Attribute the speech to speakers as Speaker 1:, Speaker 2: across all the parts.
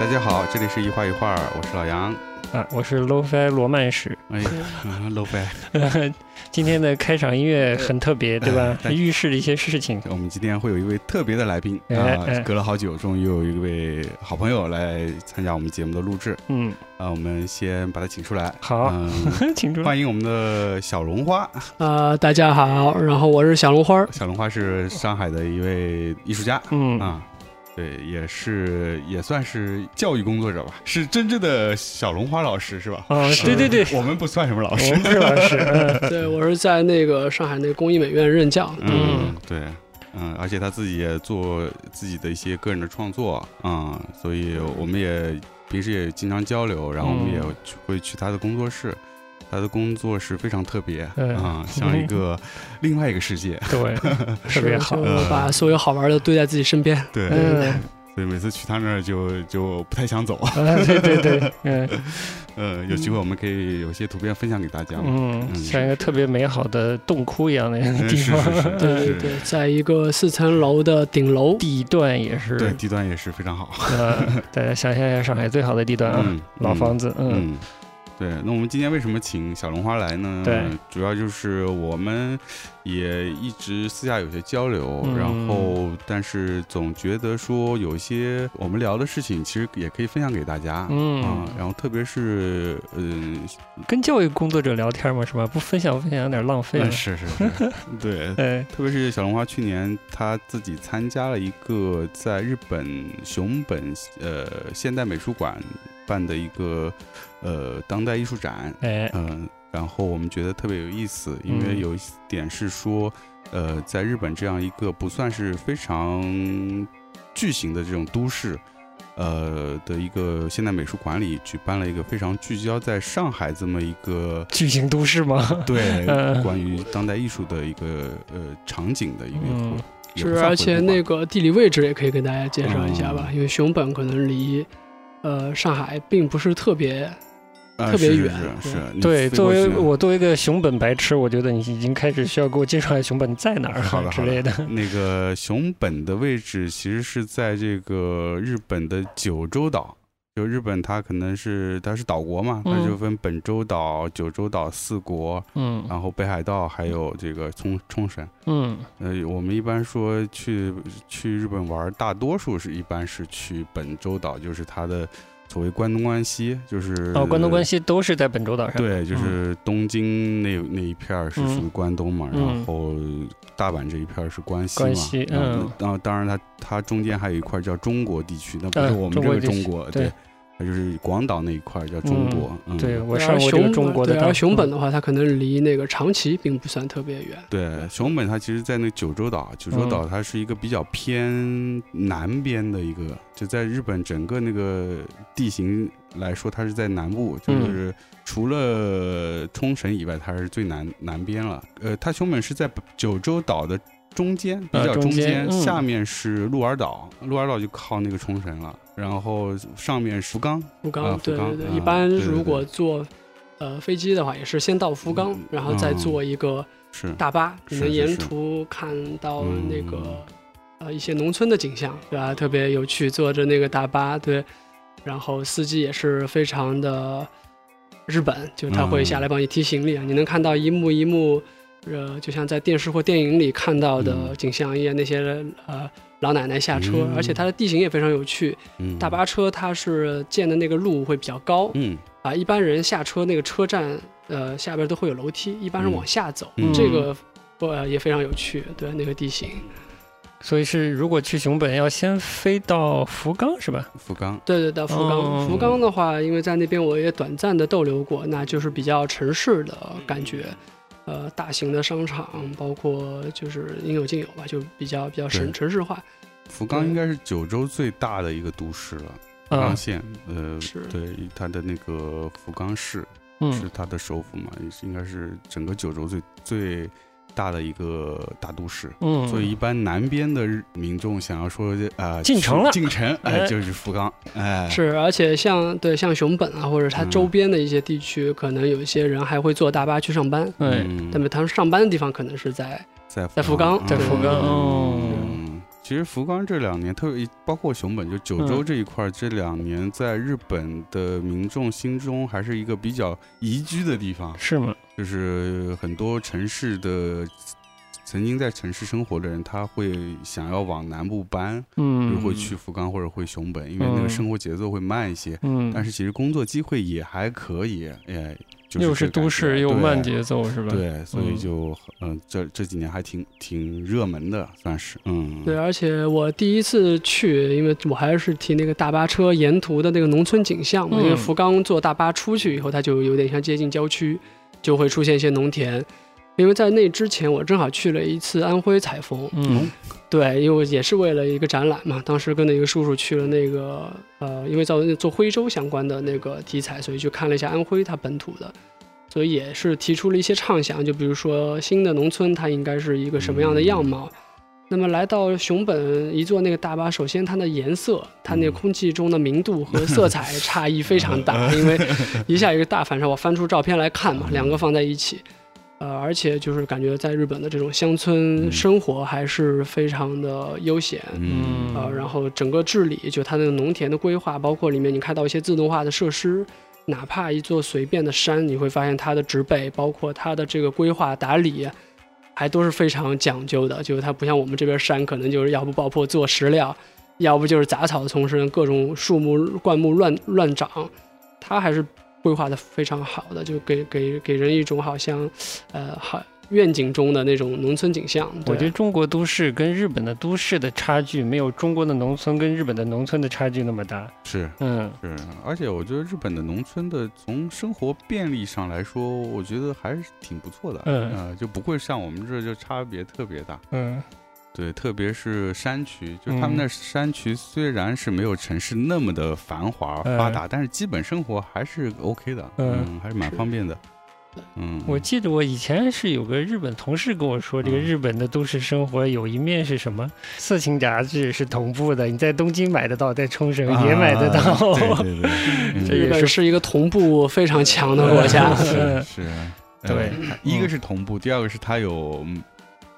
Speaker 1: 大家好，这里是一画一画，我是老杨。
Speaker 2: 啊，我是 LoFi 罗曼史。
Speaker 1: 哎， 嗯，low 呗。
Speaker 2: 今天的开场音
Speaker 1: 呃
Speaker 2: 乐很特别，对吧？
Speaker 1: 但是
Speaker 2: 预示了一些事情。
Speaker 1: 我们今天会有一位特别的来宾啊、
Speaker 2: 哎哎
Speaker 1: 隔了好久，终于有一位好朋友来参加我们节目的录制
Speaker 2: 嗯，
Speaker 1: 啊、我们先把他请出来。
Speaker 2: 好
Speaker 1: 嗯、
Speaker 2: 请出来。
Speaker 1: 欢迎我们的小龙花。
Speaker 3: 呃，大家好，然后我是小龙花儿，
Speaker 1: 小龙花是上海的一位艺术家
Speaker 2: 嗯
Speaker 1: 啊。对，也是也算是教育工作者吧，是真正的小龙花老师是吧？
Speaker 2: 啊，对对对，
Speaker 1: 我们不算什么老
Speaker 2: 我
Speaker 1: 师
Speaker 2: 们，不是老 师。嗯
Speaker 3: 对我是在那个上海那工艺美院任教。
Speaker 1: 哎嗯
Speaker 2: 嗯，
Speaker 1: 对，嗯，而且他自己也做自己的一些个人的创作，嗯，所以我们也平时也经常交流，然后我们也
Speaker 2: 嗯
Speaker 1: 去会去他的工作室。他的工作室非常特别啊、
Speaker 2: 嗯
Speaker 1: 像一个另外一个世界。
Speaker 2: 对，特别好
Speaker 3: 是。
Speaker 1: 嗯
Speaker 3: 就把所有好玩的堆在自己身边。
Speaker 1: 对，
Speaker 2: 嗯，
Speaker 1: 所以每次去他那儿就就不太想走。
Speaker 2: 啊，对对对，嗯
Speaker 1: 呃，有机会我们可以有些图片分享给大家嘛。
Speaker 2: 嗯，像一个特别美好的洞窟一样 的
Speaker 1: 嗯
Speaker 2: 地
Speaker 1: 是
Speaker 2: 方。
Speaker 1: 是是
Speaker 2: 嗯
Speaker 3: 对对对，在一个四层楼的顶楼，
Speaker 2: 地段也
Speaker 1: 对，
Speaker 2: 是，
Speaker 1: 地段也是非常好。
Speaker 2: 呃，大家想象一下上海最好的地段啊，
Speaker 1: 嗯，
Speaker 2: 老
Speaker 1: 嗯
Speaker 2: 房子，嗯
Speaker 1: 嗯，对。那我们今天为什么请小龙花来呢？
Speaker 2: 对，
Speaker 1: 主要就是我们也一直私下有些交流，
Speaker 2: 嗯
Speaker 1: 然后但是总觉得说有一些我们聊的事情，其实也可以分享给大家。啊
Speaker 2: 嗯，
Speaker 1: 然后特别是，嗯，
Speaker 2: 跟教育工作者聊天嘛，是吧？不分享分享有点浪费了
Speaker 1: 嗯。是是 是，对，
Speaker 2: 哎，
Speaker 1: 特别是小龙花去年她自己参加了一个在日本熊本呃现代美术馆办的一个呃当代艺术展，
Speaker 2: 哎，
Speaker 1: 嗯，然后我们觉得特别有意思，因为
Speaker 2: 嗯
Speaker 1: 有一点是说，呃，在日本这样一个不算是非常巨型的这种都市，呃的一个现代美术馆里举办了一个非常聚焦在上海这么一 个
Speaker 2: 巨型都市吗？
Speaker 1: 对
Speaker 2: 嗯
Speaker 1: 关于当代艺术的一个呃场景的一个
Speaker 2: 嗯
Speaker 1: 活，也
Speaker 3: 是不
Speaker 1: 不
Speaker 3: 是？
Speaker 1: 算
Speaker 3: 而
Speaker 1: 回
Speaker 3: 且
Speaker 1: 顾吧
Speaker 3: 那个地理位置也可以给大家介绍一下吧，
Speaker 1: 嗯
Speaker 3: 因为熊本可能离呃上海并不是特别
Speaker 1: 呃
Speaker 3: 特别
Speaker 1: 是是
Speaker 3: 远
Speaker 1: 是是你
Speaker 2: 对，
Speaker 1: 飞
Speaker 2: 作
Speaker 1: 过
Speaker 2: 为
Speaker 1: 去
Speaker 2: 我作为一个熊本白痴，我觉得你已经开始需要给我介绍一下熊本在哪儿
Speaker 1: 好的
Speaker 2: 之
Speaker 1: 好的
Speaker 2: 类的。
Speaker 1: 那个熊本的位置其实是在这个日本的九州岛，就日本它可能是它是岛国嘛，它
Speaker 2: 嗯
Speaker 1: 就分本州岛、九州岛四国，
Speaker 2: 嗯
Speaker 1: 然后北海道还有这个冲冲绳。
Speaker 2: 嗯
Speaker 1: 呃，我们一般说去去日本玩，大多数是一般是去本州岛，就是它的所谓关东关西，就是
Speaker 2: 哦，关东关西都是在本州岛上。
Speaker 1: 呃对，就是东京那那一片儿是属于
Speaker 2: 嗯
Speaker 1: 关东嘛，
Speaker 2: 嗯
Speaker 1: 然后大阪这一片儿是关西嘛。
Speaker 2: 关西
Speaker 1: 然后
Speaker 2: 嗯
Speaker 1: 那然后当然它它中间还有一块儿叫中国地区，那不是
Speaker 2: 嗯
Speaker 1: 我们
Speaker 2: 中
Speaker 1: 这
Speaker 2: 国
Speaker 1: 个
Speaker 2: 地区
Speaker 1: 中国，
Speaker 2: 对
Speaker 1: 对，它就是广岛那一块儿叫中国。嗯，
Speaker 2: 对，我
Speaker 3: 对
Speaker 2: 上
Speaker 3: 而
Speaker 2: 过这个
Speaker 3: 熊
Speaker 2: 中
Speaker 3: 本
Speaker 2: 国的
Speaker 3: 对，
Speaker 2: 岛
Speaker 3: 而熊本的话，它可能离那个长崎并不算特别远。
Speaker 1: 对，熊本它其实，在那九州岛，九州
Speaker 2: 嗯
Speaker 1: 岛它是一个比较偏南边的一个，就在日本整个那个地形来说，它是在南部，就
Speaker 2: 嗯
Speaker 1: 是除了冲绳以外，它是最南南边了。呃，它熊本是在九州岛的中间，比
Speaker 2: 呃
Speaker 1: 较
Speaker 2: 中
Speaker 1: 间，
Speaker 2: 间嗯
Speaker 1: 下面是鹿儿岛，鹿儿岛就靠那个冲绳了，然后上面是福冈，
Speaker 3: 福
Speaker 1: 啊
Speaker 3: 冈，
Speaker 1: 福
Speaker 3: 对
Speaker 1: 冈
Speaker 3: 对对，
Speaker 1: 啊
Speaker 3: 一般
Speaker 1: 对对
Speaker 3: 如
Speaker 1: 对
Speaker 3: 果坐呃飞机的话，也是先到福冈
Speaker 1: 嗯，
Speaker 3: 然后再
Speaker 1: 嗯
Speaker 3: 坐一个
Speaker 1: 是
Speaker 3: 大巴，
Speaker 1: 是
Speaker 3: 你能
Speaker 1: 是
Speaker 3: 沿
Speaker 1: 是
Speaker 3: 途看到那个
Speaker 1: 嗯
Speaker 3: 呃一些农村的景象，对吧？特别有趣，坐着那个大巴，对，然后司机也是非常的日本，就他
Speaker 1: 嗯
Speaker 3: 会下来帮你提行李，啊，你能看到一幕一幕，呃，就像在电视或电影里看到的
Speaker 1: 嗯
Speaker 3: 景象一样，那些呃老奶奶下车，
Speaker 1: 嗯
Speaker 3: 而且它的地形也非常有趣，
Speaker 1: 嗯
Speaker 3: 大巴车它是建的那个路会比较高
Speaker 1: 嗯，
Speaker 3: 啊，一般人下车那个车站，呃，下边都会有楼梯，一般人
Speaker 1: 嗯
Speaker 3: 往下走，
Speaker 1: 嗯
Speaker 3: 这个呃也非常有趣，对那个地形，
Speaker 2: 所以是如果去熊本要先飞到福冈是吧？
Speaker 1: 福冈，
Speaker 3: 对对到福冈，
Speaker 2: 哦
Speaker 3: 福冈的话，因为在那边我也短暂的逗留过，那就是比较城市的感觉，呃，大型的商场，包括就是应有尽有吧，就比较比较城
Speaker 1: 对
Speaker 3: 城市化，
Speaker 1: 福冈
Speaker 3: 对
Speaker 1: 啊应该是九州最大的一个都市了。福冈
Speaker 2: 嗯
Speaker 1: 县，呃
Speaker 3: 是，
Speaker 1: 对，它的那个福冈市是
Speaker 2: 嗯
Speaker 1: 它的首府嘛，也是应该是整个九州最最大的一个大都市。
Speaker 2: 嗯，
Speaker 1: 所以一般南边的日民众想要说啊、呃、
Speaker 2: 进城了
Speaker 1: 进城哎、
Speaker 2: 哎
Speaker 1: 就是福冈哎
Speaker 3: 是，而且像对像熊本啊，或者它周
Speaker 1: 嗯
Speaker 3: 边的一些地区，可能有一些人还会坐大巴去上班，
Speaker 2: 哎，
Speaker 1: 嗯
Speaker 3: 那么他们上班的地方可能是在
Speaker 1: 在
Speaker 3: 在福冈
Speaker 2: 在福冈哦
Speaker 1: 嗯，其实福冈这两年，特别包括熊本，就九
Speaker 2: 嗯
Speaker 1: 州这一块儿，这两年在日本的民众心中还是一个比较宜居的地方，
Speaker 2: 是吗？
Speaker 1: 就是很多城市的。曾经在城市生活的人，他会想要往南部搬，比
Speaker 2: 嗯，
Speaker 1: 如会去福冈或者会熊本，因为那个
Speaker 2: 嗯
Speaker 1: 生活节奏会慢一些。
Speaker 2: 嗯，
Speaker 1: 但是其实工作机会也还可以，哎，就
Speaker 2: 又
Speaker 1: 是这
Speaker 2: 是
Speaker 1: 个
Speaker 2: 都
Speaker 1: 感
Speaker 2: 市
Speaker 1: 觉
Speaker 2: 又慢
Speaker 1: 对
Speaker 2: 节奏是吧？，
Speaker 1: 对，所以
Speaker 2: 嗯
Speaker 1: 就嗯、这这几年还挺挺热门的，算是嗯，
Speaker 2: 啊
Speaker 3: 对，而且我第一次去，因为我还是提那个大巴车沿途的那个农村景象嘛，因为
Speaker 2: 嗯
Speaker 3: 福冈坐大巴出去以后，它就有点像接近郊区，就会出现一些农田。因为在那之前，我正好去了一次安徽采风，
Speaker 2: 嗯
Speaker 3: 对，因为我也是为了一个展览嘛，当时跟那个叔叔去了那个呃，因为做做徽州相关的那个题材，所以去看了一下安徽它本土的，所以也是提出了一些畅想，就比如说新的农村它应该是一个什么样的样貌。那么来到熊本一坐那个大巴，首先它的颜色，它那个空气中的明度和色彩差异非常大，因为一下一个大反差。我翻出照片来看嘛，两个放在一起，呃，而且就是感觉在日本的这种乡村
Speaker 1: 嗯
Speaker 3: 生活还是非常的悠闲，
Speaker 1: 嗯
Speaker 3: 呃，然后整个治理就它的农田的规划，包括里面你看到一些自动化的设施，哪怕一座随便的山，你会发现它的植被，包括它的这个规划打理，还都是非常讲究的，就是它不像我们这边山，可能就是要不爆破做石料，要不就是杂草丛生，各种树木灌木乱乱长，它还是规划的非常好的，就给给给人一种好像，呃，好愿景中的那种农村景象。
Speaker 2: 我
Speaker 3: 对啊
Speaker 2: 觉得中国都市跟日本的都市的差距，没有中国的农村跟日本的农村的差距那么大。
Speaker 1: 是
Speaker 2: 嗯
Speaker 1: 是，而且我觉得日本的农村的从生活便利上来说，我觉得还是挺不错的，
Speaker 2: 嗯
Speaker 1: 呃就不会像我们这就差别特别大，
Speaker 2: 嗯
Speaker 1: 对，特别是山区，就是他们
Speaker 2: 嗯
Speaker 1: 那山区虽然是没有城市那么的繁华
Speaker 2: 哎
Speaker 1: 发达，但是基本生活还是 OK 的，
Speaker 2: 嗯
Speaker 1: 嗯，还是蛮
Speaker 3: 是
Speaker 1: 方便的，嗯，
Speaker 2: 我记得我以前是有个日本同事跟我说，这个
Speaker 1: 嗯
Speaker 2: 日本的都市生活有一面是什么？色情杂志是同步的，你在东京买得到，在冲绳也买得
Speaker 1: 啊
Speaker 2: 到。
Speaker 1: 对对对，嗯
Speaker 2: 这
Speaker 3: 日
Speaker 2: 也
Speaker 3: 本
Speaker 2: 是
Speaker 3: 是一个同步非常强的国 家，
Speaker 1: 是
Speaker 2: 嗯
Speaker 1: 是，
Speaker 2: 对
Speaker 1: 呃，它一个是同步，第二个是它有嗯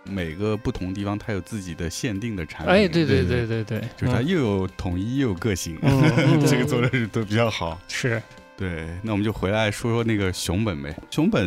Speaker 1: 每个不同地方它有自己的限定的产品，
Speaker 2: 哎，对对
Speaker 1: 对
Speaker 2: 对，对对，
Speaker 1: 就是它
Speaker 2: 嗯
Speaker 1: 又有统一又有个性，
Speaker 2: 嗯嗯
Speaker 1: 这个做的是都比较好。
Speaker 2: 是
Speaker 1: 对，那我们就回来说说那个熊本呗。熊本，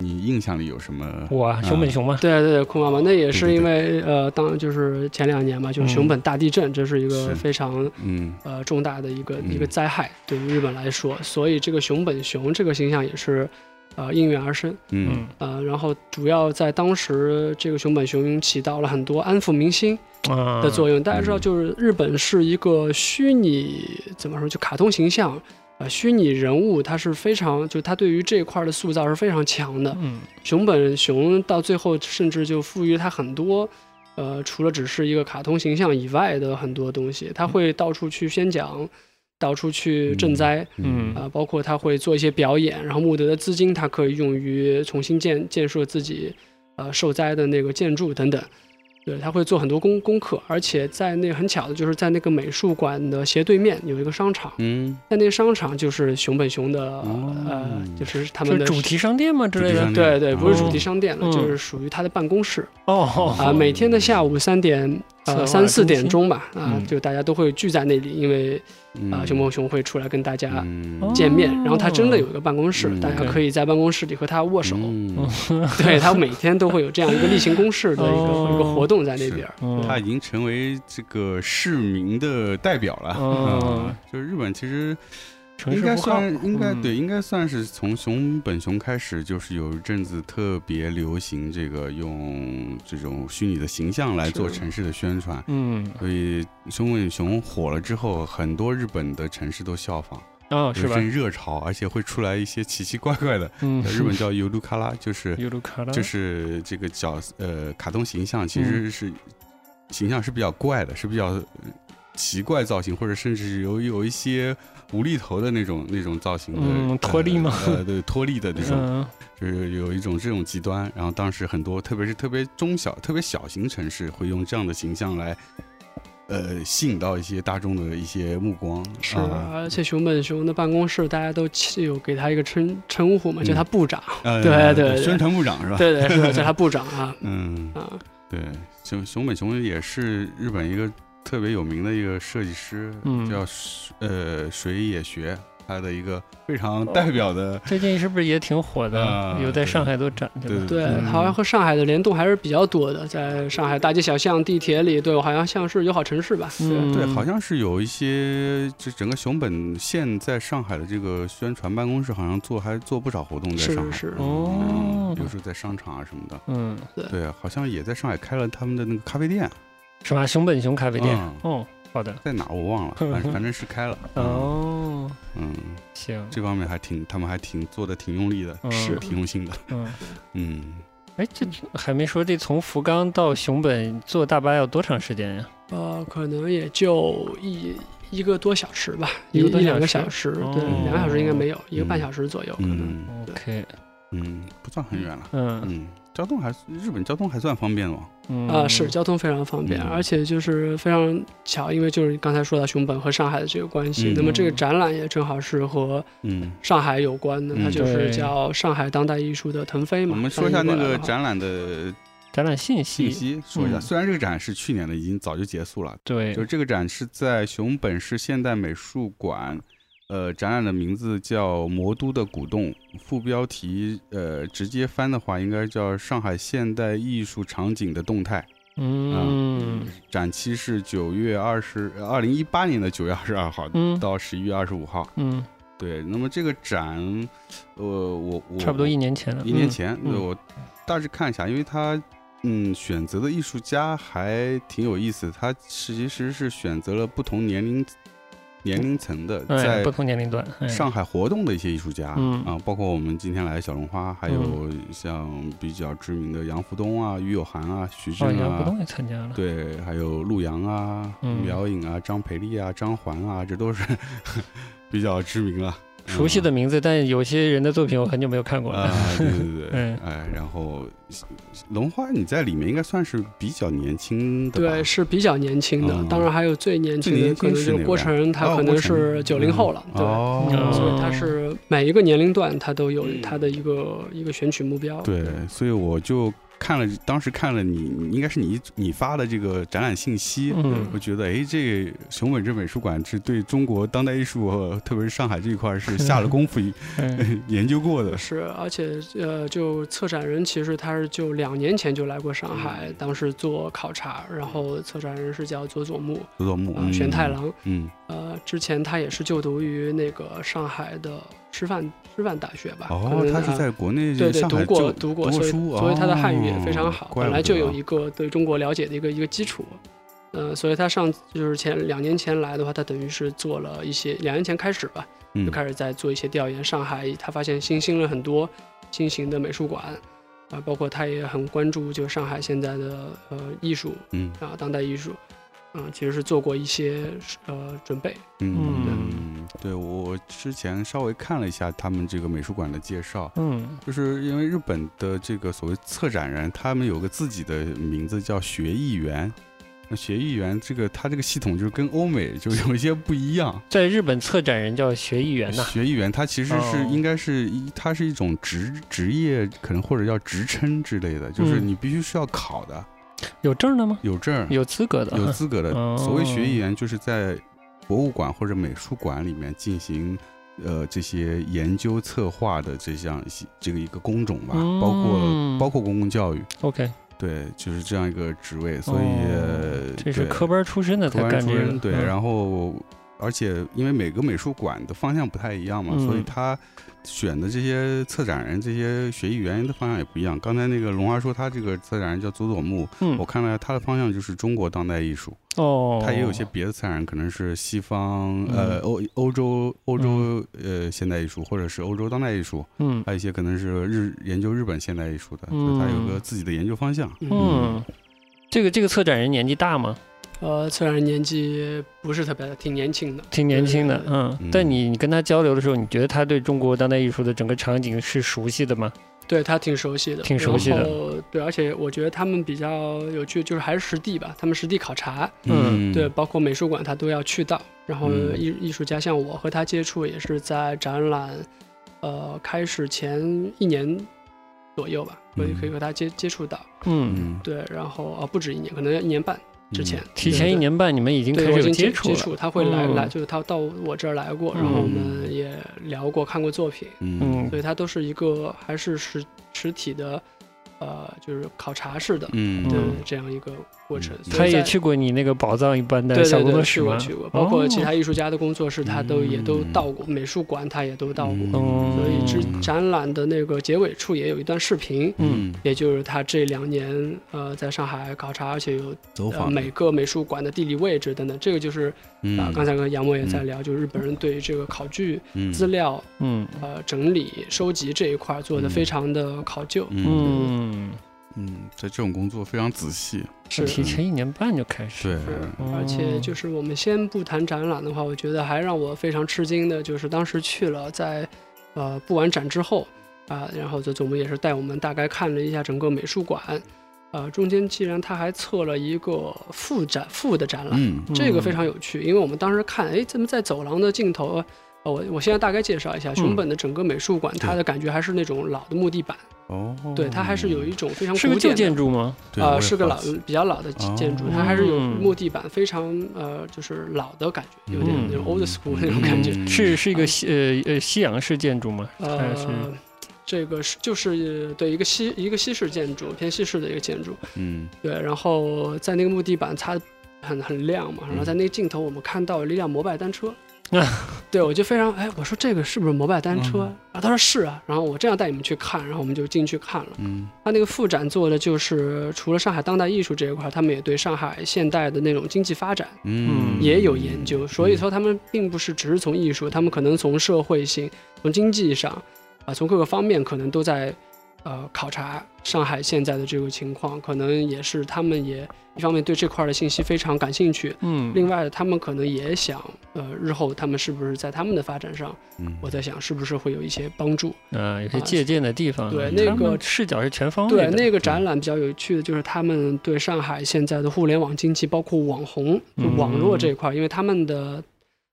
Speaker 1: 你印象里有什么？
Speaker 2: 我熊本熊嘛，
Speaker 3: 对对对，酷妈妈，那也是
Speaker 1: 对对嗯
Speaker 3: 因为呃，当就是前两年嘛，就是熊本大地震，这是一个
Speaker 1: 是
Speaker 3: 非常
Speaker 1: 嗯
Speaker 3: 呃重大的一个
Speaker 1: 嗯
Speaker 3: 一个灾害，对于日本来说，所以这个熊本熊这个形象也是呃应运而生。
Speaker 1: 嗯，
Speaker 3: 呃，然后主要在当时这个熊本熊起到了很多安抚民心
Speaker 2: 啊
Speaker 3: 的作用。大家知道，
Speaker 1: 嗯
Speaker 3: 就是日本是一个虚拟怎么说，就卡通形象。呃，虚拟人物它是非常，就它对于这一块的塑造是非常强的。
Speaker 2: 嗯
Speaker 3: 熊本熊到最后甚至就赋予它很多，呃，除了只是一个卡通形象以外的很多东西，
Speaker 2: 嗯
Speaker 3: 它会到处去宣讲，到处去赈灾，
Speaker 2: 嗯
Speaker 3: 啊、包括它会做一些表演，然后募得的资金它可以用于重新建建设自己，呃，受灾的那个建筑等等。对，他会做很多功功课，而且在那很巧的就是在那个美术馆的斜对面有一个商场，
Speaker 1: 嗯，
Speaker 3: 在那个商场就是熊本熊的、
Speaker 1: 哦
Speaker 3: 呃，就是他
Speaker 2: 就
Speaker 3: 们
Speaker 2: 是
Speaker 3: 的
Speaker 2: 主题商店嘛之类
Speaker 1: 主题
Speaker 2: 的
Speaker 1: 商。
Speaker 3: 对对，不是主题
Speaker 1: 哦
Speaker 3: 商店了，
Speaker 2: 嗯
Speaker 3: 就是属于他的办公室
Speaker 2: 哦
Speaker 3: 啊、每天的下午三点
Speaker 2: 策划
Speaker 3: 呃三四
Speaker 2: 中
Speaker 3: 点
Speaker 2: 心
Speaker 3: 钟吧啊、
Speaker 2: 嗯
Speaker 3: 就大家都会聚在那里，因为啊、
Speaker 1: 嗯
Speaker 3: 熊猫熊会出来跟大家
Speaker 1: 嗯
Speaker 3: 见面，然后他真的
Speaker 2: 哦
Speaker 3: 有一个办公室，
Speaker 1: 嗯
Speaker 3: 大家
Speaker 2: OK
Speaker 3: 可以在办公室里和他握手。
Speaker 1: 嗯
Speaker 3: 对他每天都会有这样一个例行公事的一个、
Speaker 2: 哦
Speaker 3: 一个活动在那边儿。
Speaker 2: 嗯
Speaker 1: 他已经成为这个市民的代表了。
Speaker 2: 嗯
Speaker 1: 啊，就是日本其实
Speaker 2: 城
Speaker 1: 应
Speaker 2: 市
Speaker 1: 该
Speaker 2: 符号
Speaker 1: 算，应该
Speaker 2: 嗯
Speaker 1: 对，应该算是从熊本熊开始，就是有一阵子特别流行这个用这种虚拟的形象来做
Speaker 3: 是
Speaker 1: 城市的宣传，
Speaker 2: 嗯
Speaker 1: 所以熊本熊火了之后，很多日本的城市都效仿，
Speaker 2: 哦
Speaker 1: 有
Speaker 2: 是
Speaker 1: 一
Speaker 2: 吧？
Speaker 1: 阵热潮，而且会出来一些奇奇怪怪的，
Speaker 2: 嗯，
Speaker 1: 日本叫尤卢卡拉， 就是
Speaker 2: 尤卢卡拉
Speaker 1: 就是这个
Speaker 2: 嗯
Speaker 1: 角呃卡通形象其实是形象是比较怪的，是比较呃奇怪造型，或者甚至是有有一些无厘头的那种那种造型的，
Speaker 2: 嗯
Speaker 1: 呃
Speaker 2: 脱力吗
Speaker 1: 呃，对，脱力的那 种，
Speaker 2: 嗯
Speaker 1: 就是有一种这种极端。然后当时很多，特别是特别中小、特别小型城市，会用这样的形象来，呃，吸引到一些大众的一些目光。
Speaker 3: 是，
Speaker 1: 啊
Speaker 3: 而且熊本熊的办公室，大家都起有给他一个称称呼嘛，叫他 部长。
Speaker 1: 呃
Speaker 3: 对对对
Speaker 1: 宣传部长是吧？，
Speaker 3: 对对，是的叫他部长啊
Speaker 1: 嗯，
Speaker 3: 啊，
Speaker 1: 对，熊熊本雄也是日本一个特别有名的一个设计师，
Speaker 2: 嗯
Speaker 1: 叫水呃水野学，他的一个非常代表的、
Speaker 2: 最近是不是也挺火的
Speaker 1: 啊？
Speaker 2: 有在上海都展对吧？
Speaker 3: 对，
Speaker 2: 嗯
Speaker 3: 好像和上海的联动还是比较多的，在上海大街小巷、地铁里，对我好像像是友好城市吧，对，
Speaker 2: 嗯
Speaker 1: 对，好像是有一些，这整个熊本县在上海的这个宣传办公室，好像做还做不少活动在
Speaker 3: 是
Speaker 1: 上海。
Speaker 3: 是
Speaker 1: 嗯
Speaker 2: 哦
Speaker 1: 比如说在商场啊什么的。
Speaker 2: 嗯，
Speaker 1: 对，好像也在上海开了他们的那个咖啡店，
Speaker 2: 是吧？熊本熊咖啡店
Speaker 1: 嗯。
Speaker 2: 哦，好的。
Speaker 1: 在哪儿我忘 了，反正反正是开了。嗯
Speaker 2: 哦，
Speaker 1: 嗯，
Speaker 2: 行，
Speaker 1: 这方面还挺，他们还挺做的挺用力的，
Speaker 2: 嗯
Speaker 3: 是
Speaker 1: 挺用心的。
Speaker 2: 嗯，
Speaker 1: 嗯，
Speaker 2: 哎，这还没说，这从福冈到熊本坐大巴要多长时间呀？
Speaker 3: 呃，可能也就一一个多小时吧，
Speaker 2: 一
Speaker 3: 一
Speaker 2: 个多
Speaker 3: 一两个
Speaker 2: 小
Speaker 3: 小
Speaker 2: 时
Speaker 3: 时，
Speaker 2: 哦
Speaker 3: 对，两个小时应该没有，一个半小时左右可能。
Speaker 1: 嗯
Speaker 2: OK，
Speaker 1: 嗯，不算很远了。
Speaker 2: 嗯
Speaker 1: 嗯，交通还日本交通还算方便哦。
Speaker 2: 嗯
Speaker 3: 啊、是交通非常方便，
Speaker 1: 嗯
Speaker 3: 而且就是非常巧，因为就是刚才说到熊本和上海的这个关系，
Speaker 1: 嗯
Speaker 3: 那么这个展览也正好是和
Speaker 1: 嗯，
Speaker 3: 上海有关的，
Speaker 1: 嗯
Speaker 3: 它就
Speaker 2: 对
Speaker 3: 是叫上海当代艺术的腾
Speaker 2: 嗯
Speaker 3: 飞嘛。
Speaker 1: 我们说一下那个
Speaker 3: 翻译过来的话
Speaker 1: 展览的
Speaker 2: 展览信
Speaker 1: 信
Speaker 2: 息，
Speaker 1: 息，说一下。
Speaker 2: 嗯
Speaker 1: 虽然这个展是去年的，已经早就结束了，
Speaker 2: 对
Speaker 1: 就是，这个展是在熊本市现代美术馆，呃，展览的名字叫《魔都的鼓动》，副标题呃直接翻的话应该叫《上海现代艺术场景的动态》。
Speaker 2: 嗯
Speaker 1: 展期是九月二十，呃二零一八年的九月二十二号
Speaker 2: 嗯
Speaker 1: 到十一月二十五号。
Speaker 2: 嗯，
Speaker 1: 对，那么这个展，呃，我我
Speaker 2: 差不多一年前了，
Speaker 1: 一年前，
Speaker 2: 嗯
Speaker 1: 对我大致看一下，因为他嗯选择的艺术家还挺有意思，他其实是选择了不同年龄年龄层的，
Speaker 2: 嗯，哎，
Speaker 1: 在
Speaker 2: 不同年龄段，哎
Speaker 1: 上海活动的一些艺术家，
Speaker 2: 嗯
Speaker 1: 啊，包括我们今天来的小龙花，还有像比较知名的杨福东啊、于有涵啊、徐
Speaker 2: 哦，
Speaker 1: 峥
Speaker 2: 杨浦
Speaker 1: 啊。
Speaker 2: 东也参加了，
Speaker 1: 对，还有陆阳啊、
Speaker 2: 嗯
Speaker 1: 苗颖啊、张培丽啊、张环啊，这都是 比较知名了。
Speaker 2: 熟悉
Speaker 1: 嗯
Speaker 2: 的名字，但有些人的作品我很久没有看过了
Speaker 1: 啊，，对 对对
Speaker 2: 嗯，
Speaker 1: 哎，然后龙花你在里面应该算是比较年轻的吧？哦
Speaker 3: 对，是比较年轻的，
Speaker 1: 嗯
Speaker 3: 当然还有最年轻
Speaker 1: 最
Speaker 3: 的，
Speaker 1: 年轻
Speaker 3: 可能
Speaker 1: 是
Speaker 3: 就
Speaker 1: 哪
Speaker 3: 是郭
Speaker 1: 位啊
Speaker 3: 晨，他
Speaker 1: 哦
Speaker 3: 可
Speaker 1: 郭
Speaker 3: 能
Speaker 1: 晨
Speaker 3: 是九零后了，对。
Speaker 2: 嗯
Speaker 3: 所
Speaker 1: 哦，
Speaker 3: 以它是每一个年龄段，它都有它的一个、一个选取目标。
Speaker 1: 对，所以我就看了，当时看了你，你应该是你你发的这个展览信息。
Speaker 2: 嗯
Speaker 1: 我觉得，哎，这个熊本这美术馆是对中国当代艺术，呃特别是上海这一块儿是下了功夫
Speaker 2: 嗯
Speaker 1: 研究过的。
Speaker 3: 是，而且呃，就策展人其实他是就两年前就来过上
Speaker 1: 嗯
Speaker 3: 海，当时做考察，然后策展人是叫佐佐木
Speaker 1: 佐佐木
Speaker 3: 啊、呃、玄太，郎，
Speaker 1: 嗯
Speaker 3: 呃，之前他也是就读于那个上海的师范师范大学吧，
Speaker 1: 嗯，
Speaker 3: 可
Speaker 1: 哦，
Speaker 3: 能
Speaker 1: 他是
Speaker 3: 啊
Speaker 1: 在国内
Speaker 3: 对对
Speaker 1: 上海
Speaker 3: 读过
Speaker 1: 就
Speaker 3: 读
Speaker 1: 过
Speaker 3: 过，所以
Speaker 1: 书
Speaker 3: 所以他的汉语也
Speaker 1: 哦
Speaker 3: 非常好，
Speaker 1: 怪
Speaker 3: 本
Speaker 1: 不
Speaker 3: 来就
Speaker 1: 得
Speaker 3: 有一个对中国了解的一个一个基础。呃，所以他上就是前两年前来的话，他等于是做了一些两年前开始吧，
Speaker 1: 嗯
Speaker 3: 就开始在做一些调研。上海他发现新兴了很多新型的美术馆，啊、包括他也很关注就上海现在的呃艺术
Speaker 1: 嗯
Speaker 3: 啊、当代艺术，嗯、其实是做过一些呃准备。
Speaker 1: 嗯，对我之前稍微看了一下他们这个美术馆的介绍，
Speaker 2: 嗯
Speaker 1: 就是因为日本的这个所谓策展人，他们有个自己的名字叫学艺员。那学艺员这个他这个系统就是跟欧美就有一些不一 样。
Speaker 2: 在日本策展人叫学艺员呐，
Speaker 1: 学艺员他其实是
Speaker 2: 哦
Speaker 1: 应该是一，他是一种职职业，可能或者叫职称之类的，就是
Speaker 2: 嗯
Speaker 1: 你必须是要考的，
Speaker 2: 有证的吗？
Speaker 1: 有证儿，
Speaker 2: 有资格的，
Speaker 1: 有资格的。
Speaker 2: 哦
Speaker 1: 所谓学艺员，就是在博物馆或者美术馆里面进行呃这些研究策划的这项这个一个工种吧，
Speaker 2: 嗯
Speaker 1: 包括包括公共教育，
Speaker 2: OK，
Speaker 1: 对，就是这样一个职位。所以、呃
Speaker 2: 哦这是
Speaker 1: 对
Speaker 2: 科班出身的
Speaker 1: 科
Speaker 2: 才
Speaker 1: 班
Speaker 2: 干
Speaker 1: 出
Speaker 2: 这个
Speaker 1: 身，对，
Speaker 2: 嗯
Speaker 1: 然后。而且，因为每个美术馆的方向不太一样嘛，
Speaker 2: 嗯
Speaker 1: 所以他选的这些策展人、这些学艺员的方向也不一样。刚才那个龙华说，他这个策展人叫佐佐木，我
Speaker 2: 嗯
Speaker 1: 看了他的方向就是中国当代艺术。
Speaker 2: 哦，
Speaker 1: 它也有一些别的策展人，可能是西方、
Speaker 2: 嗯
Speaker 1: 呃欧欧
Speaker 3: 嗯
Speaker 1: 洲欧洲、呃现代艺术，或者是欧洲当代艺术，
Speaker 2: 嗯
Speaker 1: 还有一些可能是日研究日本现代艺术的，
Speaker 2: 嗯
Speaker 3: 嗯
Speaker 1: 嗯就是它有个自己的研究方向。
Speaker 2: 嗯，这个这个策展人年纪大吗？
Speaker 3: 呃，虽然年纪不是特别大，挺年轻的，
Speaker 2: 挺年轻的
Speaker 3: 对，对
Speaker 2: 嗯
Speaker 1: 嗯。
Speaker 2: 但你你跟他交流的时候，你觉得他对中国当代艺术的整个场景是熟悉的吗？
Speaker 3: 对他挺熟悉的，
Speaker 2: 挺熟悉的
Speaker 3: 然后。对，而且我觉得他们比较有趣，就是还是实地吧，他们实地考察，
Speaker 1: 嗯，
Speaker 3: 对，包括美术馆他都要去到。然后
Speaker 1: 嗯
Speaker 3: 艺艺术家像我和他接触也是在展览，呃，开始前一年左右吧，我也可以
Speaker 1: 嗯
Speaker 3: 和他接接触到。
Speaker 2: 嗯，
Speaker 1: 嗯，
Speaker 3: 对，然后啊，不止一年，可能要一年半之前。
Speaker 2: 提前一年半，你们已经开
Speaker 3: 对，我
Speaker 2: 始有
Speaker 3: 已经接
Speaker 2: 接触
Speaker 3: 接
Speaker 2: 了。
Speaker 3: 触，他会来、
Speaker 2: 嗯
Speaker 3: 来，就是他到我这儿来过，然后我们也聊过，看过作品，
Speaker 1: 嗯，
Speaker 3: 所以他都是一个还是实实体的，呃，就是考察式的，
Speaker 1: 嗯，
Speaker 3: 对
Speaker 2: 嗯
Speaker 3: 这样一个过程。
Speaker 1: 嗯
Speaker 3: 所以
Speaker 2: 他也
Speaker 3: 在
Speaker 2: 去过你那个宝藏一般的
Speaker 3: 对
Speaker 2: 小
Speaker 3: 对
Speaker 2: 工
Speaker 3: 对，
Speaker 2: 作
Speaker 3: 去
Speaker 2: 室
Speaker 3: 过
Speaker 2: 吗？
Speaker 3: 去过，包括其
Speaker 2: 哦
Speaker 3: 他艺术家的工作室，他都也都
Speaker 1: 嗯
Speaker 3: 到过，美术馆他也都到过。
Speaker 1: 嗯
Speaker 3: 所以
Speaker 2: 之
Speaker 3: 这展览的那个结尾处也有一段视频，
Speaker 1: 嗯
Speaker 3: 也就是他这两年呃在上海考察，而且有
Speaker 1: 走
Speaker 3: 呃
Speaker 1: 访
Speaker 3: 每个美术馆的地理位置等等，这个就是啊、
Speaker 1: 嗯，
Speaker 3: 刚才跟杨默也在
Speaker 1: 嗯
Speaker 3: 聊，就日本人对于这个考据
Speaker 1: 嗯
Speaker 3: 资料
Speaker 2: 嗯
Speaker 3: 呃整理收集这一块儿做的非常的考究，
Speaker 1: 嗯
Speaker 2: 嗯，
Speaker 1: 嗯，在这种工作非常仔细，
Speaker 3: 是
Speaker 2: 提前一年半就开始。
Speaker 1: 对，
Speaker 2: 对
Speaker 3: 而且就是我们先不谈展览的话，我觉得还让我非常吃惊的就是当时去了在，呃布完展之后啊、然后这总部也是带我们大概看了一下整个美术馆，呃中间既然他还测了一个副展副的展览，
Speaker 1: 嗯
Speaker 3: 这个非常有趣，因为我们当时看，哎，怎么在走廊的尽头？呃，我我现在大概介绍
Speaker 2: 嗯
Speaker 3: 一下，熊本的整个美术馆，它的感觉还是那种老的木地板，
Speaker 1: 哦，
Speaker 3: 对，它还是有一种非常
Speaker 2: 是个
Speaker 3: 古
Speaker 2: 旧
Speaker 3: 典
Speaker 2: 建
Speaker 3: 的。
Speaker 2: 筑吗？
Speaker 1: 对
Speaker 3: 呃，是个老比较老的
Speaker 1: 哦
Speaker 3: 建筑，它还是有
Speaker 2: 嗯
Speaker 3: 木地板，非常呃，就是老的感觉，有点
Speaker 2: 嗯
Speaker 3: 那种 old school 那种感觉。
Speaker 1: 嗯哎
Speaker 2: 是是一个西呃呃西洋式建筑吗？还是
Speaker 3: 呃，这个是就是对一个西一个西式建筑，偏西式的一个建筑，
Speaker 1: 嗯
Speaker 3: 对。然后在那个木地板擦得很很亮嘛，然
Speaker 1: 嗯
Speaker 3: 后在那个镜头我们看到了一辆摩拜单车，对，我就非常哎，我说这个是不是摩拜单车？
Speaker 1: 嗯
Speaker 3: 然后他说是啊，然后我这样带你们去看，然后我们就进去看了。
Speaker 1: 嗯
Speaker 3: 他那个副展做的就是除了上海当代艺术这一块，他们也对上海现代的那种经济发展
Speaker 1: 嗯
Speaker 3: 也有研究，所以说他们并不是只是从艺术，他们可能从社会性、从经济上啊、从各个方面可能都在呃考察上海现在的这个情况，可能也是他们也一方面对这块儿的信息非常感兴趣，
Speaker 2: 嗯
Speaker 3: 另外，他们可能也想，呃，日后他们是不是在他们的发展上，
Speaker 1: 嗯，
Speaker 3: 我在想是不是会有一些帮助。
Speaker 2: 呃有些借鉴的地方。
Speaker 3: 啊
Speaker 2: 啊
Speaker 3: 对
Speaker 1: 那
Speaker 2: 他们
Speaker 3: 个
Speaker 2: 视角是全方位
Speaker 3: 对，
Speaker 2: 的。
Speaker 1: 嗯
Speaker 3: 那个展览比较有趣的就是他们对上海现在的互联网经济，包括网红、就
Speaker 2: 嗯
Speaker 3: 网络这一块儿，因为他们的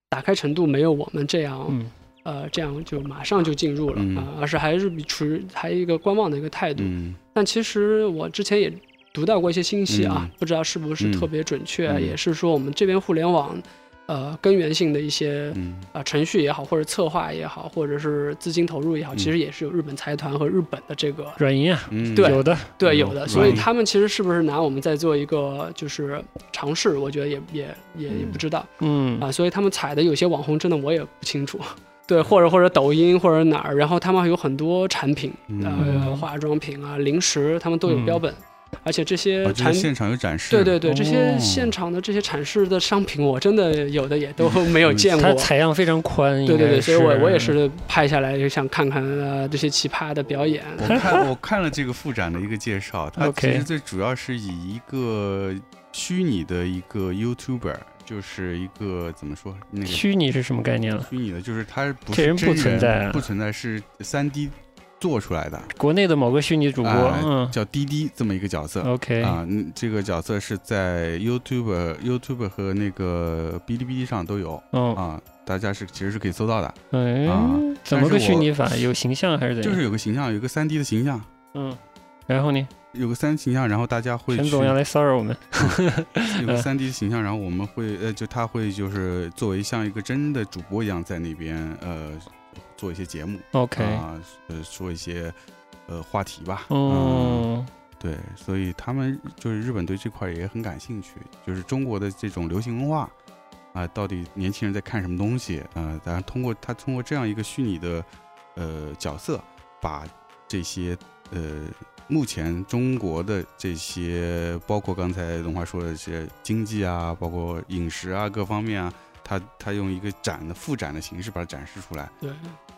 Speaker 3: 打开程度没有我们这样，
Speaker 2: 嗯
Speaker 3: 呃，这样就马上就进入了啊、
Speaker 1: 嗯
Speaker 3: 而是还是比持还一个观望的一个态度。
Speaker 1: 嗯
Speaker 3: 但其实我之前也读到过一些信息啊，
Speaker 1: 嗯
Speaker 3: 不知道是不是
Speaker 1: 嗯
Speaker 3: 特别准确，
Speaker 1: 嗯
Speaker 3: 也是说我们这边互联网，呃，根源性的一些。
Speaker 1: 嗯
Speaker 3: 啊、程序也好，或者策划也好，或者是资金投入也好，
Speaker 1: 嗯
Speaker 3: 其实也是有日本财团和日本的这个
Speaker 2: 软银啊，
Speaker 1: 嗯，
Speaker 3: 对
Speaker 2: 有的
Speaker 3: 对
Speaker 1: 嗯
Speaker 3: 有的，所以
Speaker 1: 软银
Speaker 3: 他们其实是不是拿我们在做一个就是尝试，我觉得也也也也不知道
Speaker 2: 嗯
Speaker 3: 啊、所以他们踩的有些网红真的我也不清楚。对，或者或者抖音或者哪儿，然后他们有很多产品，
Speaker 1: 哦
Speaker 3: 呃，
Speaker 2: 嗯
Speaker 3: 化妆品啊、零食，他们都有标本，而且这些
Speaker 1: 啊，这个
Speaker 3: 产
Speaker 1: 现场有展示，
Speaker 3: 对对对，这些
Speaker 1: 哦
Speaker 3: 现场的这些展示的商品，我真的有的也都没有
Speaker 1: 嗯
Speaker 3: 见过
Speaker 2: 它。采样非常宽。
Speaker 3: 对对
Speaker 2: 应
Speaker 3: 对，
Speaker 2: 该
Speaker 3: 所以我我也是拍下来，就想看看呃这些奇葩的表演。
Speaker 1: 我看我看了这个副展的一个介绍，它
Speaker 2: OK
Speaker 1: 其实最主要是以一个虚拟的一个 YouTuber，就是一个怎么说那个虚
Speaker 2: 虚拟是什么概念了？
Speaker 1: 拟的，就是它不
Speaker 2: 这
Speaker 1: 是
Speaker 2: 人
Speaker 1: 真
Speaker 2: 不存在啊
Speaker 1: 不存在是三 D 做出来的，
Speaker 2: 国内的某个虚拟主播，
Speaker 1: 哎
Speaker 2: 嗯
Speaker 1: 叫滴滴这么一个角色。
Speaker 2: ，OK，
Speaker 1: 啊，嗯这个角色是在 YouTube、YouTube 和那个哔哩哔哩上都有
Speaker 2: 嗯
Speaker 1: 啊，大家是其实是可以搜到的。
Speaker 2: 嗯，怎么个虚拟法？有形象还是怎样？
Speaker 1: 就是有个形象，有个三 D 的形象，
Speaker 2: 嗯，然后呢？
Speaker 1: 有个三 D 形象，然后大家会
Speaker 2: 陈
Speaker 1: 去
Speaker 2: 总要来呃骚扰我们。
Speaker 1: 有个三 D 的形象，然后我们会呃，就他会就是作为像一个真的主播一样在那边呃做一些节目
Speaker 2: OK，
Speaker 1: 啊、呃说一些呃话题吧。嗯，
Speaker 2: 哦，
Speaker 1: 对，所以他们就是日本对这块也很感兴趣，就是中国的这种流行文化啊、到底年轻人在看什么东西啊？呃当然通过他通过这样一个虚拟的呃角色，把这些呃目前中国的这些，包括刚才龙华说的这些经济啊，包括饮食啊各方面啊，他他用一个展的复展的形式把它展示出来，
Speaker 3: 对，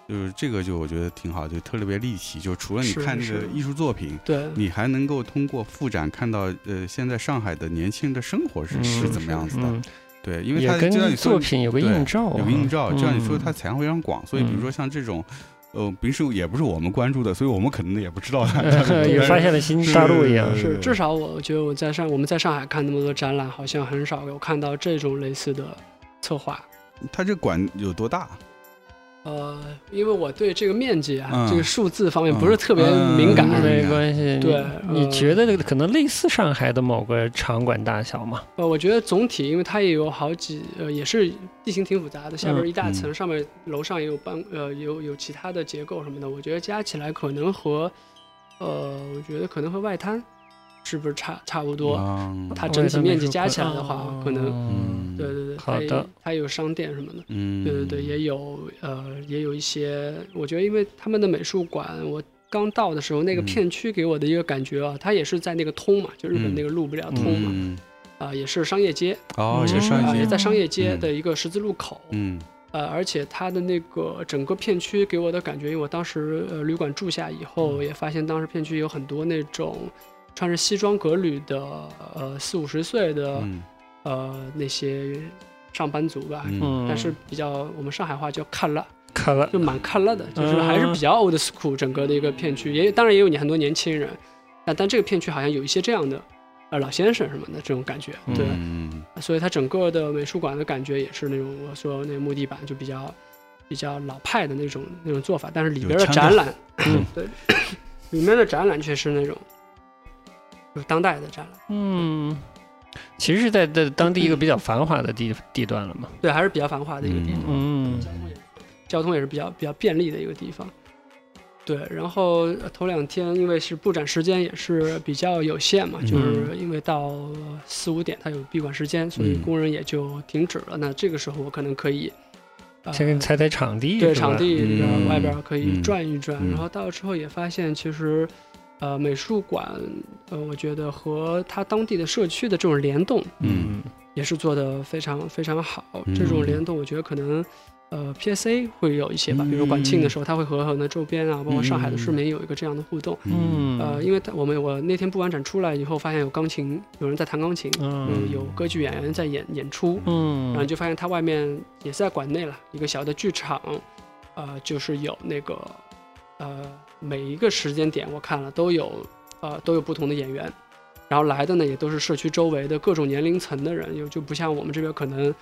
Speaker 1: 就是这个就我觉得挺好，就特别立体。就除了你
Speaker 3: 是
Speaker 1: 看这个
Speaker 3: 是
Speaker 1: 艺术作品，
Speaker 3: 对，
Speaker 1: 你还能够通过复展看到，呃，现在上海的年轻人的生活是、是
Speaker 2: 嗯
Speaker 1: 怎么样子的？
Speaker 2: 嗯，
Speaker 1: 对，因为它就像
Speaker 2: 也跟
Speaker 1: 你说
Speaker 2: 作品有个映照啊，
Speaker 1: 有个映照，就像你说
Speaker 2: 嗯
Speaker 1: 它采样非常广，所以比
Speaker 3: 嗯
Speaker 1: 如说像这种，呃，平时也不是我们关注的，所以我们可能也不知道
Speaker 3: 嗯
Speaker 1: 它。
Speaker 2: 呃也发现了新大陆一样。
Speaker 1: 是
Speaker 3: 是，至少我觉得我在上我们在上海看那么多展览，好像很少有看到这种类似的策划。
Speaker 1: 它这馆有多大？
Speaker 3: 呃，因为我对这个面积啊，
Speaker 1: 嗯
Speaker 3: 这个数字方面
Speaker 1: 嗯
Speaker 3: 不是特别
Speaker 1: 嗯
Speaker 3: 敏感。啊
Speaker 1: 嗯
Speaker 2: 没关系，你
Speaker 3: 对
Speaker 2: 你
Speaker 3: 呃
Speaker 2: 觉得可能类似上海的某个场馆大小嘛？
Speaker 3: 呃，我觉得总体，因为它也有好几，呃，也是地形挺复杂的，下边
Speaker 2: 嗯
Speaker 3: 一大层，
Speaker 1: 嗯
Speaker 3: 上面楼上也有办，呃，有有其他的结构什么的。我觉得加起来可能和，呃，我觉得可能和外滩是不是差差不多？
Speaker 1: 嗯
Speaker 3: 它整体面积加起来的话，
Speaker 2: 嗯
Speaker 3: 可能
Speaker 2: 能
Speaker 3: 对对对，
Speaker 2: 好
Speaker 3: 它也
Speaker 2: 的
Speaker 3: 它有商店什么的。
Speaker 1: 嗯，
Speaker 3: 对对对，也有呃，也有一些，我觉得因为他们的美术馆，我刚到的时候那个
Speaker 1: 嗯
Speaker 3: 片区给我的一个感觉啊，它也是在那个通嘛，就日
Speaker 1: 嗯
Speaker 3: 本那个路不了通嘛，
Speaker 1: 嗯，
Speaker 3: 啊、也是商业街，
Speaker 1: 哦，
Speaker 2: 嗯
Speaker 1: 也上一
Speaker 3: 啊、也
Speaker 1: 些，
Speaker 3: 在商业街
Speaker 1: 嗯
Speaker 3: 的一个十字路口，
Speaker 1: 嗯
Speaker 3: 呃，而且它的那个整个片区给我的感觉，因为我当时呃旅馆住下以
Speaker 1: 嗯
Speaker 3: 后，也发现当时片区有很多那种穿着西装革履的呃四五十岁的、
Speaker 1: 嗯
Speaker 3: 呃那些上班族吧。
Speaker 1: 嗯
Speaker 2: 嗯，
Speaker 3: 但是比较，我们上海话叫看了，
Speaker 2: 看了
Speaker 3: 就蛮看乐的，
Speaker 1: 嗯
Speaker 3: 就是还是比较 old school 整个的一个片区，也有当然也有你很多年轻人，但但这个片区好像有一些这样的，呃老先生什么的这种感觉，对，
Speaker 1: 嗯
Speaker 3: 所以它整个的美术馆的感觉也是那种我说那个木地板就比较比较老派的那种那种做法，但是里边
Speaker 1: 有
Speaker 3: 的
Speaker 1: 腔调
Speaker 3: 展览，
Speaker 2: 嗯
Speaker 3: 对，里面的展览却是那种就是当代的展览，
Speaker 2: 嗯，其实是在在当地一个比较繁华的地地段了嘛。
Speaker 3: 对，还是比较繁华的一个地方。
Speaker 1: 嗯
Speaker 2: 嗯
Speaker 3: 交通也是比较比较便利的一个地方。对，然后呃头两天因为是布展时间也是比较有限嘛，
Speaker 1: 嗯
Speaker 3: 就是因为到呃四五点它有闭馆时间，所以
Speaker 1: 嗯
Speaker 3: 工人也就停止了。那这个时候我可能可以，呃、
Speaker 2: 先给你踩踩场地，
Speaker 3: 对
Speaker 2: 是吧
Speaker 3: 场地里边、
Speaker 1: 嗯
Speaker 3: 外边可以
Speaker 1: 嗯
Speaker 3: 转一转，
Speaker 1: 嗯
Speaker 3: 然后到之后也发现其实，呃，美术馆，呃，我觉得和它当地的社区的这种联动，
Speaker 2: 嗯
Speaker 3: 也是做的非常非常好。
Speaker 1: 嗯
Speaker 3: 这种联动，我觉得可能呃 PSA 会有一些吧，
Speaker 1: 嗯
Speaker 3: 比如管庆的时候，他会和很多周边啊，包括上海的市民有一个这样的互动。
Speaker 1: 嗯
Speaker 2: 嗯
Speaker 3: 呃，因为他我们我那天布完展出来以后，发现有钢琴，有人在弹钢琴，
Speaker 2: 嗯
Speaker 3: 有歌剧演员在演演出，
Speaker 2: 嗯，
Speaker 3: 然后就发现它外面也是在馆内了一个小的剧场，呃，就是有那个呃每一个时间点我看了都有呃都有不同的演员，然后来的呢也都是社区周围的各种年龄层的人，有就不像我们这边可能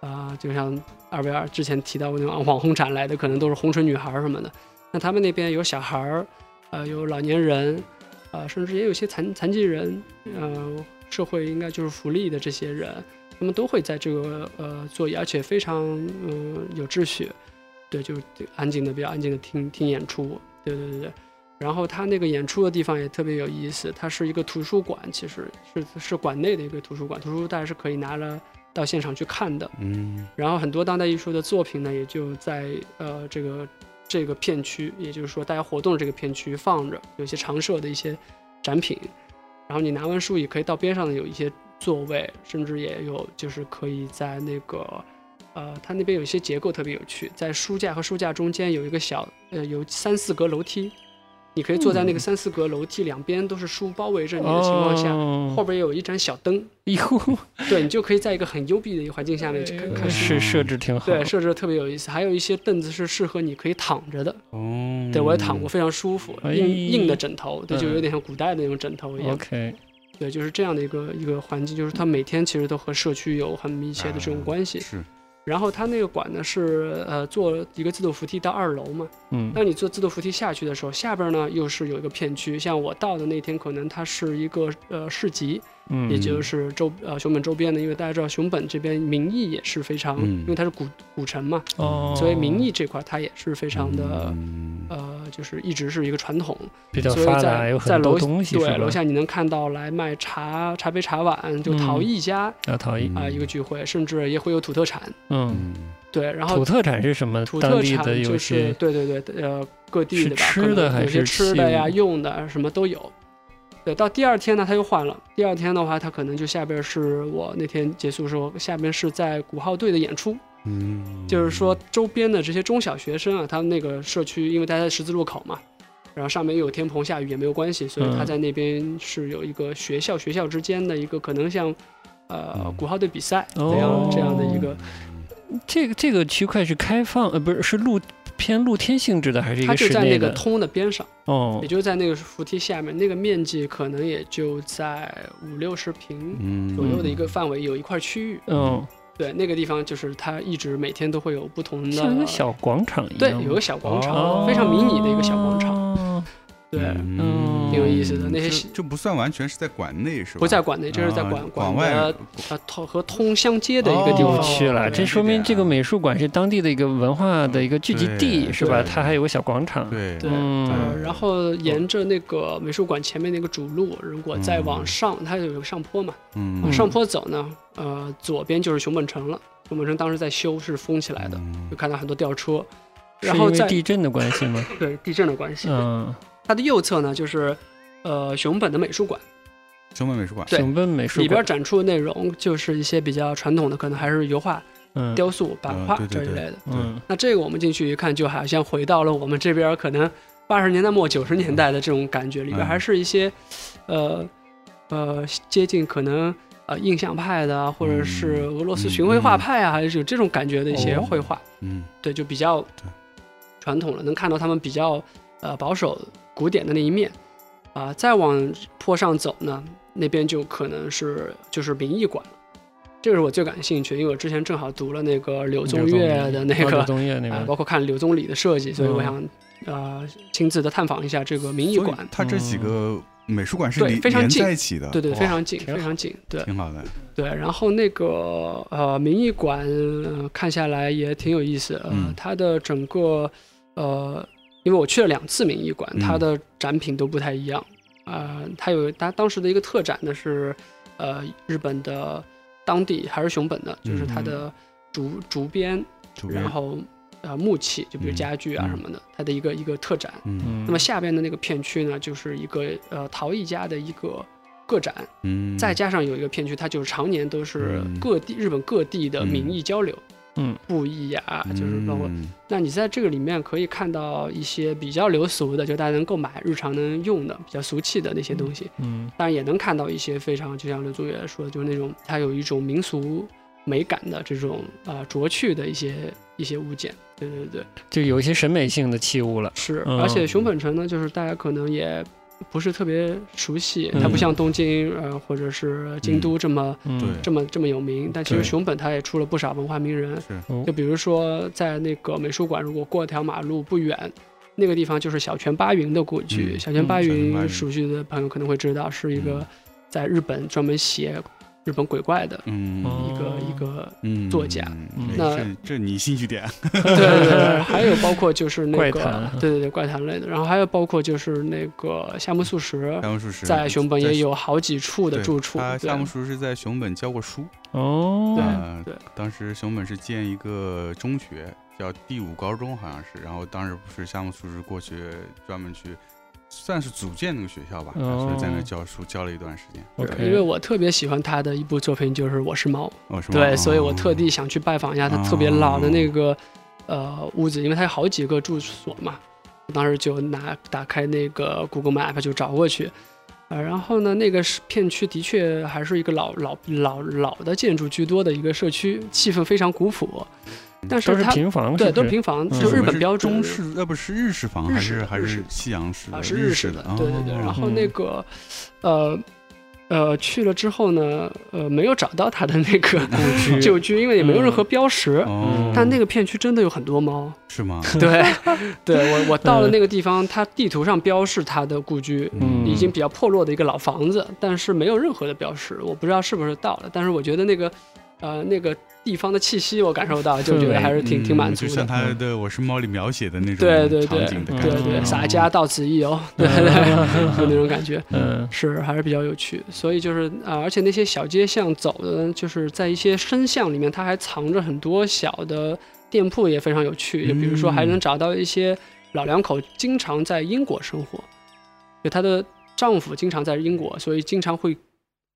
Speaker 3: 啊、就像二维二之前提到过那种网红展来的，可能都是红唇女孩儿什么的，那他们那边有小孩儿，呃，有老年人，呃，甚至也有一些残残疾人，呃，社会应该就是福利的这些人，他们都会在这个呃座椅，而且非常嗯、有秩序，对，就是安静的比较安静的听听演出，对对对对。然后他那个演出的地方也特别有意思，它是一个图书馆，其实是是馆内的一个图书馆，图书大家是可以拿了到现场去看的。
Speaker 1: 嗯
Speaker 3: 然后很多当代艺术的作品呢，也就在呃这个这个片区，也就是说大家活动的这个片区放着，有一些常设的一些展品。然后你拿完书也可以到边上有一些座位，甚至也有就是可以在那个呃，它那边有一些结构特别有趣，在书架和书架中间有一个小呃有三四格楼梯，你可以坐在那个三四格楼梯两边都是书包围着你的情况下，后
Speaker 2: 嗯哦，
Speaker 3: 边有一盏小灯，
Speaker 2: 哟，
Speaker 3: 对你就可以在一个很幽闭的一个环境下面去
Speaker 2: 哎
Speaker 3: 看看书。
Speaker 2: 是设置挺好，
Speaker 3: 对，设置得特别有意思。还有一些凳子是适合你可以躺着的，
Speaker 1: 哦，
Speaker 3: 对我也躺过，非常舒服，
Speaker 2: 嗯哎
Speaker 3: 硬硬的枕头，
Speaker 2: 嗯
Speaker 3: 对，
Speaker 2: 哦
Speaker 3: 就有点像古代的那种枕头一样。
Speaker 2: ，OK，
Speaker 3: 对，就是这样的一个一个环境，就是它每天其实都和社区有很密切的这种关
Speaker 2: 啊
Speaker 3: 系。
Speaker 1: 是
Speaker 3: 然后它那个馆呢是呃坐一个自动扶梯到二楼嘛，
Speaker 2: 嗯
Speaker 3: 当你坐自动扶梯下去的时候，下边呢又是有一个片区，像我到的那天可能它是一个呃市集，
Speaker 2: 嗯，
Speaker 3: 也就是周呃熊本周边的，因为大家知道熊本这边民意也是非常，
Speaker 1: 嗯
Speaker 3: 因为它是古古城嘛，
Speaker 2: 哦，
Speaker 3: 所以民意这块儿它也是非常的、
Speaker 1: 嗯
Speaker 3: 呃，就是一直是一个传统。
Speaker 2: 比较
Speaker 3: 所以
Speaker 2: 发达，
Speaker 3: 在
Speaker 2: 有
Speaker 3: 在
Speaker 2: 很多
Speaker 3: 楼
Speaker 2: 东西，
Speaker 3: 对，楼下你能看到来卖茶、茶杯、茶碗，就陶
Speaker 2: 嗯
Speaker 3: 艺家啊、
Speaker 2: 要陶艺，
Speaker 1: 嗯
Speaker 3: 一个聚会，甚至也会有土特产。
Speaker 2: 嗯，
Speaker 1: 嗯
Speaker 3: 对，然
Speaker 2: 土
Speaker 3: 后
Speaker 2: 特产是什么？
Speaker 3: 土
Speaker 2: 当
Speaker 3: 特
Speaker 2: 地的
Speaker 3: 产
Speaker 2: 有
Speaker 3: 就是
Speaker 2: 些
Speaker 3: 对对对，呃，各地
Speaker 2: 是
Speaker 3: 的吧，
Speaker 2: 吃
Speaker 3: 可能
Speaker 2: 的还
Speaker 3: 有些
Speaker 2: 是
Speaker 3: 吃的呀、
Speaker 2: 器物
Speaker 3: 用的什么都有。对，到第二天呢，他又换了。第二天的话，他可能就下边是我那天结束的时候，下边是在鼓号队的演出，
Speaker 1: 嗯，
Speaker 3: 就是说周边的这些中小学生啊，他们那个社区，因为他在十字路口嘛，然后上面又有天棚，下雨也没有关系，所以他
Speaker 2: 嗯
Speaker 3: 在那边是有一个学校学校之间的一个可能像，呃
Speaker 1: 嗯，
Speaker 3: 鼓号队比赛这
Speaker 2: 哦
Speaker 3: 样、这样的一个，
Speaker 2: 这个这个区块是开放呃，不是是露偏露天性质的，还是一
Speaker 3: 它
Speaker 2: 个
Speaker 3: 就
Speaker 2: 室
Speaker 3: 在
Speaker 2: 内
Speaker 3: 那个
Speaker 2: 的？
Speaker 3: 通的边上，
Speaker 2: 哦
Speaker 3: 也，就在那个扶梯下面，那个面积可能也就在五六十平
Speaker 1: 嗯
Speaker 3: 左右的一个范围，有一块区域，
Speaker 2: 嗯，
Speaker 3: 对，那个地方就是它一直每天都会有不同的，
Speaker 2: 像一个小广场一样。
Speaker 3: 对，有个小广场，
Speaker 1: 哦
Speaker 3: 非常迷你的一个小广场，
Speaker 2: 场。
Speaker 3: 对。
Speaker 2: 嗯
Speaker 3: 挺有意思的那些
Speaker 1: 这这不算完全是在馆内是吧？
Speaker 3: 不在馆内，这是在
Speaker 1: 啊
Speaker 3: 馆、
Speaker 1: 馆
Speaker 3: 的
Speaker 1: 外
Speaker 3: 呃通和通相接的一个地
Speaker 2: 有
Speaker 3: 方。
Speaker 1: 哦
Speaker 2: 趣了，
Speaker 3: 对
Speaker 2: 这说明
Speaker 1: 这
Speaker 2: 这
Speaker 1: 点
Speaker 2: 个美术馆是当地的一个文化的一个聚集地，
Speaker 1: 对
Speaker 2: 是吧？
Speaker 3: 对
Speaker 2: 它还有个小广场。
Speaker 1: 对
Speaker 3: 对
Speaker 1: 嗯
Speaker 3: 呃，然后沿着那个美术馆前面那个主路，如果再往上，它有个上坡嘛，
Speaker 1: 嗯
Speaker 3: 往啊上坡走呢，呃，左边就是熊本城了。熊本城当时在修，是封起来
Speaker 1: 嗯
Speaker 3: 的，就看到很多吊车。
Speaker 2: 是
Speaker 3: 然
Speaker 2: 因
Speaker 3: 后
Speaker 2: 为
Speaker 3: 在
Speaker 2: 地震的关系 吗？
Speaker 3: 对地震的关系，
Speaker 2: 嗯，
Speaker 3: 它的右侧呢就是呃熊本的美术馆，
Speaker 1: 熊本美术馆
Speaker 3: 对
Speaker 2: 熊本美术
Speaker 3: 里边
Speaker 2: 馆，
Speaker 3: 展出的内容就是一些比较传统的，可能还是油画、
Speaker 2: 嗯
Speaker 3: 雕塑、版
Speaker 1: 嗯
Speaker 3: 画
Speaker 1: 对
Speaker 3: 这
Speaker 1: 对
Speaker 3: 一
Speaker 1: 对
Speaker 3: 类的。
Speaker 2: 嗯
Speaker 3: 那这个我们进去一看，就好像回到了我们这边儿可能八十年代末九十年代的这种感觉，里边
Speaker 1: 嗯
Speaker 3: 还是一些，呃呃，接近可能呃印象派的啊，或者是俄罗斯巡回画派啊，还是有这种感觉的一些
Speaker 1: 哦
Speaker 3: 绘画，
Speaker 1: 嗯
Speaker 3: 对，就比较传统了，能看到他们比较呃保守古典的那一面。啊、再往坡上走呢，那边就可能是就是民艺馆了。这个是我最感兴趣，因为我之前正好读了那个柳宗悦的那
Speaker 2: 哦
Speaker 3: 个
Speaker 2: 柳宗悦那
Speaker 3: 啊，
Speaker 2: 边
Speaker 3: 包括看柳宗理的设计，所以我想、呃亲自的探访一下这个民艺
Speaker 1: 嗯所以
Speaker 3: 馆。
Speaker 1: 它这几
Speaker 2: 嗯
Speaker 1: 个美术馆是
Speaker 3: 对
Speaker 1: 连
Speaker 3: 非常
Speaker 1: 连
Speaker 3: 近
Speaker 1: 在一起的，
Speaker 3: 对对，
Speaker 1: 哇
Speaker 3: 非常近，
Speaker 2: 挺好
Speaker 3: 非常近。对
Speaker 1: 挺好的，
Speaker 3: 对，然后那个呃民艺馆、呃看下来也挺有意思，呃，
Speaker 1: 嗯
Speaker 3: 它的整个呃，因为我去了两次民艺馆，它
Speaker 1: 嗯
Speaker 3: 的展品都不太一样。啊，它有它当时的一个特展呢是呃日本的当地还是熊本的，就是它的竹、竹编，
Speaker 1: 主嗯
Speaker 3: 然
Speaker 1: 编
Speaker 3: 后呃木器，就比如
Speaker 1: 嗯
Speaker 3: 家具啊
Speaker 1: 嗯
Speaker 3: 什么的，它的一个一个特展。
Speaker 1: 嗯
Speaker 2: 嗯，
Speaker 3: 那么下边的那个片区呢，就是一个呃陶艺家的一个个展，
Speaker 1: 嗯，
Speaker 3: 再加上有一个片区，它就是常年都是
Speaker 1: 嗯
Speaker 3: 各地、日本各地的民艺交流，
Speaker 2: 嗯，
Speaker 3: 布艺呀，就是包括。
Speaker 1: 嗯
Speaker 3: 那你在这个里面可以看到一些比较流俗的，就大家能购买、日常能用的、比较俗气的那些东西，
Speaker 2: 嗯
Speaker 3: 当然也能看到一些非常，就像刘宗岳说的，就是那种它有一种民俗美感的这种啊、呃拙趣的一些一些物件。对对对。
Speaker 2: 就有一些审美性的器物了。
Speaker 3: 是，
Speaker 2: 嗯
Speaker 3: 而且熊本城呢，就是大家可能也不是特别熟悉，它
Speaker 2: 嗯
Speaker 3: 不像东京呃或者是京都这么、
Speaker 2: 嗯，
Speaker 1: 对
Speaker 3: 这么这么有名，但其实
Speaker 1: 对
Speaker 3: 熊本它也出了不少文化名人，
Speaker 1: 是
Speaker 2: 哦
Speaker 3: 就比如说在那个美术馆，如果过条马路不远。那个地方就是小泉八云的故居。
Speaker 1: 嗯
Speaker 3: 小泉八
Speaker 1: 嗯小泉八
Speaker 3: 云
Speaker 1: 云
Speaker 3: 熟悉的朋友可能会知道，是一个
Speaker 1: 嗯
Speaker 3: 在日本专门写日本鬼怪的
Speaker 1: 嗯
Speaker 3: 一个、
Speaker 2: 哦
Speaker 3: 一个。
Speaker 1: 嗯
Speaker 3: 作家
Speaker 1: 嗯
Speaker 2: 那
Speaker 1: 这这你兴趣点，
Speaker 3: 对对对，还有包括就是那
Speaker 2: 怪
Speaker 3: 个
Speaker 2: 谈
Speaker 3: 对对对怪谈类的，然后还有包括就是那个夏目漱石，
Speaker 1: 夏目漱石
Speaker 3: 在熊本也有好几处的
Speaker 1: 对
Speaker 3: 住处。
Speaker 1: 他
Speaker 3: 对
Speaker 1: 夏目漱石在熊本教过书，
Speaker 3: 对
Speaker 2: 哦，
Speaker 1: 呃
Speaker 3: 对
Speaker 1: 当时熊本是建一个中学，叫第五高中，好像是。然后当时不是夏目漱石过去专门去，算是组建那个学校吧，
Speaker 2: 哦
Speaker 1: 所以在那教书教了一段时间。
Speaker 2: OK
Speaker 3: 因为我特别喜欢他的一部作品就是《我是猫》，
Speaker 1: 哦，是吗？
Speaker 3: 对，所以我
Speaker 1: 哦
Speaker 3: 特地想去拜访一下他特别老的那个呃屋子，因为他有好几个住所嘛。我当时就拿打开那个 Google Map 就找过去，呃，然后呢，那个是片区的确还是一个老老老老的建筑居多的一个社区，气氛非常古朴，但
Speaker 2: 都是
Speaker 3: 它
Speaker 2: 平房，
Speaker 3: 对
Speaker 2: 是不
Speaker 3: 都是
Speaker 2: 是
Speaker 3: 平房，
Speaker 2: 嗯
Speaker 3: 就日
Speaker 1: 什么
Speaker 3: 本
Speaker 1: 是
Speaker 3: 标准
Speaker 1: 中式，呃，不是日式房，
Speaker 3: 日
Speaker 1: 还
Speaker 3: 式
Speaker 1: 是
Speaker 3: 的
Speaker 1: 还
Speaker 3: 日
Speaker 1: 是
Speaker 3: 式
Speaker 1: 西洋式的？
Speaker 3: 啊，是
Speaker 1: 日
Speaker 3: 式
Speaker 1: 的，哦
Speaker 3: 对对对。然后
Speaker 2: 嗯
Speaker 3: 那个，呃，呃，去了之后呢，呃，没有找到它的那个
Speaker 2: 故
Speaker 3: 旧居，因为也没有任何标识。
Speaker 1: 嗯
Speaker 2: 嗯
Speaker 1: 哦，
Speaker 3: 但那个片区真的有很多 猫，
Speaker 1: 是吗？
Speaker 3: 对，对我我到
Speaker 1: 嗯
Speaker 3: 了那个地方，它地图上标示它的故居，
Speaker 2: 嗯
Speaker 3: 已经比较破落的一个老房子，但是没有任何的标识，我不知道是不是到了，但是我觉得那个，呃，那个地方的气息我感受到，就觉
Speaker 2: 氛围
Speaker 3: 得还是挺挺满
Speaker 1: 嗯
Speaker 3: 足
Speaker 1: 就像
Speaker 3: 的，
Speaker 1: 他的《我是猫》里描写的那种
Speaker 3: 对对对
Speaker 1: 场景的感觉，
Speaker 3: 对对，
Speaker 1: 哦嗯
Speaker 3: 洒家到此一游，对对， 就那种感觉。
Speaker 2: 嗯
Speaker 3: 是还是比较有趣，所以就是啊、而且那些小街巷走的，就是在一些深巷里面，它还藏着很多小的店铺，也非常有趣。就比如说，还能找到一些老两口经常在英国生活，就她的丈夫经常在英国，所以经常会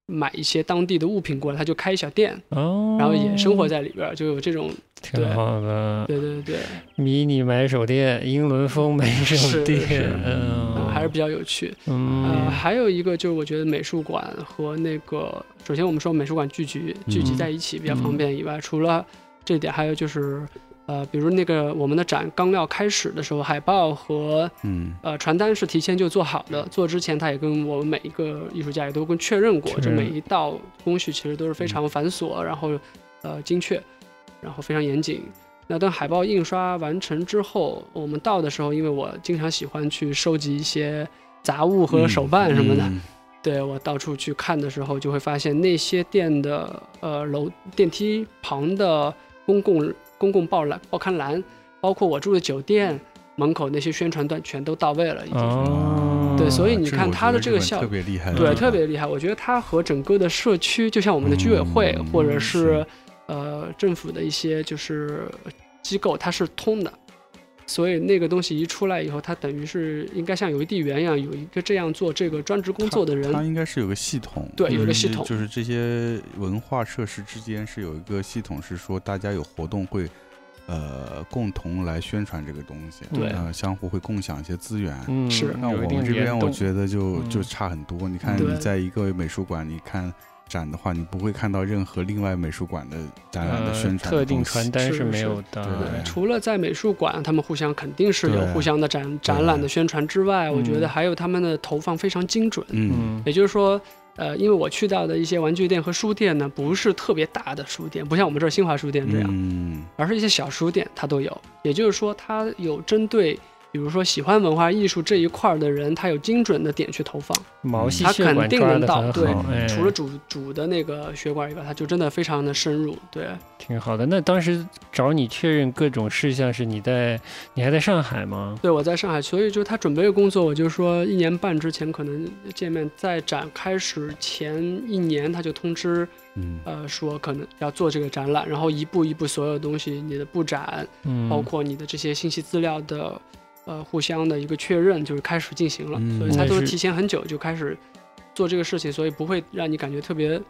Speaker 3: 买一些当地的物品过来，他就开一小店，
Speaker 2: 哦，
Speaker 3: 然后也生活在里边儿，就有这种，
Speaker 2: 挺好的。
Speaker 3: 对对对，
Speaker 2: 迷你买手店，英伦风买手
Speaker 3: 是
Speaker 2: 店
Speaker 3: 是，嗯，
Speaker 2: 嗯，
Speaker 3: 还是比较有趣。呃，
Speaker 2: 嗯
Speaker 3: 还有一个就是我觉得美术馆和那个，首先我们说美术馆聚集聚集
Speaker 2: 嗯
Speaker 3: 在一起比较
Speaker 2: 嗯
Speaker 3: 方便以外，除了这点，还有就是。呃，比如那个我们的展刚要开始的时候，海报和
Speaker 1: 嗯
Speaker 3: 呃，传单是提前就做好的，做之前他也跟我们每一个艺术家也都跟确认过，
Speaker 2: 确
Speaker 3: 这
Speaker 2: 认
Speaker 3: 每一道工序其实都是非常繁琐，然后呃精确，然后非常严谨。那等海报印刷完成之后，我们到的时候，因为我经常喜欢去收集一些杂物和手办什么的，
Speaker 1: 嗯
Speaker 3: 对我到处去看的时候，就会发现那些店的呃楼电梯旁的公共公共报栏报刊栏，包括我住的酒店门口那些宣传段全都到位了，已经。
Speaker 2: 哦，
Speaker 3: 对所以你
Speaker 1: 这
Speaker 3: 看
Speaker 1: 我觉
Speaker 3: 它的
Speaker 1: 得
Speaker 3: 这
Speaker 1: 日
Speaker 3: 个
Speaker 1: 本
Speaker 3: 效
Speaker 1: 特别厉害的地
Speaker 3: 对，
Speaker 1: 方，
Speaker 3: 特别厉害。我觉得它和整个的社区，就像我们的居委会，
Speaker 1: 嗯
Speaker 3: 或
Speaker 1: 是
Speaker 3: 者是呃政府的一些就是机构，它是通的。所以那个东西一出来以后，它等于是应该像邮递员一样，有一个这样做这个专职工作的
Speaker 1: 它
Speaker 3: 人。
Speaker 1: 应该是有个系统，
Speaker 3: 对
Speaker 1: 就是
Speaker 2: 有个系
Speaker 3: 统
Speaker 1: 就是这些文化设施之间是有一个系统，是说大家有活动会，呃，共同来宣传这个东西，
Speaker 2: 对
Speaker 1: 呃，相互会共享一些资源。
Speaker 2: 嗯
Speaker 3: 是
Speaker 1: 那我
Speaker 2: 有一
Speaker 1: 们
Speaker 2: 定
Speaker 1: 这边
Speaker 2: 联
Speaker 1: 我
Speaker 2: 动，
Speaker 1: 觉得就
Speaker 2: 嗯
Speaker 1: 就差很多。你看
Speaker 3: 对
Speaker 1: 你在一个美术馆，你看展的话，你不会看到任何另外美术馆的展览的
Speaker 2: 呃
Speaker 1: 宣传的
Speaker 2: 特定
Speaker 1: 东西
Speaker 2: 传单
Speaker 3: 是
Speaker 2: 是没
Speaker 3: 是
Speaker 2: 有
Speaker 1: 对
Speaker 2: 的，
Speaker 1: 对
Speaker 3: 呃除了在美术馆，他们互相肯定是有
Speaker 1: 对
Speaker 3: 互相的展展览的宣传之外，我觉
Speaker 2: 嗯
Speaker 3: 得还有他们的投放非常精准。
Speaker 1: 嗯，
Speaker 2: 嗯，
Speaker 3: 也就是说，呃，因为我去到的一些玩具店和书店呢，不是特别大的书店，不像我们这儿新华书店这样，
Speaker 1: 嗯，
Speaker 3: 而是一些小书店它都有。也就是说，它有针对，比如说喜欢文化艺术这一块儿的人，它有精准的点去投放。
Speaker 2: 毛细
Speaker 3: 它
Speaker 2: 血
Speaker 3: 肯
Speaker 2: 管
Speaker 3: 定
Speaker 2: 抓
Speaker 3: 能
Speaker 2: 的
Speaker 3: 到
Speaker 2: 很
Speaker 3: 对
Speaker 2: 好，哎
Speaker 3: 除了主主的那个血管以外，它就真的非常的深入。对，
Speaker 2: 挺好的。那当时找你确认各种事项是你在你还在上海吗？
Speaker 3: 对我在上海，所以就他准备的工作，我就说一年半之前可能见面，在展开始前一年他就通知，
Speaker 1: 嗯
Speaker 3: 呃，说可能要做这个展览，然后一步一步所有东西，你的布展，
Speaker 2: 嗯，
Speaker 3: 包括你的这些信息资料的，呃，互相的一个确认，就是开始进行了，
Speaker 1: 嗯
Speaker 3: 所以他都
Speaker 2: 也
Speaker 3: 是
Speaker 2: 是
Speaker 3: 提前很久就开始做这个事情，所以不会让你感觉特别，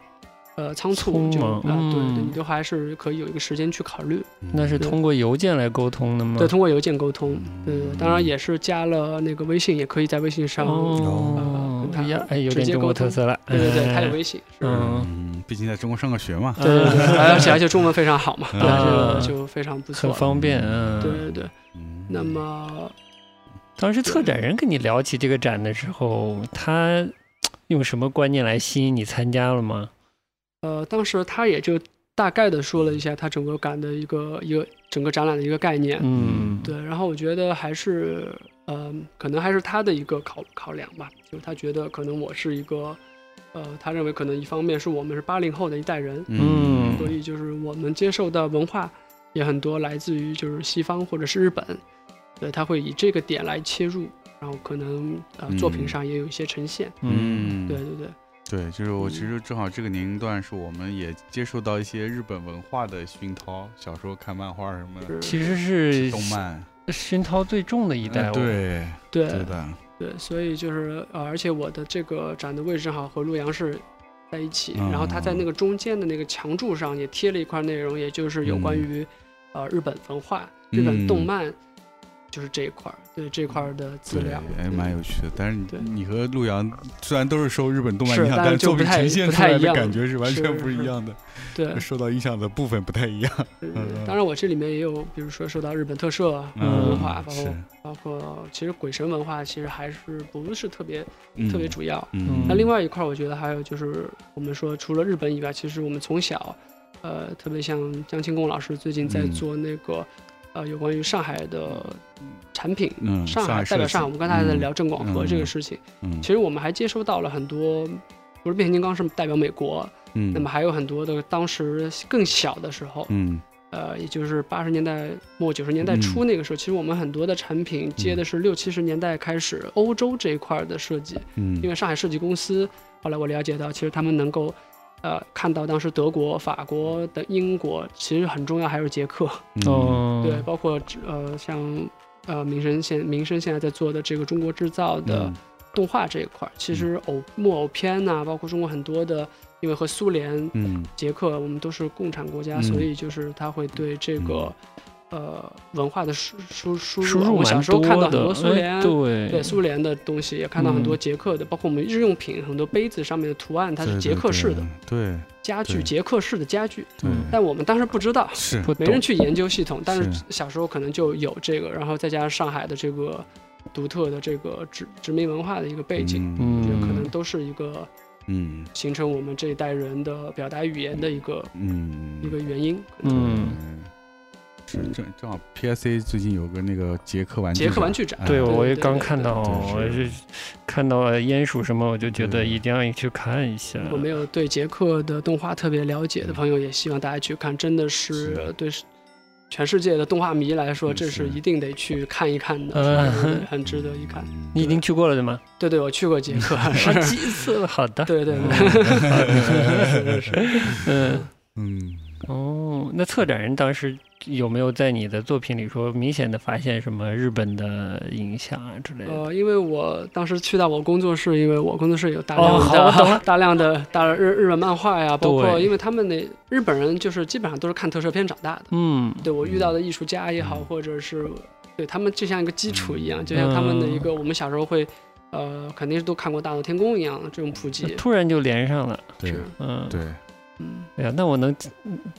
Speaker 3: 呃，仓促，
Speaker 2: 匆
Speaker 3: 就
Speaker 2: 忙
Speaker 3: 啊、对对，
Speaker 2: 嗯
Speaker 3: 你都还是可以有一个时间去考虑，
Speaker 1: 嗯
Speaker 2: 那是通过邮件来沟通的吗？
Speaker 3: 对，通过邮件沟通，对
Speaker 1: 嗯
Speaker 3: 对，当然也是加了那个微信，也可以在微信上，
Speaker 2: 哦
Speaker 3: 呃，
Speaker 2: 哎呀，哎，有
Speaker 3: 直
Speaker 2: 点
Speaker 3: 接
Speaker 2: 中国
Speaker 3: 沟通
Speaker 2: 特色了。
Speaker 3: 对对对，他有
Speaker 2: 哎
Speaker 3: 微信，是
Speaker 2: 嗯，
Speaker 1: 嗯，毕竟在中国上过学嘛，
Speaker 3: 对对对，而且而且中文非常好嘛，对，
Speaker 2: 啊
Speaker 3: 这个就非常不错
Speaker 2: 嗯很，方便。嗯，
Speaker 3: 对对对。
Speaker 1: 嗯
Speaker 3: 那么
Speaker 2: 当时策展人跟你聊起这个展的时候，他用什么观念来吸引你参加了吗？
Speaker 3: 呃，当时他也就大概的说了一下他整个展的一个一个整个展览的一个概念，
Speaker 2: 嗯，
Speaker 3: 对，然后我觉得还是，呃，可能还是他的一个考考量吧，就是他觉得可能我是一个，呃，他认为可能一方面是我们是八零后的一代人，
Speaker 2: 嗯
Speaker 3: 所以就是我们接受的文化也很多来自于就是西方或者是日本，对，他会以这个点来切入，然后可能呃作
Speaker 1: 嗯
Speaker 3: 品上也有一些呈现，
Speaker 2: 嗯，
Speaker 3: 对对对，
Speaker 1: 对，就是我其
Speaker 3: 嗯
Speaker 1: 实正好这个年龄段是我们也接受到一些日本文化的熏陶，小时候看漫画什么的，
Speaker 3: 是
Speaker 2: 其实是
Speaker 1: 动漫，
Speaker 2: 熏陶最重的一代。
Speaker 1: 嗯，对，
Speaker 3: 对
Speaker 1: 对的，
Speaker 3: 对，所以就是呃，而且我的这个展的位置正好和洛阳市在一起，
Speaker 1: 嗯
Speaker 3: 然后它在那个中间的那个墙柱上也贴了一块内容，也就是有关
Speaker 1: 嗯
Speaker 3: 于、呃日本文化、日本
Speaker 1: 嗯
Speaker 3: 动漫，就是这一块儿对这块儿的资
Speaker 1: 对
Speaker 3: 料，，
Speaker 1: 哎，蛮有趣的。但是
Speaker 3: 对
Speaker 1: 你你和陆阳虽然都是受日本动漫
Speaker 3: 是
Speaker 1: 影响，
Speaker 3: 但
Speaker 1: 但
Speaker 3: 是就
Speaker 1: 作
Speaker 3: 不
Speaker 1: 品
Speaker 3: 太
Speaker 1: 呈现
Speaker 3: 不
Speaker 1: 出
Speaker 3: 太
Speaker 1: 来
Speaker 3: 一
Speaker 1: 的
Speaker 3: 样
Speaker 1: 感觉是完全
Speaker 3: 是
Speaker 1: 不一
Speaker 3: 是
Speaker 1: 样的，
Speaker 3: 对。
Speaker 1: 受到影响的部分不太一样。
Speaker 3: 对对
Speaker 1: 嗯
Speaker 3: 对当然，我这里面也有，比如说受到日本特摄文化，包
Speaker 1: 是
Speaker 3: 括，包括其实鬼神文化，其实还是不是特别、
Speaker 1: 嗯
Speaker 3: 特别主要。
Speaker 1: 嗯，
Speaker 3: 那另外一块，儿，我觉得还有就是我们说，除了日本以外，其实我们从小，呃，特别像江清贡老师最近在
Speaker 1: 嗯
Speaker 3: 做那个，呃，有关于上海的产品，
Speaker 1: 嗯
Speaker 3: 上
Speaker 1: 上海
Speaker 3: 海代表
Speaker 1: 设计
Speaker 3: 上海，我们刚才还在
Speaker 1: 嗯
Speaker 3: 聊郑广和这个事情，
Speaker 1: 嗯
Speaker 3: 其实我们还接收到了很多。不是变形金刚是代表美国，
Speaker 1: 嗯，
Speaker 3: 那么还有很多的当时更小的时候，
Speaker 1: 嗯
Speaker 3: 呃，也就是八十年代末九十年代初那个时候，其实我们很多的产品
Speaker 1: 嗯
Speaker 3: 接的是六七十年代开始欧洲这一块儿的设计，
Speaker 1: 嗯，
Speaker 3: 因为上海设计公司，后来我了解到，其实他们能够，呃，看到当时德国、法国的英国，其实很重要，还有捷克，
Speaker 1: 嗯
Speaker 2: 哦，
Speaker 3: 对，包括呃像呃民生现民生现在在做的这个中国制造的、
Speaker 1: 嗯
Speaker 3: 动画这一块儿，其实偶木偶片呐、包括中国很多的，因为和苏联、
Speaker 1: 嗯
Speaker 3: 捷克，我们都是共产国家，
Speaker 1: 嗯
Speaker 3: 所以就是它会对这个、呃文化的输输输入。
Speaker 2: 嗯
Speaker 3: 啊
Speaker 2: 输入
Speaker 3: 我小
Speaker 2: 蛮
Speaker 3: 时候看到很
Speaker 2: 的，
Speaker 3: 多苏联、
Speaker 2: 哎对嗯
Speaker 3: 对苏联的东西，也看到很多捷克的，包括我们日用品很多杯子上面的图案，它是捷克式的，
Speaker 1: 对
Speaker 3: 家具，
Speaker 1: 对
Speaker 3: 捷克式的家具。
Speaker 1: 对
Speaker 2: 嗯
Speaker 1: 对
Speaker 3: 但我们当时不知道，
Speaker 1: 是
Speaker 2: 不
Speaker 3: 没
Speaker 2: 懂
Speaker 3: 人去研究系统，但是
Speaker 1: 是
Speaker 3: 小时候可能就有这个，然后再加上上海的这个独特的这个殖殖民文化的一个背景，
Speaker 1: 嗯
Speaker 3: 就
Speaker 2: 嗯
Speaker 3: 可能都是一个
Speaker 1: 嗯
Speaker 3: 形成我们这一代人的表达语言的一个
Speaker 1: 嗯
Speaker 3: 一个原因。
Speaker 2: 嗯，
Speaker 1: 对，是正正好 PSA 最近有个那个捷克玩具
Speaker 3: 捷
Speaker 1: 展，
Speaker 3: 嗯克玩具展，
Speaker 2: 对，
Speaker 1: 哎
Speaker 2: 我也
Speaker 3: 对
Speaker 2: 刚
Speaker 3: 对
Speaker 2: 看
Speaker 3: 对
Speaker 2: 到，
Speaker 1: 对
Speaker 2: 我
Speaker 1: 是嗯
Speaker 2: 是看到鼹鼠什么，我就觉得
Speaker 1: 对
Speaker 2: 一定要去看一下。
Speaker 3: 我没有对捷克的动画特别了解
Speaker 2: 嗯
Speaker 3: 的朋友，也希望大家去看，真的
Speaker 1: 是
Speaker 3: 是对世全世界的动画迷来说，
Speaker 1: 嗯
Speaker 3: 这是
Speaker 1: 是
Speaker 3: 一定得去看一看的，
Speaker 2: 嗯
Speaker 3: 对对对很值得一看。
Speaker 1: 嗯
Speaker 2: 你已经去过了对吗？
Speaker 3: 对对，我去过捷克，是
Speaker 2: 啊，几次了？好的。
Speaker 3: 对对
Speaker 2: 嗯是是
Speaker 3: 对，
Speaker 2: 是嗯，
Speaker 1: 嗯
Speaker 2: 哦，那策展人当时有没有在你的作品里说明显的发现什么日本的影响啊之类的？
Speaker 3: 呃，因为我当时去到我工作室，因为我工作室有大
Speaker 2: 哦
Speaker 3: 量
Speaker 2: 好我懂
Speaker 3: 的
Speaker 2: 了、
Speaker 3: 大量的大日日本漫画呀，包括
Speaker 2: 对
Speaker 3: 因为他们那日本人就是基本上都是看特摄片长大的。
Speaker 2: 嗯，
Speaker 3: 对我遇到的艺术家也好，
Speaker 1: 嗯
Speaker 3: 或者是对他们就像一个基础一样，就像他们
Speaker 1: 嗯
Speaker 3: 的一个我们小时候会，呃，肯定是都看过《大闹天宫》一样的这种普及。
Speaker 2: 突然就连上了。
Speaker 1: 对
Speaker 3: 是，
Speaker 2: 嗯，
Speaker 1: 对
Speaker 3: 嗯，
Speaker 2: 哎呀，那我能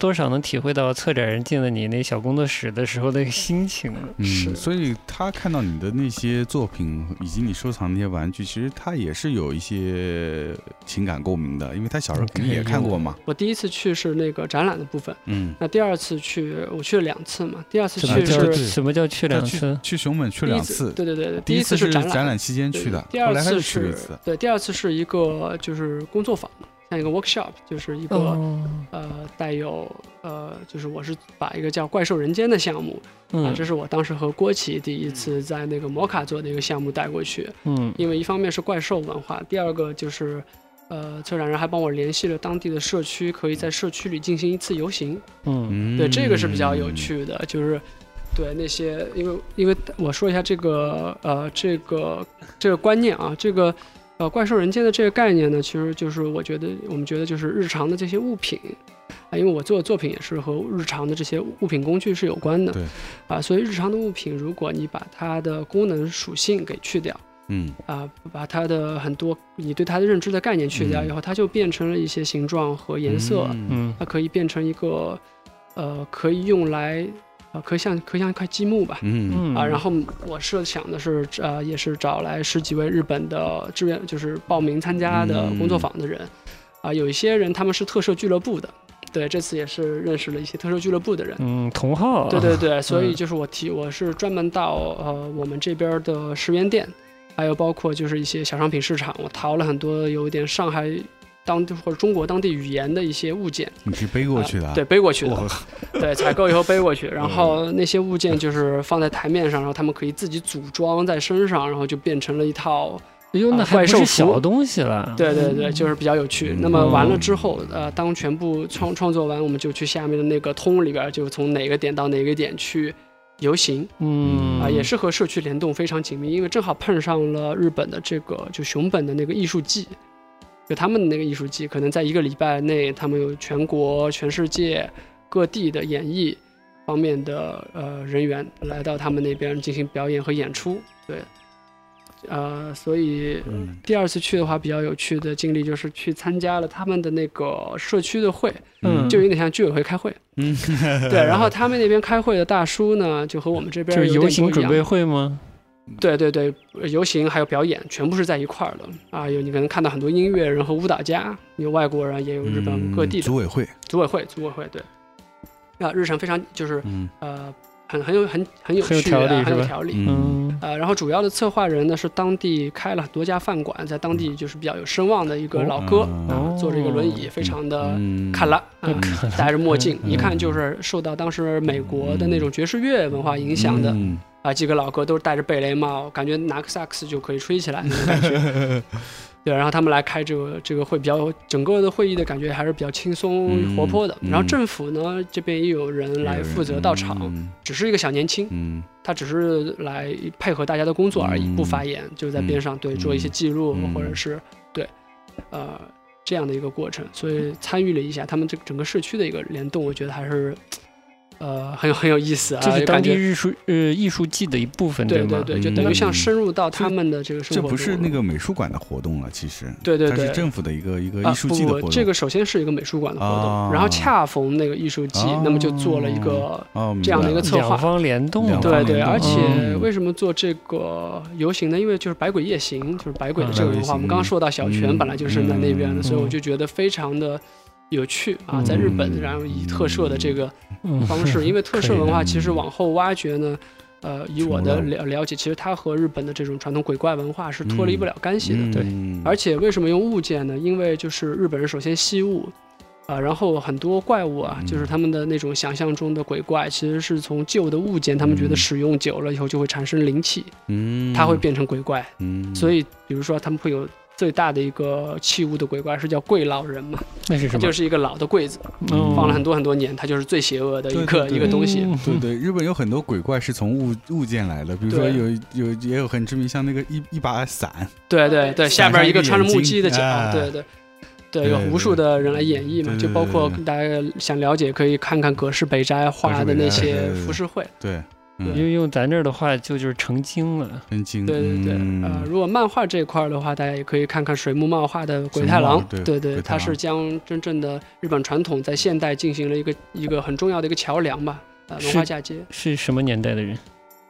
Speaker 2: 多少能体会到策展人进了你那小工作室的时候那个心情了。
Speaker 1: 嗯
Speaker 3: 是
Speaker 1: 所以他看到你的那些作品以及你收藏那些玩具，其实他也是有一些情感共鸣的，因为他
Speaker 2: 嗯
Speaker 1: 小时候肯定也看过嘛。
Speaker 3: 我第一次去是那个展览的部分，
Speaker 1: 嗯，
Speaker 3: 那第二次去我去了两次嘛，第二次
Speaker 2: 什么
Speaker 3: 去
Speaker 2: 叫
Speaker 3: 是
Speaker 1: 对
Speaker 2: 什么叫去
Speaker 1: 他
Speaker 2: 两次？
Speaker 1: 去熊本去
Speaker 3: 第一
Speaker 1: 两
Speaker 3: 次，
Speaker 1: 次，
Speaker 3: 对对对对，
Speaker 1: 第
Speaker 3: 一次
Speaker 1: 是
Speaker 3: 是
Speaker 1: 展
Speaker 3: 览
Speaker 1: 览期间去的，
Speaker 3: 第
Speaker 1: 后
Speaker 3: 二
Speaker 1: 来他
Speaker 3: 次
Speaker 1: 就去了一
Speaker 3: 是
Speaker 1: 次。
Speaker 3: 对，第二次是一个就是工作坊嘛，像一个 workshop，就是一个、
Speaker 2: 哦，
Speaker 3: 呃带有呃，就是我是把一个叫《怪兽人间》的项目，啊，
Speaker 2: 嗯
Speaker 3: 这是我当时和郭琦第一次在那个摩卡做的一个项目带过去，
Speaker 2: 嗯
Speaker 3: 因为一方面是怪兽文化，第二个就是，呃，策展人还帮我联系了当地的社区，可以在社区里进行一次游行，
Speaker 2: 嗯
Speaker 1: 嗯
Speaker 3: 对，这个是比较有。趣的，就是。对那些，因为因为我说一下这个呃这个这个观念啊，这个呃怪兽人间的这个概念呢，其实就是我觉得我们觉得就是日常的这些物品啊、因为我做的作品也是和日常的这些物品工具是有关的，
Speaker 1: 对
Speaker 3: 啊、所以日常的物品，如果你把它的功能属性给去掉
Speaker 1: 嗯
Speaker 3: 啊、把它的很多你对它的认知的概念去掉
Speaker 1: 嗯
Speaker 3: 以后，它就变成了一些形状和颜色，
Speaker 1: 嗯
Speaker 2: 嗯
Speaker 3: 它可以变成一个呃可以用来呃可以像可以像一块积木吧，
Speaker 1: 嗯
Speaker 2: 嗯
Speaker 3: 啊，然后我设想的是，呃，也是找来十几位日本的志愿，就是报名参加的
Speaker 2: 嗯
Speaker 3: 工作坊的人，啊，有一些人他们是特摄俱乐部的，对，这次也是认识了一些特摄俱乐部的人，
Speaker 2: 嗯哦同号
Speaker 3: 对对对，所以就是我提，我是专门到呃我们这边的十元店，还有包括就是一些小商品市场，我淘了很多有一点上海当地或者中国当地语言的一些物件，
Speaker 1: 你是背过去的啊。
Speaker 3: 对，背过去的
Speaker 1: 哇，，
Speaker 3: 对，采购以后背过去，然后那些物件就是放在台面上，然后他们可以自己组装在身上，然后就变成了一套。
Speaker 2: 哎呦，
Speaker 3: 啊
Speaker 2: 那还不
Speaker 3: 怪兽
Speaker 2: 是
Speaker 3: 服
Speaker 2: 小东西了。
Speaker 3: 对对对，就是比较有趣
Speaker 1: 嗯。
Speaker 3: 那么完了之后，呃，当全部创创作完，我们就去下面的那个通里边，就从哪个点到哪个点去游行
Speaker 2: 嗯
Speaker 3: 啊、也是和社区联动非常紧密，因为正好碰上了日本的这个就熊本的那个艺术季，就他们的那个艺术季，可能在一个礼拜内，他们有全国、全世界各地的演艺方面的呃人员来到他们那边进行表演和演出。对，呃，所以
Speaker 1: 嗯
Speaker 3: 第二次去的话，比较有趣的经历就是去参加了他们的那个社区的会，
Speaker 2: 嗯
Speaker 3: 就有点像居委会开会。
Speaker 1: 嗯，
Speaker 3: 对，然后他们那边开会的大叔呢，就和我们这边
Speaker 2: 就是
Speaker 3: 有
Speaker 2: 游
Speaker 3: 点
Speaker 2: 行
Speaker 3: 不一
Speaker 2: 准
Speaker 3: 样。
Speaker 2: 备会吗？
Speaker 3: 对对对，呃游行还有表演，全部是在一块儿的啊！有你可能看到很多音乐人和舞蹈家，有外国人，也有日
Speaker 2: 嗯
Speaker 3: 本各地的
Speaker 1: 嗯组委会，
Speaker 3: 组委会，组委会对。啊，日程非常就是
Speaker 1: 嗯
Speaker 3: 呃，很很有很很有
Speaker 2: 很有
Speaker 3: 趣
Speaker 2: 条
Speaker 3: 啊
Speaker 2: 理
Speaker 3: 很
Speaker 2: 是
Speaker 3: 有
Speaker 2: 吧
Speaker 3: 条理。
Speaker 2: 嗯
Speaker 3: 呃，然后主要的策划人呢是当地开了很多家饭馆，在当地就是比较有声望的一个
Speaker 2: 嗯哦
Speaker 3: 老哥，
Speaker 1: 嗯
Speaker 3: 坐着一个轮椅，非常的
Speaker 1: 嗯
Speaker 3: 卡拉，啊
Speaker 1: 嗯
Speaker 3: 戴着墨镜，
Speaker 1: 嗯
Speaker 3: 一看就是受到当时美国的
Speaker 2: 嗯
Speaker 3: 那种爵士乐文化影响的。
Speaker 1: 嗯
Speaker 3: 啊，几个老哥都是戴着贝雷帽，感觉拿个萨克斯就可以吹起来那种感觉。对，然后他们来开这个这个会比较整个的会议的感觉还是比较轻松
Speaker 1: 嗯
Speaker 3: 活泼的。
Speaker 1: 嗯
Speaker 3: 然后政府呢这边也有人来负责到场，
Speaker 1: 嗯
Speaker 3: 只是一个小年轻，
Speaker 1: 嗯
Speaker 3: 他只是来配合大家的工作而已，
Speaker 1: 嗯
Speaker 3: 不发言，就在边上对做一些记录、
Speaker 1: 嗯
Speaker 3: 或者是对，呃这样的一个过程。所以参与了一下他们这整个社区的一个联动，我觉得还是呃很有很有意思啊，
Speaker 2: 这是
Speaker 3: 就
Speaker 2: 当
Speaker 3: 感
Speaker 2: 地
Speaker 3: 觉
Speaker 2: 日术呃艺术季的一部分，
Speaker 3: 对
Speaker 2: 吗？
Speaker 3: 对，就等于
Speaker 1: 嗯
Speaker 3: 像深入到他们的这个生
Speaker 1: 这
Speaker 3: 活中。
Speaker 1: 不是那个美术馆的活动了，其实，
Speaker 3: 对对
Speaker 1: 它是
Speaker 3: 对。
Speaker 1: 政府的一个一个
Speaker 3: 啊
Speaker 1: 艺术
Speaker 3: 不
Speaker 1: 季的
Speaker 3: 不
Speaker 1: 活动。
Speaker 3: 这个首先是一个美术馆的活动，
Speaker 1: 啊
Speaker 3: 然后恰逢那个艺术季，
Speaker 1: 哦
Speaker 3: 那么就做了一个。
Speaker 1: 哦，
Speaker 3: 这样的一
Speaker 1: 明白
Speaker 3: 个
Speaker 1: 了
Speaker 3: 策划
Speaker 2: 两方联动
Speaker 1: 两
Speaker 2: 嘛，
Speaker 1: 方
Speaker 3: 对
Speaker 1: 联动
Speaker 3: 对，而且
Speaker 1: 嗯
Speaker 3: 为什么做这个游行呢？因为就是百鬼夜行，就是百鬼的这个文
Speaker 1: 嗯
Speaker 3: 化。我们刚刚说到小泉
Speaker 1: 嗯
Speaker 3: 本来就是在那边的，
Speaker 1: 嗯
Speaker 3: 所以我就觉得非常的有趣啊，
Speaker 2: 嗯
Speaker 3: 在日本，然后以特摄的这个
Speaker 2: 嗯
Speaker 3: 方 式，因为特摄文化
Speaker 1: 嗯
Speaker 3: 其实往后挖掘呢，呃，以我的
Speaker 1: 除
Speaker 3: 了了解，其实它和日本的这种传统鬼怪文化是脱离不了干系的。
Speaker 2: 对
Speaker 1: 嗯
Speaker 3: 而且为什么用物件呢？因为就是日本人首先吸物，啊、然后很多怪物啊，
Speaker 1: 嗯
Speaker 3: 就是他们的那种想象中的鬼怪，其实是从旧的物件，他们觉得
Speaker 1: 嗯
Speaker 3: 使用久了以后就会产生灵气，
Speaker 1: 嗯，
Speaker 3: 它会变成鬼怪。
Speaker 1: 嗯，
Speaker 3: 所以，比如说他们会有最大的一个器物的鬼怪是叫柜老人嘛，
Speaker 2: 那是什么？
Speaker 3: 就是一个老的柜子，
Speaker 1: 嗯
Speaker 3: 放了很多很多年，它就是最邪恶的一个
Speaker 1: 对对对
Speaker 3: 一个东西。
Speaker 2: 嗯
Speaker 1: 对对，日本有很多鬼怪是从物物件来的，比如说
Speaker 3: 对
Speaker 1: 有有也有很知名，像那个一一把伞，
Speaker 3: 对对对，下边一个穿着木屐的脚，
Speaker 1: 哎
Speaker 3: 对对。对，
Speaker 1: 对
Speaker 3: 有无数的人来演绎嘛，
Speaker 1: 对对
Speaker 3: 就包括
Speaker 1: 对对
Speaker 3: 大家想了解，可以看看葛饰北斋画
Speaker 1: 葛饰
Speaker 3: 的那
Speaker 1: 北斋对
Speaker 3: 些
Speaker 1: 对对
Speaker 3: 浮世绘。
Speaker 1: 对，
Speaker 2: 因
Speaker 1: 嗯，
Speaker 2: 为用咱这儿的话，就就是成精了。
Speaker 1: 真精，
Speaker 3: 对对对，
Speaker 1: 嗯
Speaker 3: 呃，如果漫画这一块儿的话，大家也可以看看水木漫画的《鬼太
Speaker 1: 水
Speaker 3: 郎
Speaker 1: 木漫》，对鬼
Speaker 3: 对对，
Speaker 1: 太
Speaker 3: 它
Speaker 1: 郎
Speaker 3: 是将真正的日本传统在现代进行了一个一个很重要的一个桥梁吧，呃，文化
Speaker 2: 是
Speaker 3: 嫁接。
Speaker 2: 是什么年代的人？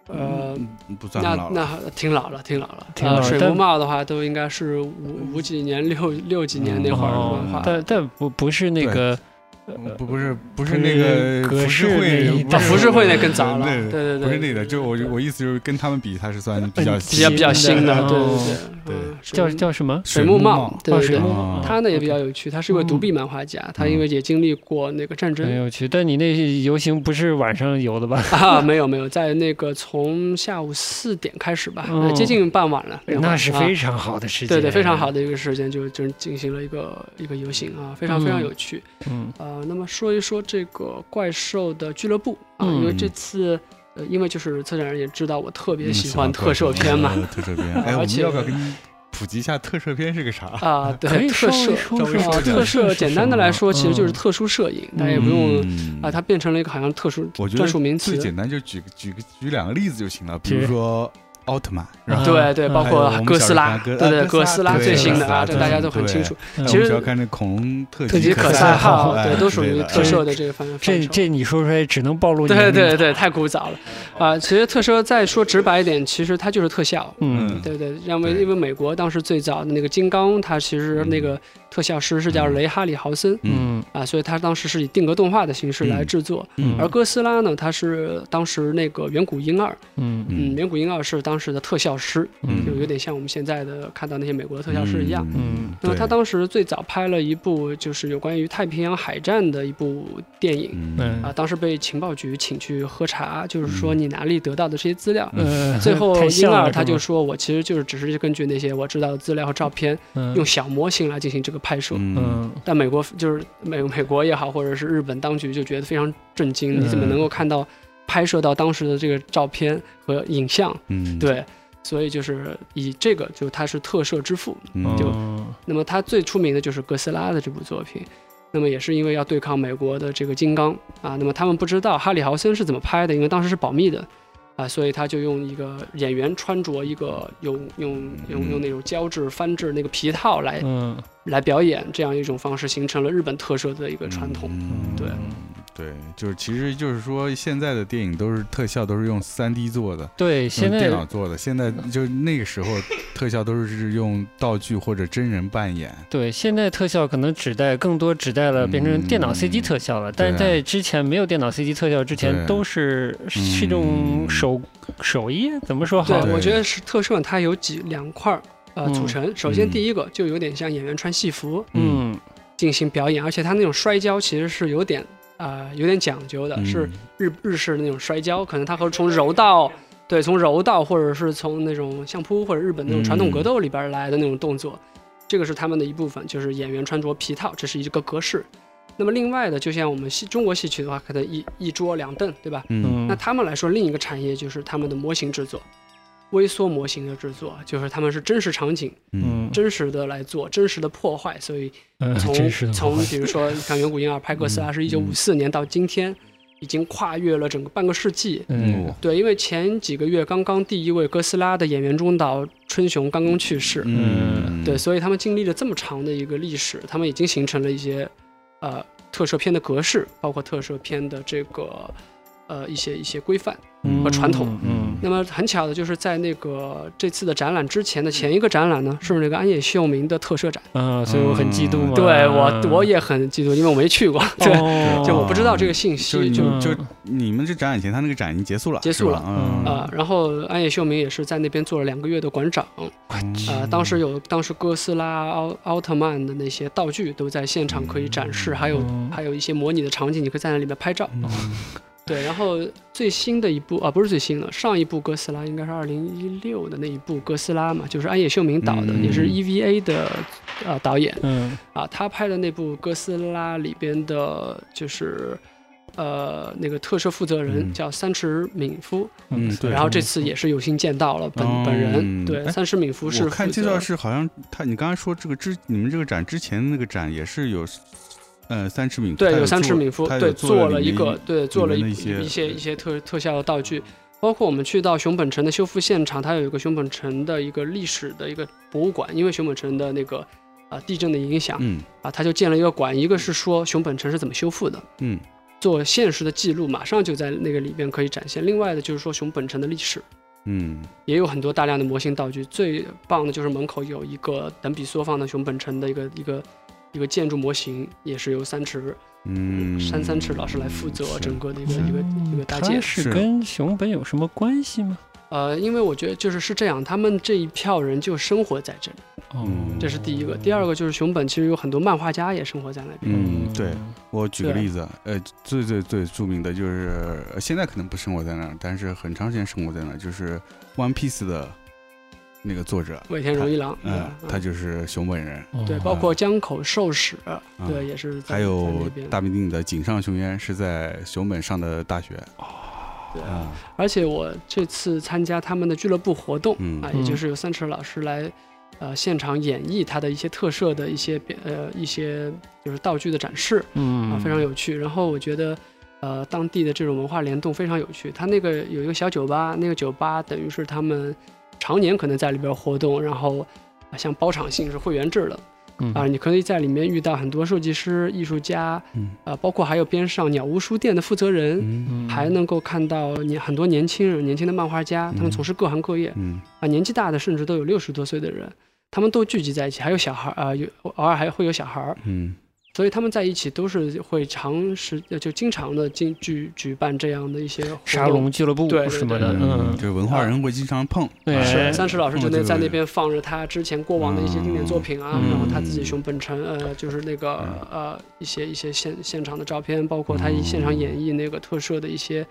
Speaker 3: 呃，
Speaker 1: 嗯不算
Speaker 3: 那
Speaker 1: 很老了，
Speaker 3: 那挺老了，挺老了。
Speaker 2: 挺老了
Speaker 3: 呃，水
Speaker 2: 但
Speaker 3: 木漫的话都应该是五五几年、六六几年那会儿的
Speaker 2: 哦
Speaker 3: 漫画。
Speaker 2: 但但不不是那个，呃
Speaker 1: 嗯不不是不是
Speaker 2: 不
Speaker 1: 那
Speaker 2: 是
Speaker 1: 个
Speaker 2: 格
Speaker 1: 浮世
Speaker 2: 式那
Speaker 1: 绘
Speaker 2: 一，
Speaker 3: 啊，
Speaker 2: 代
Speaker 3: 浮世绘那更早 了，
Speaker 1: 对
Speaker 3: 对对对，
Speaker 1: 不是那个，就我我意思就是跟他们比，它是算比
Speaker 2: 嗯
Speaker 1: 较
Speaker 3: 比较比较新的，
Speaker 2: 哦
Speaker 3: 对对对，
Speaker 1: 嗯对
Speaker 3: 嗯，
Speaker 2: 叫
Speaker 3: 水
Speaker 2: 叫什么？
Speaker 3: 水
Speaker 1: 木
Speaker 3: 木茂，对
Speaker 2: 哦
Speaker 3: 对
Speaker 2: 水
Speaker 3: 对
Speaker 2: 木，
Speaker 1: 哦
Speaker 3: 他呢也比较
Speaker 2: OK
Speaker 3: 有趣，他是一位独臂漫画家，他因为也经历过那个战争
Speaker 2: 很有趣。但你那游行不是晚上游的吧？
Speaker 3: 啊，没有没有，在那个从下午四点开始吧，呃
Speaker 2: 哦
Speaker 3: 接近傍晚了，会 儿
Speaker 2: 那是
Speaker 3: 啊
Speaker 2: 非常好的事情，
Speaker 3: 对对非常好。的一个时间，就就进行了一个一个游行啊，非常非常
Speaker 2: 嗯
Speaker 3: 有趣。
Speaker 2: 嗯，
Speaker 3: 呃，那么说一说这个怪兽的俱乐部啊，因为
Speaker 1: 嗯
Speaker 3: 这次。呃，因为就是策展人也知道我特别
Speaker 1: 嗯
Speaker 3: 喜欢特摄片嘛，，
Speaker 1: 特摄 片，哎，我
Speaker 3: 而
Speaker 1: 们
Speaker 3: 且
Speaker 1: 要不要给
Speaker 2: 嗯
Speaker 1: 你普及一下特摄片是个 啥？
Speaker 3: 啊，
Speaker 2: 可
Speaker 3: 对，
Speaker 2: 以
Speaker 3: 特
Speaker 2: 稍
Speaker 3: 摄
Speaker 2: 微说
Speaker 1: 稍微
Speaker 2: 说
Speaker 1: 说
Speaker 3: 啊，
Speaker 1: 这
Speaker 3: 特
Speaker 1: 个
Speaker 3: 摄简单的来说，其实就是
Speaker 2: 嗯
Speaker 3: 特殊摄影， 大家也不用
Speaker 1: 嗯
Speaker 3: 啊，它变成了一个好像特殊
Speaker 1: 我觉
Speaker 3: 专
Speaker 1: 得
Speaker 3: 属名词
Speaker 1: 最。简单就举个举个举两个例子就行了，比
Speaker 2: 其
Speaker 1: 如
Speaker 2: 实
Speaker 1: 说奥特曼，然后
Speaker 2: 啊
Speaker 3: 对对，
Speaker 2: 嗯
Speaker 3: 包
Speaker 1: 还有我
Speaker 3: 括
Speaker 1: 们
Speaker 3: 哥
Speaker 1: 小
Speaker 3: 斯
Speaker 1: 时候
Speaker 3: 拉，
Speaker 1: 看哥
Speaker 3: 对
Speaker 1: 啊
Speaker 3: 对，
Speaker 1: 哥
Speaker 3: 哥
Speaker 1: 斯
Speaker 3: 斯
Speaker 1: 拉
Speaker 3: 拉
Speaker 1: 对
Speaker 3: 最
Speaker 1: 哥
Speaker 3: 新
Speaker 1: 斯
Speaker 3: 的
Speaker 1: 拉
Speaker 3: 啊，这大
Speaker 1: 对
Speaker 3: 家都很
Speaker 1: 对
Speaker 3: 清楚。
Speaker 2: 嗯
Speaker 1: 哎
Speaker 3: 其
Speaker 1: 我
Speaker 3: 实
Speaker 1: 们要看那恐龙特
Speaker 3: 特
Speaker 1: 级
Speaker 3: 级
Speaker 1: 可
Speaker 3: 可
Speaker 1: 赛
Speaker 3: 赛号，啊
Speaker 1: 哎
Speaker 3: 对，都属
Speaker 1: 之类
Speaker 3: 于
Speaker 1: 的
Speaker 3: 特摄的这个范范
Speaker 2: 这
Speaker 3: 畴。
Speaker 2: 这你说出来只能暴露
Speaker 3: 对
Speaker 2: 年龄
Speaker 3: 对对，太枯燥了
Speaker 1: 嗯
Speaker 3: 啊！其实特摄再说直白一点，其实它就是特效。
Speaker 2: 嗯，
Speaker 3: 对对，因为
Speaker 1: 对
Speaker 3: 因为美国当时最早的那个金刚，它其实那个特效师是叫
Speaker 1: 嗯
Speaker 3: 雷哈里豪森
Speaker 2: 嗯
Speaker 3: 啊，所以他当时是以定格动画的形式来
Speaker 1: 嗯
Speaker 3: 制作。
Speaker 2: 嗯，
Speaker 3: 而哥斯拉呢，他是当时那个远古婴儿，
Speaker 2: 嗯嗯
Speaker 3: 嗯，远古婴儿是当时的特效师，
Speaker 2: 嗯
Speaker 3: 就有点像我们现在的看到那些美国的特效师一样。
Speaker 2: 嗯
Speaker 3: 那么
Speaker 1: 对
Speaker 3: 他当时最早拍了一部就是有关于太平洋海战的一部电影。
Speaker 1: 嗯
Speaker 2: 嗯
Speaker 3: 啊，当时被情报局请去喝茶，就是说
Speaker 1: 嗯
Speaker 3: 你哪里得到的这些资料。
Speaker 2: 呃，
Speaker 3: 最 后
Speaker 2: 太
Speaker 3: 婴
Speaker 2: 像
Speaker 3: 儿
Speaker 2: 了
Speaker 3: 他就是说我其实就是只是根据那些我知道的资料和照片，
Speaker 2: 吗
Speaker 3: 用小模型来进行这个拍摄。
Speaker 1: 嗯
Speaker 2: 嗯
Speaker 3: 但美国就是美美国也好，或者是日本当局就觉得非常震惊，你怎么
Speaker 2: 嗯
Speaker 3: 能够看到拍摄到当时的这个照片和影像？
Speaker 1: 嗯，
Speaker 3: 对，所以就是以这个就他是特摄之父。
Speaker 1: 嗯
Speaker 3: 就
Speaker 2: 嗯
Speaker 3: 那么他最出名的就是哥斯拉的这部作品。那么也是因为要对抗美国的这个金刚啊，那么他们不知道哈里豪森是怎么拍的，因为当时是保密的啊，所以他就用一个演员穿着一个用用用用那种胶质翻制那个皮套来
Speaker 2: 嗯
Speaker 3: 来表演这样一种方式，形成了日本特摄的一个传统。
Speaker 1: 嗯
Speaker 3: 对
Speaker 1: 对，就是其实就是说现在的电影都是特效都是用三 D 做的。
Speaker 2: 对，
Speaker 1: 用
Speaker 2: 现在
Speaker 1: 电脑做的，现在就是那个时候，特效都是用道具或者真人扮演。
Speaker 2: 对，现在特效可能指代更多指代了变成电脑
Speaker 1: 嗯
Speaker 2: CG 特效了，但
Speaker 1: 对啊
Speaker 2: 是在之前没有电脑 CG 特效之前
Speaker 1: 对，
Speaker 2: 都是是一种
Speaker 1: 嗯
Speaker 2: 手手艺，怎么说
Speaker 3: 对
Speaker 2: 好？，
Speaker 1: 对
Speaker 3: 我觉得是特摄它有几两块儿呃
Speaker 2: 嗯
Speaker 3: 组成，首先
Speaker 1: 嗯
Speaker 3: 第一个就有点像演员穿戏服，
Speaker 2: 嗯
Speaker 3: 进行表演，而且它那种摔跤其实是有点啊、有点讲究的，
Speaker 1: 嗯
Speaker 3: 是日日式的那种摔跤，可能它和从柔道。
Speaker 1: 嗯
Speaker 3: 对，从柔道或者是从那种相扑或者日本那种传统格斗里边来的那种动作，这个是他们的一部分，就是演员穿着皮套，这是一个格式。那么另外的，就像我们戏中国戏曲的话，可能一一桌两凳，对吧？
Speaker 1: 嗯
Speaker 2: 嗯，
Speaker 3: 那他们来说，另一个产业就是他们的模型制作，微缩模型的制作，就是他们是真实场景、
Speaker 1: 嗯
Speaker 2: 嗯，
Speaker 3: 真实的来做，真实的破坏。所以
Speaker 2: 呃
Speaker 3: 从、
Speaker 2: 真是的
Speaker 3: 从比如说像远古婴儿派克斯
Speaker 2: 嗯
Speaker 3: 拉是一九五四年到今天，已经跨越了整个半个世纪。
Speaker 2: 嗯
Speaker 1: 哦
Speaker 3: 对，因为前几个月刚刚第一位哥斯拉的演员中岛春雄刚刚去世，
Speaker 1: 嗯，
Speaker 3: 对，所以他们经历了这么长的一个历史，他们已经形成了一些呃特摄片的格式，包括特摄片的这个呃一些一些规范。
Speaker 2: 嗯
Speaker 3: 和传统
Speaker 2: 嗯
Speaker 3: 那么很巧的就是在那个这次的展览之前的前一个展览呢，是那个安野秀明的特摄展。
Speaker 2: 嗯啊，所以我很激动嘛。哦
Speaker 3: 对我我也很嫉妒，因为我没去过，对，
Speaker 2: 对
Speaker 3: 就我不知道这个信息，
Speaker 1: 哦就
Speaker 3: 就
Speaker 1: 就你们这展览前，他那个展已经结束了，
Speaker 3: 结束了
Speaker 1: 是吧
Speaker 2: 嗯
Speaker 3: 呃，然后安野秀明也是在那边做了两个月的馆长，
Speaker 1: 嗯
Speaker 3: 呃，当时有当时哥斯拉、奥奥特曼的那些道具都在现场可以展示，还有
Speaker 2: 嗯
Speaker 3: 还有一些模拟的场景，你可以在那里面拍照。
Speaker 1: 嗯
Speaker 3: 对，然后最新的一部啊，不是最新了，上一部哥斯拉应该是二零一六的那一部哥斯拉嘛，就是安野秀明导的，
Speaker 1: 嗯
Speaker 3: 也是 EVA 的呃导演
Speaker 2: 嗯
Speaker 3: 啊，他拍的那部哥斯拉里边的，就是呃那个特摄负责人
Speaker 1: 嗯
Speaker 3: 叫三池敏夫，
Speaker 1: 嗯对
Speaker 3: 然后这次也是有幸见到了本、本
Speaker 1: 嗯
Speaker 3: 人，对，
Speaker 1: 哎
Speaker 3: 三池敏夫是
Speaker 1: 我看
Speaker 3: 负
Speaker 1: 介
Speaker 3: 责
Speaker 1: 绍是好像他，你刚才说这个之你们这个展之前那个展也是有，呃，三尺敏夫
Speaker 3: 对，
Speaker 1: 他
Speaker 3: 有
Speaker 1: 有
Speaker 3: 三尺
Speaker 1: 做
Speaker 3: 敏夫，
Speaker 1: 他有
Speaker 3: 对，做
Speaker 1: 了
Speaker 3: 了
Speaker 1: 里
Speaker 3: 一
Speaker 1: 面
Speaker 3: 个，对，做了
Speaker 1: 里
Speaker 3: 一
Speaker 1: 面的一些
Speaker 3: 一些一些特特效的道具，包括我们去到熊本城的修复现场，它有一个熊本城的一个历史的一个博物馆，因为熊本城的那个啊、地震的影响
Speaker 1: 嗯
Speaker 3: 啊，它就建了一个馆，一个是说熊本城是怎么修复的，
Speaker 1: 嗯
Speaker 3: 做现实的记录，马上就在那个里边可以展现；另外的就是说熊本城的历史。
Speaker 1: 嗯
Speaker 3: 也有很多大量的模型道具，最棒的就是门口有一个等比缩放的熊本城的一个一个一个建筑模型，也是由三池
Speaker 1: 嗯，
Speaker 3: 山三池老师来负责整个的一个
Speaker 1: 是嗯
Speaker 3: 一个一个搭建
Speaker 2: 他。是
Speaker 1: 是
Speaker 2: 跟熊本有什么关系吗？
Speaker 3: 呃，因为我觉得就是是这样，他们这一票人就生活在这里，
Speaker 2: 哦
Speaker 1: 嗯
Speaker 3: 这是第一个。第二个就是熊本其实有很多漫画家也生活在那边。
Speaker 1: 嗯，对，我举个
Speaker 3: 对
Speaker 1: 例子，呃，最最最著名的就是呃现在可能不生活在那儿，但是很长时间生活在那儿，就是《One Piece》的那个作者，
Speaker 3: 尾田荣一郎，对
Speaker 1: 嗯
Speaker 3: 吧，
Speaker 1: 他就是熊本人，
Speaker 2: 哦
Speaker 3: 对，包括江口寿史，对，
Speaker 1: 嗯
Speaker 3: 也是在
Speaker 1: 还
Speaker 3: 在
Speaker 1: 有
Speaker 3: 那边
Speaker 1: 大名鼎鼎的井上雄彦是在熊本上的大学，
Speaker 3: 哦对
Speaker 1: 啊，
Speaker 3: 而且我这次参加他们的俱乐部活动、
Speaker 1: 嗯
Speaker 3: 啊，
Speaker 2: 嗯
Speaker 3: 也就是由三池老师来，呃，现场演绎他的一些特摄的一些表呃一些就是道具的展示
Speaker 2: 嗯
Speaker 3: 啊，非常有趣。然后我觉得，呃，当地的这种文化联动非常有趣。他那个有一个小酒吧，那个酒吧等于是他们常年可能在里边活动，然后。啊像包场性是会员制的
Speaker 2: 嗯
Speaker 3: 啊，你可以在里面遇到很多设计师、艺术家，
Speaker 1: 嗯
Speaker 3: 啊，包括还有边上鸟屋书店的负责人，
Speaker 1: 嗯
Speaker 2: 嗯
Speaker 3: 还能够看到年很多年轻人、年轻的漫画家，他们从事各行各业
Speaker 1: 嗯
Speaker 3: 啊，年纪大的甚至都有六十多岁的人，他们都聚集在一起，还有小孩儿啊，有偶尔还会有小孩儿，
Speaker 1: 嗯
Speaker 3: 所以他们在一起都是会长时呃就经常的进举举办这样的一些
Speaker 2: 沙
Speaker 3: 活动。
Speaker 2: 龙俱乐部
Speaker 3: 对对
Speaker 2: 什么的，
Speaker 3: 对
Speaker 1: 嗯，
Speaker 2: 嗯
Speaker 1: 就是文化人会经常碰，
Speaker 2: 对
Speaker 1: 啊
Speaker 3: 三池老师就
Speaker 1: 嗯
Speaker 3: 那
Speaker 1: 对
Speaker 3: 在那边放着他之前过往的一些经典作品啊，
Speaker 2: 嗯
Speaker 3: 然后他自己熊本城呃就是那个
Speaker 1: 嗯
Speaker 3: 呃一些一些现现场的照片，包括他一现场演绎那个特摄的一些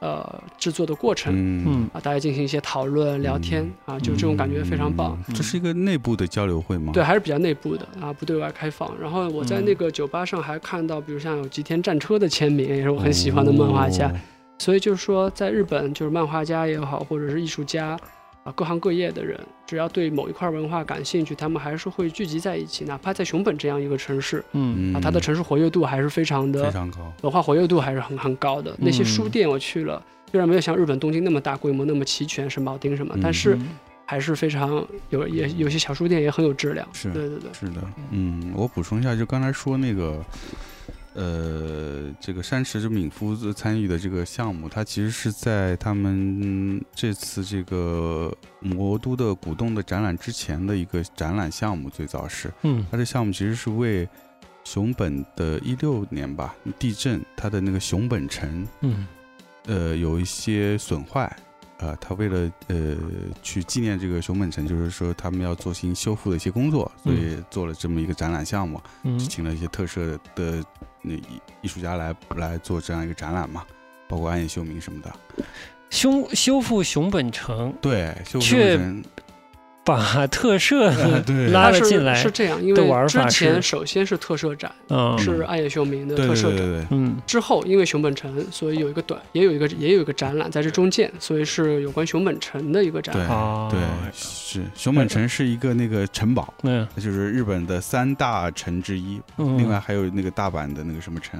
Speaker 3: 呃制作的过程，
Speaker 1: 嗯。
Speaker 2: 嗯
Speaker 3: 啊，大家进行一些讨论、聊天、啊，就这种感觉非常棒。
Speaker 1: 嗯这是一个内部的交流会吗？
Speaker 3: 对，，还是比较内部的啊，不对外开放。然后我在
Speaker 1: 嗯
Speaker 3: 那个酒吧上还看到，比如像有吉田战车的签名，也是我很喜欢的漫画家。
Speaker 1: 哦
Speaker 3: 所以就是说，在日本，就是漫画家也好，或者是艺术家啊，各行各业的人，只要对某一块文化感兴趣，他们还是会聚集在一起，哪怕在熊本这样一个城市
Speaker 2: 嗯
Speaker 1: 嗯
Speaker 3: 啊，它的城市活跃度还是非常的
Speaker 1: 非常高，
Speaker 3: 文化活跃度还是很很高的。那些书
Speaker 2: 嗯
Speaker 3: 店我去了，虽然没有像日本东京那么大规模、那么齐全，神保町什么，
Speaker 1: 嗯
Speaker 3: 但是还是非常有也有些小书店也很有质量。
Speaker 1: 是
Speaker 3: 对对对，
Speaker 1: 是的，嗯，我补充一下，就刚才说那个，呃，这个山石就敏夫子参与的这个项目，它其实是在他们这次这个魔都的古洞的展览之前的一个展览项目，最早是
Speaker 2: 嗯
Speaker 1: 它这项目其实是为熊本的一六年吧地震，它的那个熊本城
Speaker 2: 嗯
Speaker 1: 呃有一些损坏，呃，他为了呃去纪念这个熊本城，就是说他们要做新修复的一些工作，所以做了这么一个展览项目，
Speaker 2: 嗯
Speaker 1: 请了一些特摄的那艺艺术家来来做这样一个展览嘛，包括安野秀明什么的。
Speaker 2: 修修复熊本城，
Speaker 1: 对，修复
Speaker 2: 却
Speaker 1: 熊本城
Speaker 2: 把特摄
Speaker 1: 啊 对
Speaker 2: 拉
Speaker 3: 它
Speaker 2: 了
Speaker 3: 是
Speaker 2: 进来，
Speaker 3: 是这样，因
Speaker 2: 的玩
Speaker 3: 为之
Speaker 2: 法是
Speaker 3: 前首先是特摄展，
Speaker 2: 嗯
Speaker 3: 是暗夜秀明的
Speaker 1: 对
Speaker 3: 特
Speaker 1: 对
Speaker 3: 摄
Speaker 1: 对
Speaker 3: 展，
Speaker 1: 对，
Speaker 2: 嗯
Speaker 3: 之后因为熊本城，所以有一个短，也有一个也有一个展览在这中间，所以是有关熊本城的一个展
Speaker 1: 对
Speaker 3: 览。
Speaker 2: 哦
Speaker 1: 对，是熊本城是一个那个城堡，
Speaker 2: 嗯
Speaker 1: 就是日本的三大城之一，
Speaker 2: 嗯，
Speaker 1: 另外还有那个大阪的那个什么城，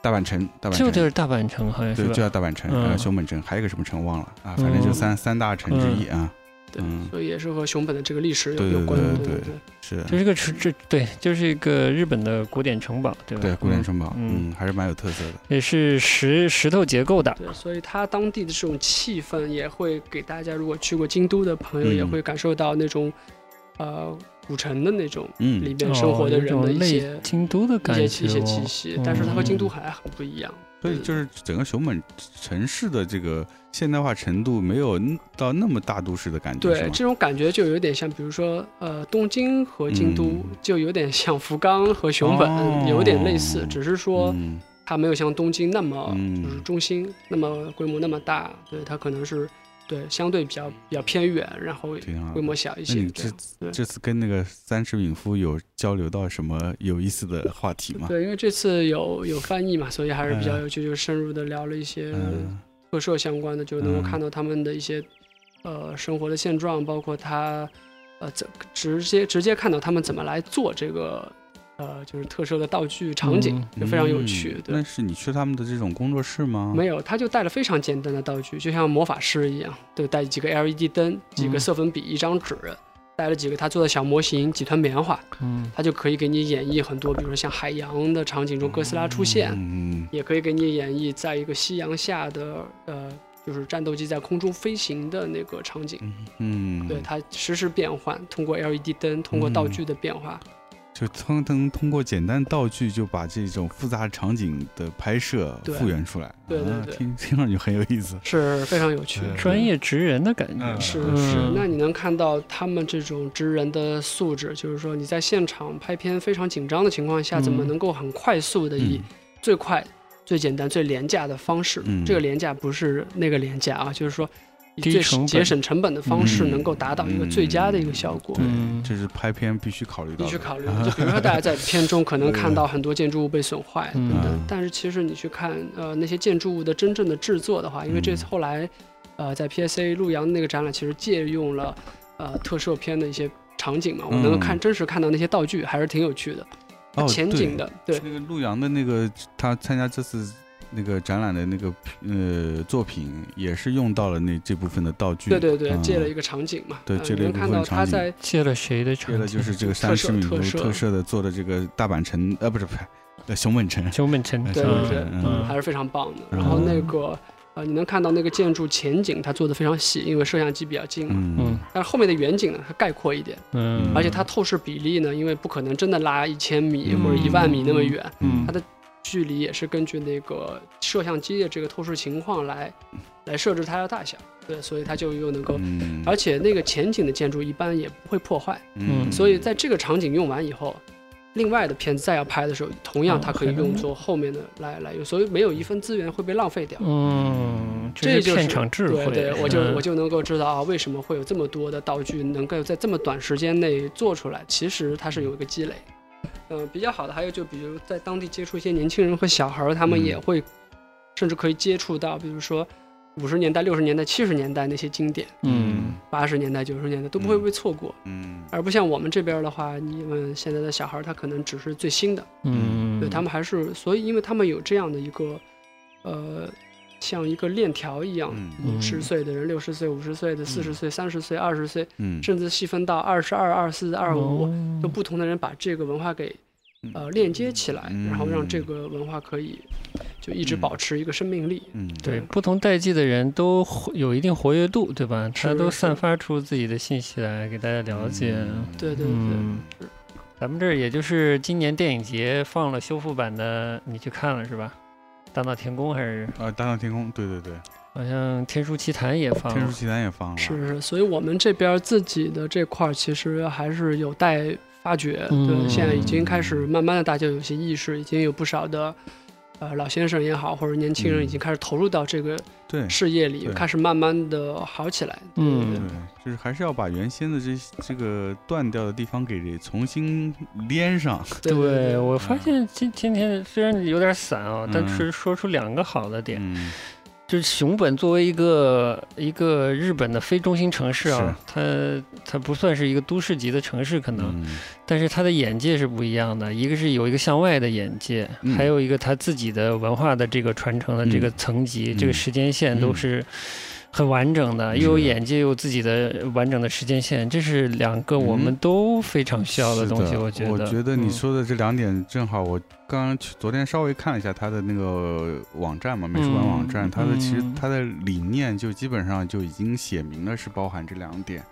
Speaker 1: 大阪城，大阪
Speaker 2: 就
Speaker 1: 城
Speaker 2: 就是大阪城好像
Speaker 1: 对，
Speaker 2: 是
Speaker 1: 就叫
Speaker 2: 吧？
Speaker 1: 大阪城，
Speaker 2: 嗯
Speaker 1: 呃，熊本城，还有一个什么城忘了啊，反正就三三大城之一啊，
Speaker 3: 嗯对
Speaker 1: 嗯，
Speaker 3: 所以也是和熊本的这个历史有
Speaker 1: 对对
Speaker 3: 有关的。
Speaker 1: 对对
Speaker 3: 对
Speaker 1: 对是的，
Speaker 2: 就是个城，这对，就是一个日本的古典城堡，对吧？
Speaker 1: 对，古典城堡，
Speaker 2: 嗯
Speaker 1: 嗯，还是蛮有特色的，
Speaker 2: 也是石石头结构的，
Speaker 3: 对对，所以它当地的这种气氛也会给大家，如果去过京都的朋友，
Speaker 1: 嗯
Speaker 3: 也会感受到那种，呃，古城的那种里
Speaker 1: 嗯，
Speaker 3: 面生活的人
Speaker 2: 哦有
Speaker 3: 的
Speaker 2: 一
Speaker 3: 一
Speaker 2: 种
Speaker 3: 些
Speaker 2: 类、京都的感
Speaker 3: 一
Speaker 2: 觉、哦，嗯
Speaker 3: 些气一些气息，但是它和京都还很不一样。
Speaker 1: 所以就是整个熊本城市的这个现代化程度没有到那么大都市的感觉，是
Speaker 3: 对，
Speaker 1: 吗？
Speaker 3: 这种感觉就有点像，比如说，呃，东京和京都
Speaker 1: 嗯
Speaker 3: 就有点像福冈和熊本、
Speaker 1: 哦
Speaker 3: 有点类似，只是说
Speaker 1: 嗯
Speaker 3: 它没有像东京那么
Speaker 1: 嗯
Speaker 3: 就是中心、那么规模那么大，对，它可能是对相对比较比较偏远，然后
Speaker 1: 挺好的
Speaker 3: 规模小一
Speaker 1: 那
Speaker 3: 些
Speaker 1: 你
Speaker 3: 这
Speaker 1: 这啊
Speaker 3: 样。对
Speaker 1: 这次跟那个三十敏夫有交流到什么有意思的话题吗？
Speaker 3: 对，因为这次有有翻译嘛，所以还是比较
Speaker 1: 嗯
Speaker 3: 有趣，就深入的聊了一些
Speaker 1: 嗯
Speaker 3: 特摄相关的，就能
Speaker 1: 嗯
Speaker 3: 够看到他们的一些、呃生活的现状，包括他呃怎直接直接看到他们怎么来做这个呃就是特摄的道具场景，就非常有趣。
Speaker 1: 嗯
Speaker 3: 对，
Speaker 1: 那是你去他们的这种工作室吗？
Speaker 3: 没有，他就带了非常简单的道具，就像魔法师一样，对，带几个 LED 灯、几个
Speaker 2: 嗯
Speaker 3: 色粉笔、一张纸，带了几个他做的小模型、几团棉花，
Speaker 2: 嗯，
Speaker 3: 他就可以给你演绎很多，比如说像海洋的场景中哥斯拉出现，
Speaker 1: 嗯，嗯
Speaker 3: 也可以给你演绎在一个夕阳下的呃，就是战斗机在空中飞行的那个场景。
Speaker 1: 嗯嗯，
Speaker 3: 对，它实时变换，通过 LED 灯，通过道具的变化，
Speaker 1: 就通能通过简单道具就把这种复杂场景的拍摄
Speaker 3: 对
Speaker 1: 复原出来，
Speaker 3: 对对对
Speaker 1: 啊、听 听上去很有意思。
Speaker 3: 是非常有趣。
Speaker 1: 嗯
Speaker 2: 专业职人的感觉，
Speaker 3: 是
Speaker 1: 嗯
Speaker 3: 是
Speaker 2: 嗯，
Speaker 3: 那你能看到他们这种职人的素质，就是说你在现场拍片非常紧张的情况下，
Speaker 2: 嗯
Speaker 3: 怎么能够很快速的以最快、最简单、最廉价的方式，
Speaker 1: 嗯
Speaker 3: 这个廉价不是那个廉价啊，就是说以
Speaker 2: 低
Speaker 3: 最
Speaker 2: 成本
Speaker 3: 节省成本的方式，
Speaker 1: 嗯
Speaker 3: 能够达到一个最佳的一个效果。
Speaker 1: 对
Speaker 2: 嗯，
Speaker 1: 这是拍片必须考虑到
Speaker 3: 你
Speaker 1: 的，
Speaker 3: 去考虑，就比如说大家在片中可能看到很多建筑物被损坏
Speaker 2: 嗯
Speaker 3: 等等，但是其实你去看呃那些建筑物的真正的制作的话，因为
Speaker 1: 嗯
Speaker 3: 这次后来呃在 PSA 陆阳那个展览其实借用了呃特摄片的一些场景嘛，我能够看
Speaker 1: 嗯
Speaker 3: 真实看到那些道具还是挺有趣的，
Speaker 1: 哦
Speaker 3: 前景。的，对
Speaker 1: 对那个陆阳的那个，他参加这次那个展览的那个呃作品，也是用到了那这部分的道具。
Speaker 3: 对对对，
Speaker 1: 嗯
Speaker 3: 借了一个场景嘛，
Speaker 1: 对
Speaker 3: 呃
Speaker 1: 借了一
Speaker 3: 你能
Speaker 1: 部
Speaker 3: 看
Speaker 1: 分
Speaker 3: 到
Speaker 1: 场
Speaker 3: 他
Speaker 1: 景
Speaker 3: 在
Speaker 2: 借了谁的场
Speaker 1: 为
Speaker 2: 景？
Speaker 1: 了就是这个三十米
Speaker 3: 特
Speaker 1: 路
Speaker 3: 摄
Speaker 1: 特摄的做的这个大阪城，呃，不是不是，呃，熊本城。
Speaker 2: 熊本城，
Speaker 3: 对
Speaker 2: 嗯
Speaker 3: 对对
Speaker 2: 嗯
Speaker 3: 还是非常棒的。然后
Speaker 1: 嗯
Speaker 3: 那个呃你能看到那个建筑前景它做的非常细，因为摄像机比较近嘛，
Speaker 1: 嗯
Speaker 2: 嗯
Speaker 3: 但是后面的远景呢它概括一点。
Speaker 2: 嗯，
Speaker 3: 而且它透视比例呢，因为不可能真的拉一千米
Speaker 1: 嗯
Speaker 3: 或者一万米那么远，
Speaker 2: 嗯
Speaker 1: 嗯
Speaker 3: 它的距离也是根据那个摄像机的这个透视情况来来设置它的大小。对，所以它就又能够，
Speaker 1: 嗯
Speaker 3: 而且那个前景的建筑一般也不会破坏，
Speaker 2: 嗯
Speaker 3: 所以在这个场景用完以后。另外的片子再要拍的时候，同
Speaker 2: 哦
Speaker 3: 样它可以用作后面的来来用，所以没有一分资源会被浪费掉。
Speaker 2: 嗯，
Speaker 3: 这
Speaker 2: 是
Speaker 3: 就是
Speaker 2: 片场智慧，
Speaker 3: 对对，我就
Speaker 2: 嗯
Speaker 3: 我就能够知道啊，为什么会有这么多的道具能够在这么短时间内做出来？其实它是有一个积累。嗯、比较好的还有就比如在当地接触一些年轻人和小孩儿，他们
Speaker 1: 嗯
Speaker 3: 也会、甚至可以接触到，比如说五十年代、六十年代、七十年代那些经典，
Speaker 2: 嗯
Speaker 3: 八十年代、九十年代都不会
Speaker 1: 嗯
Speaker 3: 被错过。
Speaker 1: 嗯
Speaker 3: 而不像我们这边儿的话，你们现在的小孩儿他可能只是最新的，
Speaker 2: 嗯，
Speaker 3: 对他们还是所以，因为他们有这样的一个呃，像一个链条一样，
Speaker 1: 嗯
Speaker 2: 嗯
Speaker 3: 五十岁的人、六十岁、五十岁的、四十岁、三十岁、二十岁，
Speaker 1: 嗯，
Speaker 3: 甚至细分到二十二、二四、二五，
Speaker 2: 哦
Speaker 3: 就不同的人把这个文化给
Speaker 1: 嗯
Speaker 3: 呃链接起来，然后让这个文化可以就一直
Speaker 1: 嗯
Speaker 3: 保持一个生命力。
Speaker 1: 嗯
Speaker 2: 对，不同代际的人都活有一定活跃度，对吧？他
Speaker 3: 是
Speaker 2: 都
Speaker 3: 是
Speaker 2: 散发出自己的信息来给大家了解。
Speaker 3: 对对对，
Speaker 2: 嗯，咱们这儿也就是今年电影节放了修复版的，你去看了是吧？《大闹天宫》还是
Speaker 1: 啊，大闹天宫，对对对，
Speaker 2: 好像《天书奇谭》也放
Speaker 1: 天书
Speaker 2: 了。
Speaker 1: 奇谭也放了，
Speaker 3: 是是，所以我们这边自己的这块儿其实还是有待发掘。
Speaker 2: 嗯
Speaker 3: 对，现在已经开始慢慢的，大家有些意识，已经有不少的。呃老先生也好，或者年轻人已
Speaker 1: 嗯
Speaker 3: 经开始投入到这个
Speaker 1: 对
Speaker 3: 事业里，
Speaker 1: 对
Speaker 3: 开始慢慢的好起来。
Speaker 2: 嗯
Speaker 1: 对，就是还是要把原先的这这个断掉的地方给重新连上。
Speaker 3: 对对对
Speaker 2: 我发现今今天虽然有点散啊，但
Speaker 1: 嗯
Speaker 2: 是说出两个好的点，
Speaker 1: 嗯，
Speaker 2: 就是熊本作为一个一个日本的非中心城市啊，它它不算是一个都市级的城市，可能，
Speaker 1: 嗯
Speaker 2: 但是它的眼界是不一样的，一个是有一个向外的眼界，
Speaker 1: 嗯
Speaker 2: 还有一个它自己的文化的这个传承的这个
Speaker 1: 嗯
Speaker 2: 层级、
Speaker 1: 嗯
Speaker 2: 这个时间线都是很完整的，
Speaker 1: 是
Speaker 2: 又有眼界，又有自己的完整的时间线，这是两个我们
Speaker 1: 嗯
Speaker 2: 都非常需要的
Speaker 1: 是
Speaker 2: 东西，
Speaker 1: 我
Speaker 2: 觉得。
Speaker 1: 你
Speaker 2: 嗯
Speaker 1: 说的这两点正好，我刚刚去昨天稍微看了一下他的那个网站嘛，美术馆网站，
Speaker 2: 嗯
Speaker 1: 他的其实
Speaker 2: 嗯
Speaker 1: 他的理念就基本上就已经写明了是包含这两点。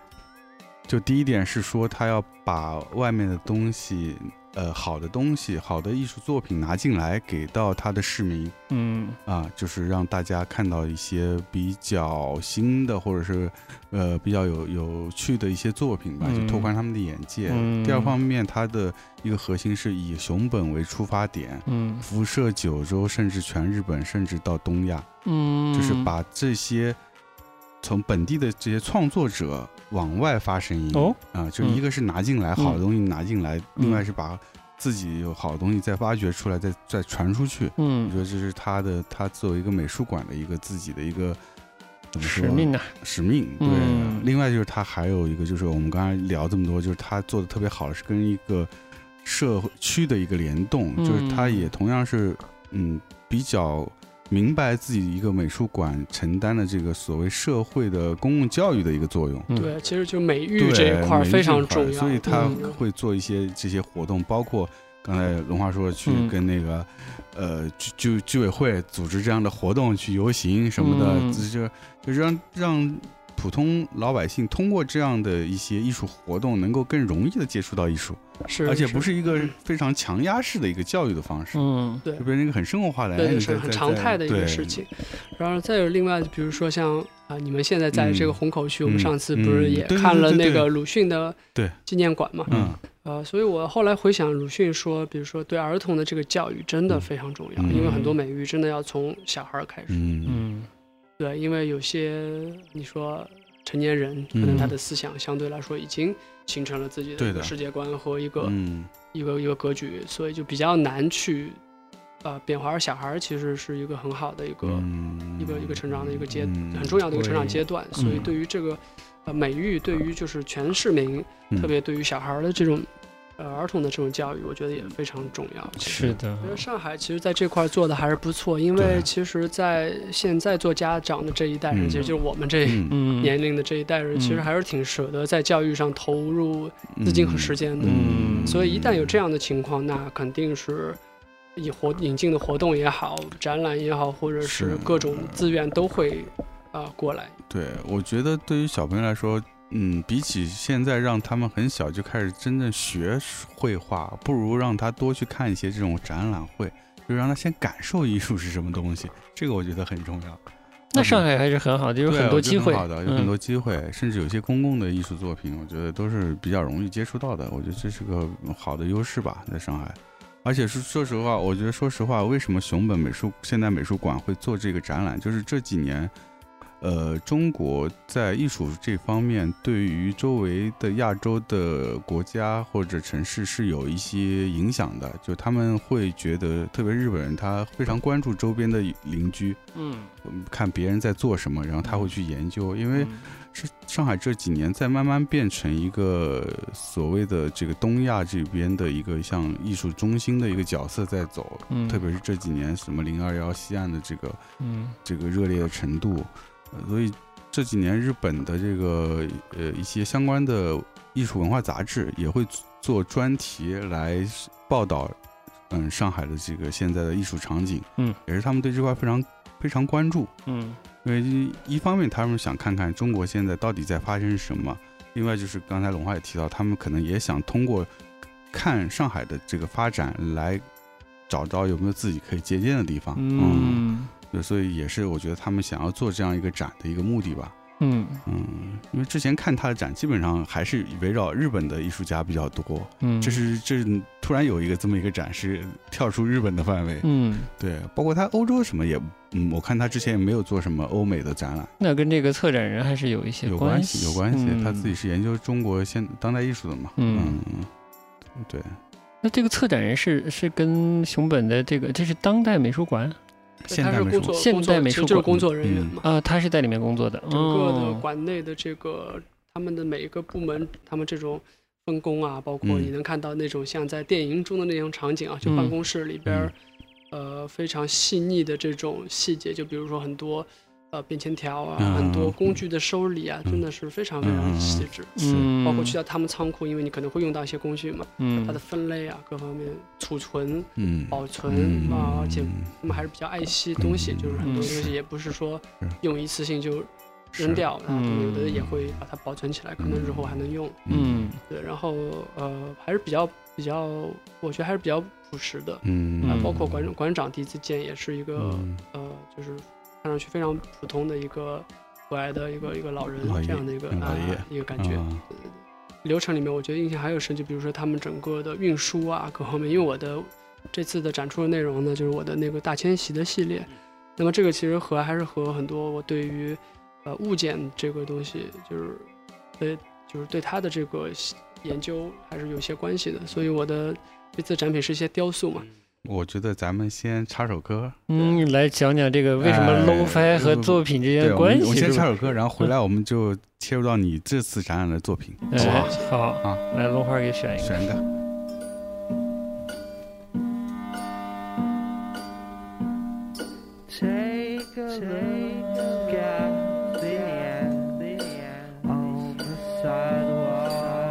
Speaker 1: 就第一点是说，他要把外面的东西，呃，好的东西、好的艺术作品拿进来，给到他的市民
Speaker 2: 嗯
Speaker 1: 啊，就是让大家看到一些比较新的，或者是呃比较有有趣的一些作品吧，
Speaker 2: 嗯
Speaker 1: 就拓宽他们的眼界。
Speaker 2: 嗯
Speaker 1: 第二方面，它的一个核心是以熊本为出发点，
Speaker 2: 嗯
Speaker 1: 辐射九州，甚至全日本，甚至到东亚，
Speaker 2: 嗯，
Speaker 1: 就是把这些从本地的这些创作者往外发声音。
Speaker 2: 哦嗯
Speaker 1: 啊，就一个是拿进来、好的东西拿进来，另外是把自己有好的东西再挖掘出来，再再传出去。我觉
Speaker 2: 嗯
Speaker 1: 得这是他的，他作为一个美术馆的一个自己的一个怎么说
Speaker 2: 使命呐、
Speaker 1: 使命。对，
Speaker 2: 嗯
Speaker 1: 另外就是他还有一个就是我们刚才聊这么多，就是他做的特别好的是跟一个社区的一个联动，
Speaker 2: 嗯
Speaker 1: 就是他也同样是嗯比较。明白自己一个美术馆承担的这个所谓社会的公共教育的一个作用，
Speaker 2: 嗯
Speaker 3: 对，其实就美育
Speaker 1: 对
Speaker 3: 这一块儿
Speaker 1: 美育这
Speaker 3: 非常
Speaker 1: 一块儿
Speaker 3: 重要，
Speaker 1: 所以他
Speaker 3: 嗯
Speaker 1: 会做一些这些活动，包括刚才龙华说去
Speaker 2: 嗯
Speaker 1: 跟那个、呃居居居委会组织这样的活动，去游行什么的，
Speaker 2: 嗯
Speaker 1: 就就让让普通老百姓通过这样的一些艺术活动，能够更容易的接触到艺术，
Speaker 3: 是，
Speaker 1: 而且不是一个
Speaker 3: 嗯
Speaker 1: 非常强压式的一个教育的方式，
Speaker 2: 嗯
Speaker 1: 就变成一个很生活化的，
Speaker 3: 对
Speaker 1: 哎
Speaker 3: 对，
Speaker 1: 你
Speaker 3: 是
Speaker 1: 在
Speaker 3: 很
Speaker 1: 在
Speaker 3: 常态的一
Speaker 1: 对
Speaker 3: 个事情。然后再有另外，比如说像啊、你们现在在
Speaker 1: 嗯
Speaker 3: 这个虹口区，我们
Speaker 1: 嗯
Speaker 3: 上次不是
Speaker 1: 嗯
Speaker 3: 也
Speaker 1: 对对
Speaker 3: 看
Speaker 1: 对
Speaker 3: 了
Speaker 1: 对
Speaker 3: 那
Speaker 1: 对
Speaker 3: 个鲁迅的
Speaker 1: 对
Speaker 3: 纪念馆嘛？
Speaker 1: 嗯
Speaker 3: 呃，所以我后来回想鲁迅说，比如说对儿童的这个教育真的非常重要，
Speaker 1: 嗯
Speaker 3: 因为很多美育真的要从小孩儿开始。
Speaker 1: 嗯
Speaker 2: 嗯
Speaker 3: 对，因为有些你说成年人，可能他
Speaker 2: 嗯
Speaker 3: 的思想相对来说已经形成了自己的
Speaker 1: 对
Speaker 3: 一个
Speaker 1: 的
Speaker 3: 世界观和一个
Speaker 1: 嗯
Speaker 3: 一个一个格局，所以就比较难去呃变化。而小孩儿其实是一个很好的一个、
Speaker 1: 嗯，
Speaker 3: 一个一个成长的一个阶、
Speaker 1: 嗯
Speaker 3: 很重要的一个成长阶段，所以
Speaker 2: 嗯
Speaker 3: 对于这个呃美育，对于就是全市民，
Speaker 1: 嗯
Speaker 3: 特别对于小孩儿的这种呃儿童的这种教育，我觉得也
Speaker 1: 嗯
Speaker 3: 非常重要。
Speaker 2: 是的
Speaker 3: 我觉得上海其实在这块儿做的还是不错，因为
Speaker 1: 对
Speaker 3: 其实，在现在做家长的这一代人，
Speaker 1: 嗯
Speaker 3: 其实就是我们这
Speaker 1: 嗯
Speaker 2: 嗯
Speaker 3: 年龄的这一代人，
Speaker 2: 嗯
Speaker 3: 其实还是挺舍得在教育上投入资
Speaker 1: 嗯
Speaker 3: 金和时间的。
Speaker 2: 嗯
Speaker 3: 所以一旦有这
Speaker 1: 样，
Speaker 3: 样的情况，那肯定是以活引进的活动也好，展览也好，或者
Speaker 1: 是嗯
Speaker 3: 是各种资源都会啊、过来。
Speaker 1: 对我觉得对于小朋友来说，嗯，比起现在让他们很小就开始真正学绘画，不如让他多去看一些这种展览会，就让他先感受艺术是什么东西，这个我觉得很重要。
Speaker 2: 那上海还是很好的，有
Speaker 1: 对啊
Speaker 2: 很多
Speaker 1: 我觉
Speaker 2: 机
Speaker 1: 得
Speaker 2: 会，嗯
Speaker 1: 好的，有很多机会，甚至有些公共的艺术作品，我觉得都是比较容易接触到的。我觉得这是个好的优势吧，在上海。而且说说实话，我觉得说实话，为什么熊本美术现代美术馆会做这个展览，就是这几年，呃，中国在艺术这方面对于周围的亚洲的国家或者城市是有一些影响的，就他们会觉得，特别日本人他非常关注周边的邻居，
Speaker 2: 嗯，
Speaker 1: 嗯看别人在做什么，然后他会去研究，因为
Speaker 2: 嗯
Speaker 1: 是上海这几年在慢慢变成一个所谓的这个东亚这边的一个像艺术中心的一个角色在走，
Speaker 2: 嗯
Speaker 1: 特别是这几年什么零二幺西岸的这个
Speaker 2: 嗯
Speaker 1: 这个热烈的程度，呃所以这几年日本的这个呃一些相关的艺术文化杂志也会做专题来报道，嗯，上海的这个现在的艺术场景，
Speaker 2: 嗯，
Speaker 1: 也是他们对这块非常非常关注，
Speaker 2: 嗯
Speaker 1: 因为一方面他们想看看中国现在到底在发生什么，另外就是刚才龙华也提到，他们可能也想通过看上海的这个发展来找到有没有自己可以借鉴的地方。
Speaker 2: 嗯
Speaker 1: 对，所以也是我觉得他们想要做这样一个展的一个目的吧。
Speaker 2: 嗯
Speaker 1: 嗯，因为之前看他的展，基本上还是围绕日本的艺术家比较多。
Speaker 2: 嗯，
Speaker 1: 这是这是突然有一个这么一个展示，跳出日本的范围，
Speaker 2: 嗯，
Speaker 1: 对，包括他欧洲什么也，嗯，我看他之前也没有做什么欧美的展览，
Speaker 2: 那跟这个策展人还是有一些
Speaker 1: 有
Speaker 2: 关
Speaker 1: 系有关系，他自己
Speaker 2: 嗯
Speaker 1: 是研究中国现当代艺术的嘛，
Speaker 2: 嗯
Speaker 1: 嗯对，
Speaker 2: 那这个策展人是是跟熊本的这个，这是当代美术馆
Speaker 1: 现
Speaker 3: 他
Speaker 1: 代
Speaker 3: 是
Speaker 1: 美
Speaker 3: 工
Speaker 1: 术
Speaker 3: 作，
Speaker 1: 馆
Speaker 2: 现
Speaker 3: 工作
Speaker 2: 代美
Speaker 3: 其实
Speaker 2: 术
Speaker 3: 就是
Speaker 2: 馆
Speaker 3: 工作人员
Speaker 1: 嗯
Speaker 3: 嘛。
Speaker 2: 啊，他是在里面工作的。
Speaker 3: 整个的
Speaker 2: 哦
Speaker 3: 馆内的这个他们的每一个部门，他们这种分工啊，包括
Speaker 1: 嗯
Speaker 3: 你能看到那种像在电影中的那种场景啊，就
Speaker 2: 嗯
Speaker 3: 办公室里边儿，
Speaker 1: 嗯
Speaker 3: 呃，非常细腻的这种细节，就比如说很多呃便签条啊，很多
Speaker 1: 嗯
Speaker 3: 工具的收理啊，
Speaker 1: 嗯
Speaker 3: 真的是非常非常细致。
Speaker 1: 是
Speaker 2: 嗯，
Speaker 3: 包括去到他们仓库，因为你可能会用到一些工具嘛，
Speaker 2: 嗯
Speaker 3: 它的分类啊，各方面储存、
Speaker 1: 嗯，
Speaker 3: 保
Speaker 1: 嗯
Speaker 3: 存哦啊，而且他们还是比较爱惜东西，就是很多东西也不是说
Speaker 1: 是嗯
Speaker 3: 用一次性就
Speaker 1: 是
Speaker 3: 扔掉，然
Speaker 2: 嗯
Speaker 3: 后有的也会把它保存起来，可能日后还能用。
Speaker 1: 嗯
Speaker 2: 嗯
Speaker 3: 对，然后呃还是比较比较，我觉得还是比较朴实的。
Speaker 1: 嗯
Speaker 3: 啊
Speaker 2: 嗯，
Speaker 3: 包括馆长馆长第一次见也是一个
Speaker 1: 嗯
Speaker 3: 呃，就是看上去非常普通的一个和蔼的一个一个老人
Speaker 1: 老爷嗯
Speaker 3: 这样的一个
Speaker 1: 老
Speaker 3: 啊
Speaker 1: 爷
Speaker 3: 一个感觉。
Speaker 1: 啊
Speaker 3: 流程里面，我觉得印象还有深，就比如说他们整个的运输啊各方面，因为我的这次的展出的内容呢，就是我的那个大迁徙的系列。那么这个其实和还是和很多我对于呃物件这个东西，呃就是对就是对它的这个研究还是有些关系的。所以我的这次展品是一些雕塑嘛，
Speaker 1: 我觉得咱们先插首歌，
Speaker 2: 嗯，来讲讲这个为什么
Speaker 1: 哎
Speaker 2: lofi 和作品之间
Speaker 1: 对，
Speaker 2: 的
Speaker 1: 我们
Speaker 2: 关系？
Speaker 1: 我先
Speaker 2: 是吧
Speaker 1: 插首歌，然
Speaker 3: 嗯
Speaker 1: 后回来我们就切入到你这次展览的作品，
Speaker 2: 哎
Speaker 1: 好不好？
Speaker 2: 好
Speaker 1: 啊，
Speaker 2: 来龙花给选一个。
Speaker 1: 选一个。
Speaker 4: Take a look at the end on the sidewalk.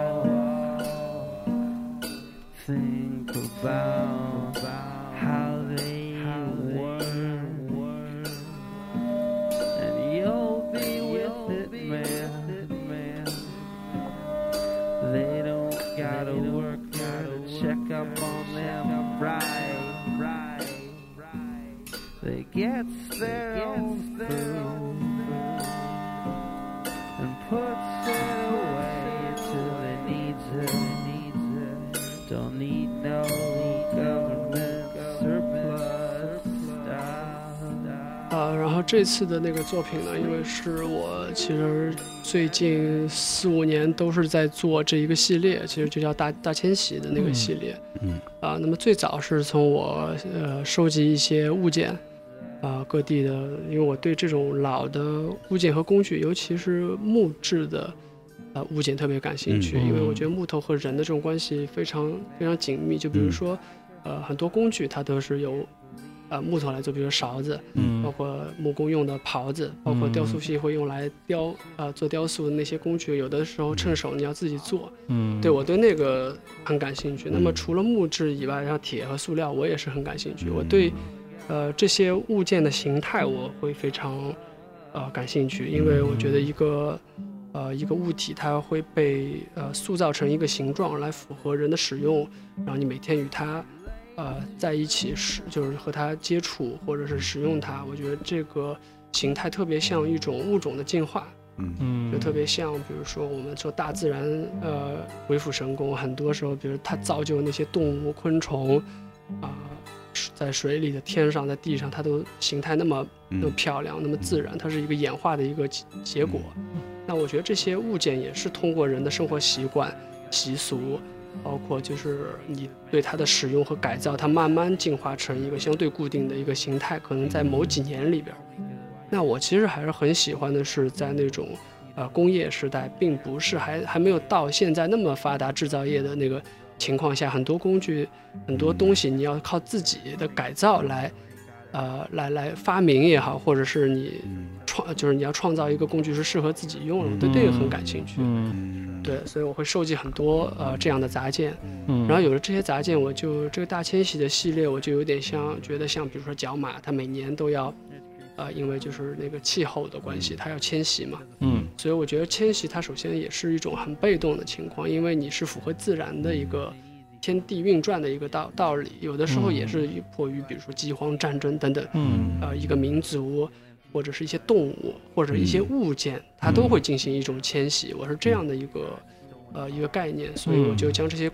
Speaker 4: Think about how they were, and you'll be with it, man. They don't gotta work hard to check up on them, right? Right? Right? They gets their own food and puts it away till it needs it. Needs it. Don't need no government surplus stuff.
Speaker 3: 啊，然后这次的那个作品呢，因为是我其实最近四五年都是在做这一个系列，其实就叫大大迁徙的那个系列。
Speaker 1: 嗯
Speaker 3: 啊，那么最早是从我呃收集一些物件，啊各地的，因为我对这种老的物件和工具，尤其是木质的。呃，物件特别感兴趣，
Speaker 1: 嗯
Speaker 3: 因为我觉得木头和人的这种关系非常非常紧密。就比如
Speaker 1: 嗯
Speaker 3: 说，呃，很多工具它都是由呃木头来做，比如勺子，包
Speaker 2: 嗯
Speaker 3: 括木工用的刨子，包括雕
Speaker 1: 嗯
Speaker 3: 塑系会用来雕呃做雕塑的那些工具，有的时候
Speaker 1: 嗯
Speaker 3: 趁手你要自己做。
Speaker 2: 嗯，
Speaker 3: 对我对那个很感兴趣。那么
Speaker 1: 嗯
Speaker 3: 除了木质以外，像铁和塑料，我也是很感兴趣。
Speaker 1: 嗯
Speaker 3: 我对呃这些物件的形态我会非常呃感兴趣，因为我觉得一个。呃，一个物体它会被呃塑造成一个形状来符合人的使用，然后你每天与它呃在一起使，就是和它接触或者是使用它，我觉得这个形态特别像一种物种的进化，
Speaker 1: 嗯
Speaker 2: 嗯
Speaker 3: 就特别像，比如说我们说大自然呃鬼斧神工，很多时候，比如它造就那些动物、昆虫啊、水在水里的、天上、在地上，它都形态那么那么
Speaker 1: 嗯
Speaker 3: 漂亮、那么自然，它是一个演化的一个结结果。那我觉得这些物件也是通过人的生活习惯、习俗，包括就是你对它的使用和改造，它慢慢进化成一个相对固定的一个形态，可能在某几年里边儿。那我其实还是很喜欢的是在那种。呃，工业时代并不是还还没有到现在那么发达制造业的那个情况下，很多工具、很多东西你要靠自己的改造来，呃，来来发明也好，或者是你
Speaker 1: 嗯
Speaker 3: 创就是你要创造一个工具是适合自己用的，我对这个很感兴趣。
Speaker 2: 嗯
Speaker 1: 嗯，
Speaker 3: 对，所以我会收集很多呃这样的杂件，
Speaker 2: 嗯，
Speaker 3: 然后有了这些杂件，我就这个大迁徙的系列，我就有点像觉得像比如说角马，它每年都要，呃，因为就是那个气候的关系，它要迁徙嘛，
Speaker 2: 嗯
Speaker 3: 所以我觉得迁徙它首先也是一种很被动的情况，因为你是符合自然的一个天地运转的一个道道理，有的时候也是迫于比如说饥荒、战争等等，
Speaker 2: 嗯
Speaker 3: 呃，一个民族或者是一些动物，或者一些
Speaker 1: 嗯
Speaker 3: 物件，它都
Speaker 1: 嗯
Speaker 3: 会进行一种迁徙。我是这样的一个呃一个概念，所以我就将这些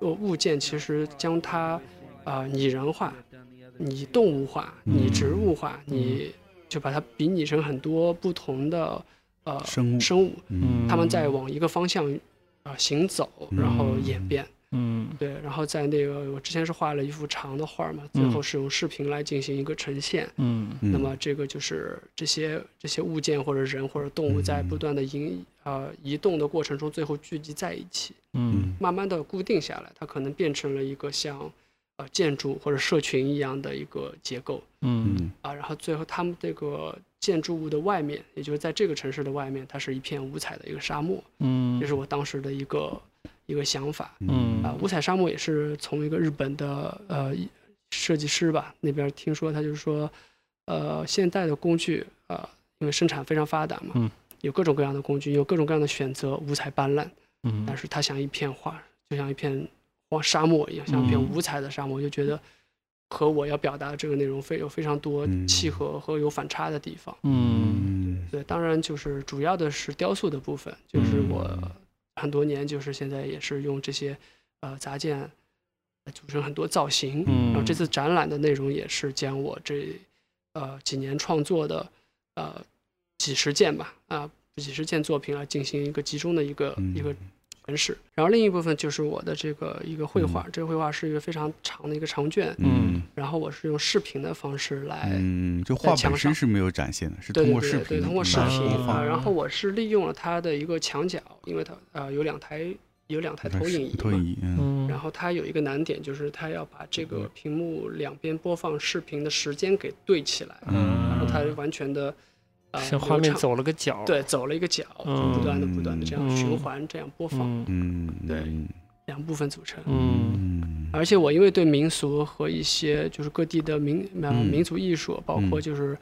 Speaker 3: 呃物件其实将它啊、拟人化、拟动物化、
Speaker 1: 嗯
Speaker 3: 拟植物化，你就把它比拟成很多不同的呃
Speaker 1: 生物
Speaker 3: 生物，
Speaker 1: 嗯
Speaker 3: 它们在往一个方向啊、行走，然后演变。
Speaker 2: 嗯
Speaker 3: 对，然后在那个我之前是画了一幅长的画嘛，最
Speaker 2: 嗯
Speaker 3: 后是用视频来进行一个呈现。
Speaker 2: 嗯
Speaker 1: 嗯
Speaker 3: 那么这个就是这些这些物件或者人或者动物在
Speaker 1: 嗯
Speaker 3: 不断的移呃移动的过程中，最后聚集在一起，
Speaker 2: 嗯
Speaker 1: 嗯
Speaker 3: 慢慢的固定下来，它可能变成了一个像呃建筑或者社群一样的一个结构
Speaker 2: 嗯
Speaker 1: 嗯
Speaker 3: 啊。然后最后他们这个建筑物的外面，也就是在这个城市的外面，它是一片五彩的一个沙漠，
Speaker 2: 嗯，
Speaker 3: 这是我当时的一个一个想法。
Speaker 1: 嗯
Speaker 3: 啊，五彩沙漠也是从一个日本的呃一设计师吧那边听说，他就是说，呃，现代的工具啊、呃因为生产非常发达嘛，
Speaker 2: 嗯
Speaker 3: 有各种各样的工具，有各种各样的选择，五彩斑斓。
Speaker 2: 嗯
Speaker 3: 但是他像一片花，就像一片荒沙漠一样，像一片
Speaker 2: 嗯
Speaker 3: 五彩的沙漠，就觉得和我要表达的这个内容非有非常多
Speaker 1: 嗯
Speaker 3: 契合和有反差的地方。
Speaker 2: 嗯
Speaker 3: 对，当然就是主要的是雕塑的部分，就是我
Speaker 1: 嗯
Speaker 3: 很多年就是现在也是用这些呃杂件呃组成很多造型，
Speaker 2: 嗯，
Speaker 3: 然后这次展览的内容也是将我这呃几年创作的呃几十件吧啊、几十件作品来进行一个集中的一个、
Speaker 1: 嗯
Speaker 3: 一个诠释。然后另一部分就是我的这个一个绘画，这个绘画是一个非常长的一个长卷，
Speaker 1: 嗯
Speaker 3: 然后我是用视频的方式来。
Speaker 1: 嗯，就
Speaker 3: 哎在
Speaker 1: 画
Speaker 3: 墙
Speaker 1: 本身
Speaker 3: 上
Speaker 1: 是没有展现的，是
Speaker 3: 对
Speaker 1: 通
Speaker 3: 对
Speaker 1: 过
Speaker 3: 对
Speaker 1: 视
Speaker 3: 对，
Speaker 1: 频
Speaker 3: 通过视
Speaker 1: 来
Speaker 3: 频
Speaker 1: 播
Speaker 2: 啊
Speaker 1: 放
Speaker 3: 呃然后我是利用了它的一个墙角，因为它呃有两台有两台
Speaker 1: 看
Speaker 3: 投
Speaker 1: 视
Speaker 3: 影仪啊
Speaker 1: 投
Speaker 3: 嘛
Speaker 1: 影仪，嗯
Speaker 2: 嗯，
Speaker 3: 然后它有一个难点，就是它要把这个屏幕两边播放视频的时间给对起来，
Speaker 1: 嗯
Speaker 2: 嗯
Speaker 3: 然后它完全的呃
Speaker 2: 像画
Speaker 3: 流
Speaker 2: 面
Speaker 3: 畅
Speaker 2: 走了个角，
Speaker 3: 对走了一个角，
Speaker 2: 嗯
Speaker 3: 不断的不断的这样循环这样播放，
Speaker 2: 嗯
Speaker 1: 嗯，
Speaker 3: 对
Speaker 1: 嗯
Speaker 3: 两部分组成。
Speaker 2: 嗯
Speaker 1: 嗯
Speaker 3: 而且我因为对民俗和一些就是各地的民呃
Speaker 1: 嗯
Speaker 3: 民族艺术，包
Speaker 1: 嗯
Speaker 3: 括就是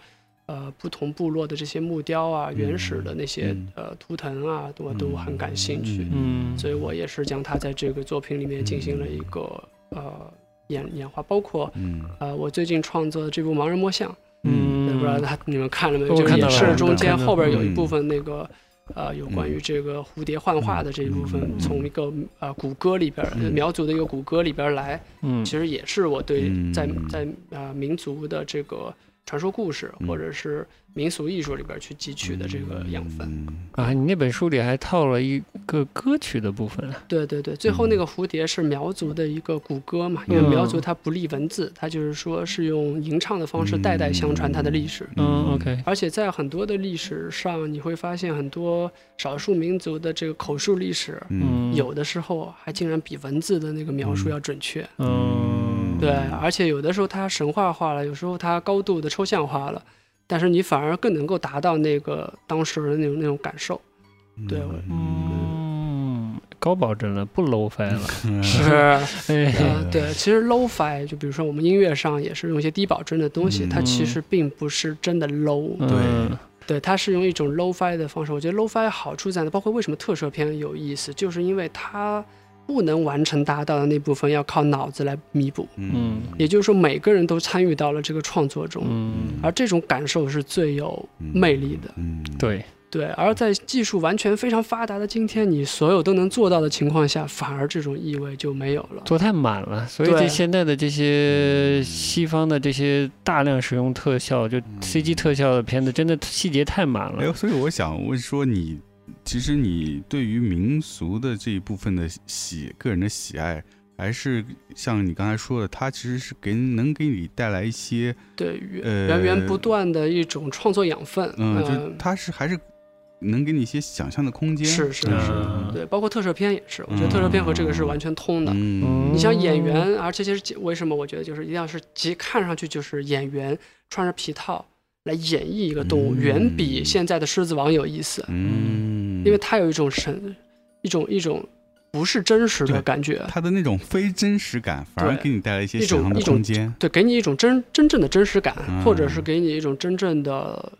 Speaker 3: 呃不同部落的这些木雕啊、原始的那些
Speaker 1: 嗯
Speaker 3: 呃图腾啊，我都很感兴趣，
Speaker 2: 嗯，
Speaker 3: 所以我也是将它在这个作品里面进行了一个呃演演化，包括
Speaker 1: 嗯
Speaker 3: 呃我最近创作的这部《盲人摸象》，
Speaker 2: 嗯，
Speaker 3: 不知道他你们看了没有？
Speaker 2: 我
Speaker 3: 就是
Speaker 2: 看
Speaker 3: 也
Speaker 2: 到
Speaker 3: 是
Speaker 2: 了
Speaker 3: 中间
Speaker 2: 看到了
Speaker 3: 后边有一
Speaker 1: 嗯
Speaker 3: 部分那个。呃，有关于这个蝴蝶幻化的这一部分，
Speaker 1: 嗯
Speaker 3: 从一个呃古歌里边儿，
Speaker 1: 嗯
Speaker 3: 苗族的一个古歌里边儿来，
Speaker 2: 嗯，
Speaker 3: 其实也是我对
Speaker 1: 嗯
Speaker 3: 在在呃民族的这个传说故事
Speaker 1: 嗯
Speaker 3: 或者是民俗艺术里边去汲取的这个养分。
Speaker 1: 嗯
Speaker 2: 啊，你那本书里还套了一个歌曲的部分，啊
Speaker 3: 对对对，最后那个蝴蝶是苗族的一个古歌嘛，因为
Speaker 2: 嗯
Speaker 3: 苗族它不立文字，它就是说是用吟唱的方式代代相传它的历史。
Speaker 2: 嗯，OK，
Speaker 3: 而且在很多的历史上，你会发现很多少数民族的这个口述历史，
Speaker 1: 嗯
Speaker 2: 嗯，
Speaker 3: 有的时候还竟然比文字的那个描述要准确。
Speaker 2: 嗯，
Speaker 3: 对，而且有的时候它神话化了，有时候它高度的抽象化了，但是你反而更能够达到那个当时的那种那种感受。对
Speaker 1: 嗯
Speaker 3: 我
Speaker 2: 嗯，高保真了，不 low 翻了，
Speaker 1: 嗯
Speaker 3: 是，
Speaker 2: 哎，
Speaker 3: 呃，对，其实 low-fi 就比如说我们音乐上也是用一些低保真的东西，
Speaker 1: 嗯
Speaker 3: 它其实并不是真的 low，、
Speaker 2: 嗯
Speaker 3: 对，它是用一种 low-fi 的方式。我觉得 low-fi 好处在哪？包括为什么特摄片有意思，就是因为它不能完成达到的那部分要靠脑子来弥补，
Speaker 2: 嗯
Speaker 3: 也就是说每个人都参与到了这个创作中。
Speaker 2: 嗯，
Speaker 3: 而这种感受是最有魅力的，
Speaker 1: 嗯，
Speaker 2: 对，
Speaker 3: 对。而在技术完全非常发达的今天，你所有都能做到的情况下，反而这种意味就没有了。
Speaker 2: 做太满了，所以
Speaker 3: 对
Speaker 2: 这现在的这些西方的这些大量使用特效，
Speaker 3: 嗯
Speaker 2: 就
Speaker 1: 嗯
Speaker 2: CG 特效的片子，真的细节太满
Speaker 1: 哎
Speaker 2: 了
Speaker 1: 呦，。所以我想问说你。其实你对于民俗的这一部分的喜，个人的喜爱，还是像你刚才说的，它其实是给能给你带来一些
Speaker 3: 对，源
Speaker 1: 呃
Speaker 3: 源源不断的一种创作养分，
Speaker 1: 嗯，
Speaker 3: 呃
Speaker 1: 就它是还是能给你一些想象的空间。
Speaker 3: 是是是，
Speaker 2: 嗯
Speaker 3: 对，包括特摄片也是，我觉得特摄片和这个是完全通的。
Speaker 1: 嗯
Speaker 3: 你像演员，而这些是为什么？我觉得就是一定要是，其实看上去就是演员穿着皮套来演绎一个动物，
Speaker 1: 嗯
Speaker 3: 远比现在的《狮子王》有意思。
Speaker 1: 嗯，
Speaker 3: 因为它有一种神，一种一种不是真实的
Speaker 1: 对
Speaker 3: 感觉，
Speaker 1: 它的那种非真实感，反而
Speaker 3: 对
Speaker 1: 给你带来一些
Speaker 3: 一种
Speaker 1: 想象的
Speaker 3: 一种
Speaker 1: 空间。
Speaker 3: 对，给你一种真真正的真实感，
Speaker 1: 嗯
Speaker 3: 或者是给你一种真正的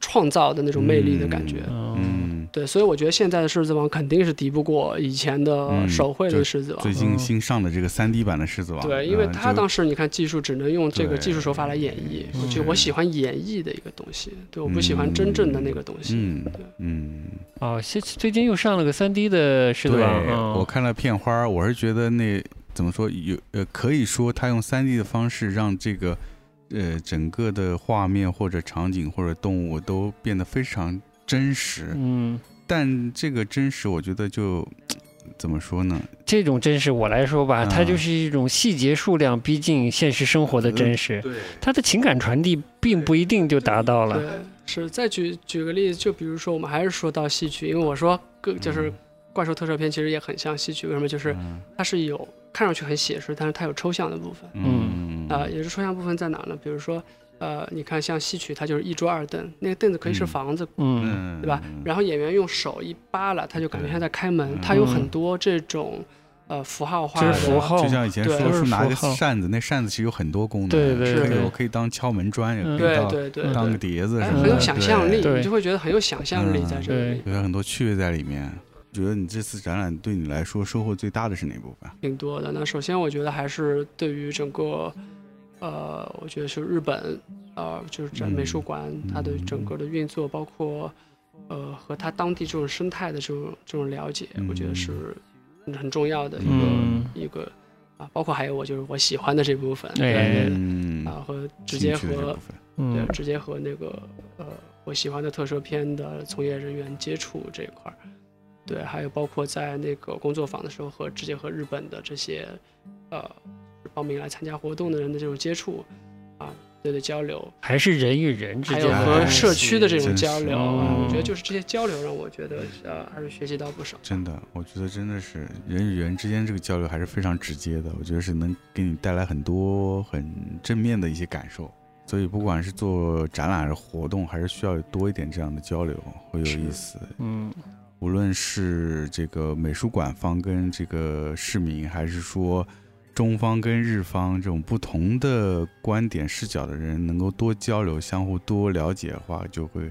Speaker 3: 创造的那种魅力的感觉。
Speaker 2: 嗯
Speaker 1: 嗯，
Speaker 3: 对，所以我觉得现在的狮子王肯定是敌不过以前的
Speaker 1: 嗯
Speaker 3: 手绘
Speaker 1: 就
Speaker 3: 的狮子王。
Speaker 1: 最近新上的这个三 D 版的《狮子王》呃，
Speaker 3: 嗯对，因为他
Speaker 1: 就
Speaker 3: 当时你看技术只能用这个
Speaker 1: 对
Speaker 3: 技术手法来演绎，我觉
Speaker 2: 嗯
Speaker 3: 得我喜欢演绎的一个东西，对，我不喜欢真正的那个东西。
Speaker 1: 嗯
Speaker 3: 对
Speaker 1: 嗯，
Speaker 2: 哦，现最近又上了个三 D 的狮子
Speaker 1: 对，
Speaker 2: 王，嗯
Speaker 1: 我看了片花儿，我是觉得那怎么说有呃，可以说他用三 D 的方式让这个呃整个的画面或者场景或者动物都变得非常真实，
Speaker 2: 嗯，
Speaker 1: 但这个真实我觉得就怎么说呢？
Speaker 2: 这种真实我来说
Speaker 3: 啊
Speaker 2: 吧，它
Speaker 1: 嗯
Speaker 2: 就是一种细节数量逼近现实生活的真实，
Speaker 1: 对，
Speaker 2: 它的情感传递并不一定就达到了。
Speaker 3: 对，是。再举举个例子，就比如说我们还是说到戏曲，因为我说各
Speaker 1: 嗯
Speaker 3: 就是怪兽特摄片其实也很像戏曲，为什么？就是嗯它是有看上去很写实，但是它有抽象的部分。
Speaker 1: 嗯
Speaker 3: 啊、也是抽象部分在哪呢？比如说，呃，你看像戏曲，它就是一桌二凳，那个凳子可以是
Speaker 1: 嗯
Speaker 3: 房子，
Speaker 2: 嗯
Speaker 1: 嗯，
Speaker 3: 对吧？然后演员用手一扒拉，他就感觉
Speaker 1: 对
Speaker 3: 像在开门。
Speaker 1: 嗯
Speaker 3: 它有很多这种呃符号化
Speaker 2: 就
Speaker 3: 的
Speaker 2: 是符号
Speaker 1: 就像以前
Speaker 3: 对
Speaker 1: 说
Speaker 2: 就是
Speaker 1: 说拿个
Speaker 2: 符号
Speaker 1: 扇子，那扇子其实有很多功能，
Speaker 2: 对对
Speaker 1: 可以
Speaker 3: 对
Speaker 1: 我可以当敲门砖，也
Speaker 2: 嗯
Speaker 1: 可以
Speaker 3: 对
Speaker 1: 当
Speaker 3: 对对
Speaker 2: 嗯
Speaker 1: 当个
Speaker 3: 对，
Speaker 1: 碟子
Speaker 3: 哎，
Speaker 1: 什么的，
Speaker 3: 很有想象力，
Speaker 2: 对
Speaker 3: 你就会觉得很有想象力在
Speaker 1: 嗯
Speaker 3: 这里，
Speaker 1: 有很多趣味在里面。觉得你这次展览对你来说收获最大的是哪部分？
Speaker 3: 挺多的。那首先我觉得还是对于整个，呃，我觉得是日本，呃，就是展
Speaker 1: 嗯
Speaker 3: 美术馆、它的整个的运作，包括呃和它当地这种生态的这种这种了解，我觉得是很重要的一个、
Speaker 2: 嗯
Speaker 3: 一个啊，包括还有我就是我喜欢的这部分，
Speaker 2: 哎
Speaker 3: 对
Speaker 1: 嗯，
Speaker 3: 啊和直接
Speaker 1: 兴趣的这
Speaker 3: 和
Speaker 1: 部分
Speaker 3: 对
Speaker 2: 嗯，
Speaker 3: 直接和那个呃我喜欢的特摄片的从业人员接触这一块儿，对，还有包括在那个工作坊的时候和直接和日本的这些呃报名来参加活动的人的这种接触啊，对对交流，
Speaker 2: 还是人与人之
Speaker 3: 还
Speaker 2: 间
Speaker 3: 有
Speaker 2: 的
Speaker 3: 和
Speaker 2: 关系
Speaker 3: 社区的这
Speaker 1: 真
Speaker 3: 种
Speaker 1: 是
Speaker 3: 交流啊，我觉得
Speaker 2: 嗯
Speaker 3: 就是这些交流让我觉得呃还是学习到不少。
Speaker 1: 真的，我觉得真的是人与人之间这个交流还是非常直接的，我觉得是能给你带来很多很正面的一些感受。所以不管是做展览还是活动，还是需要多一点这样的交流，会有意思。
Speaker 2: 嗯
Speaker 1: 无论是这个美术馆方跟这个市民，还是说中方跟日方这种不同的观点视角的人，能够多交流、相互多了解的话，就会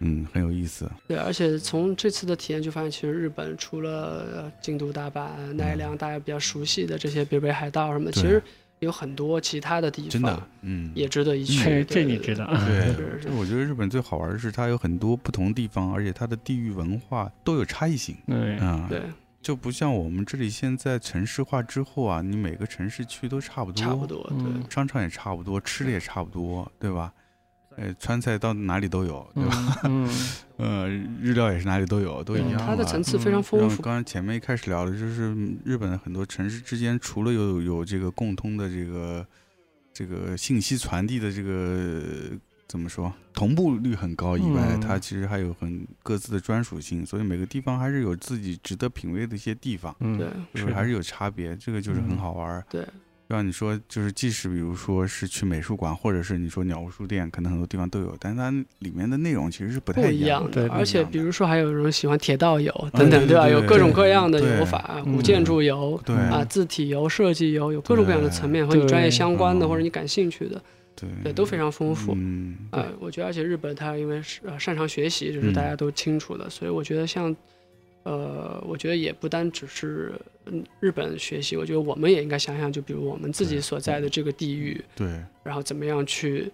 Speaker 1: 嗯很有意思。
Speaker 3: 对，而且从这次的体验就发现，其实日本除了呃京都、大阪、奈良，大家比较熟悉的这些北北海道什么的，其
Speaker 1: 嗯对
Speaker 3: 实有很多其他的地
Speaker 1: 真的
Speaker 3: 方，
Speaker 1: 嗯，
Speaker 3: 也值得一
Speaker 1: 嗯
Speaker 3: 去。
Speaker 2: 这
Speaker 3: 对
Speaker 2: 这你知？道啊？
Speaker 1: 对
Speaker 3: 是是
Speaker 1: 就我觉得日本最好玩的是它有很多不同地方，而且它的地域文化都有差异性。
Speaker 2: 嗯，
Speaker 1: 嗯，
Speaker 3: 对，，
Speaker 1: 就不像我们这里现在城市化之后啊，你每个城市去都差不多，
Speaker 3: 差不多。
Speaker 2: 嗯
Speaker 3: 对，
Speaker 1: 商场也差不多，吃的也差不多，对吧？呃，川菜到哪里都有，对吧？
Speaker 2: 嗯，
Speaker 1: 呃，日料也是哪里都有，都一样了。
Speaker 3: 它的层次
Speaker 2: 嗯
Speaker 3: 非常
Speaker 1: 然
Speaker 3: 丰
Speaker 1: 后
Speaker 3: 富。
Speaker 1: 刚才前面一开始聊的就是嗯日本的很多城市之间，除了有有这个共通的这个这个信息传递的这个怎么说同步率很高以外，
Speaker 2: 嗯
Speaker 1: 它其实还有很各自的专属性，所以每个地方还是有自己值得品味的一些地方，
Speaker 2: 嗯
Speaker 3: 对，
Speaker 1: 就是
Speaker 2: 是的
Speaker 1: 还是有差别，这个就是很
Speaker 2: 嗯
Speaker 1: 好玩儿。
Speaker 3: 对，
Speaker 1: 让你说就是，即使比如说是去美术馆，或者是你说鸟屋书店，可能很多地方都有，但是它里面的内容其实是不
Speaker 3: 不
Speaker 1: 太
Speaker 3: 一
Speaker 1: 样的。
Speaker 2: 对
Speaker 3: 的。
Speaker 2: 不
Speaker 3: 而且
Speaker 1: 一样
Speaker 3: 比
Speaker 1: 的
Speaker 3: 如说还有人喜欢铁道游
Speaker 1: 对
Speaker 3: 等等，
Speaker 1: 对
Speaker 3: 吧？
Speaker 1: 对
Speaker 3: 有
Speaker 1: 对
Speaker 3: 各种各样的
Speaker 1: 对
Speaker 3: 游法，
Speaker 2: 嗯
Speaker 3: 古建筑游
Speaker 1: 对
Speaker 3: 啊，字体游、设计游，有各种各样的层面和
Speaker 2: 对
Speaker 3: 你专业相关的
Speaker 1: 嗯
Speaker 3: 或者你感兴趣的，
Speaker 1: 对
Speaker 3: 对，都非常丰富。
Speaker 1: 嗯，
Speaker 3: 呃，我觉得而且日本它因为是呃擅长学习，这是大
Speaker 1: 嗯
Speaker 3: 家都清楚的，所以我觉得像，呃，我觉得也不单只是嗯日本学习，我觉得我们也应该想想，就比如我们自己
Speaker 1: 对嗯
Speaker 3: 所在的这个地域，
Speaker 1: 对。
Speaker 3: 然后怎么样去，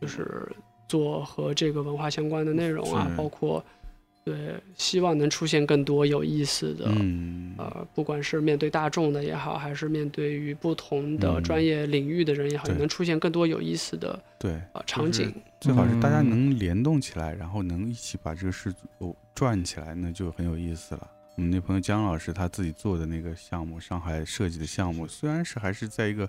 Speaker 3: 就是做和这个文化相关的内容啊
Speaker 1: 是，
Speaker 3: 包括对，希望能出现更多有意思的。
Speaker 1: 嗯，
Speaker 3: 呃，不管是面对大众的也好，还是面对于不同的
Speaker 1: 嗯
Speaker 3: 专业领域的人也好，也
Speaker 1: 对
Speaker 3: 能出现更多有意思的
Speaker 1: 对，
Speaker 3: 呃场
Speaker 1: 是
Speaker 3: 景。
Speaker 1: 最好是大家能联动起来，然后能一起把这个事哦转起来，那就很有意思了。我们那朋友姜老师他自己做的那个项目，上海设计的项目，虽然是还是在一个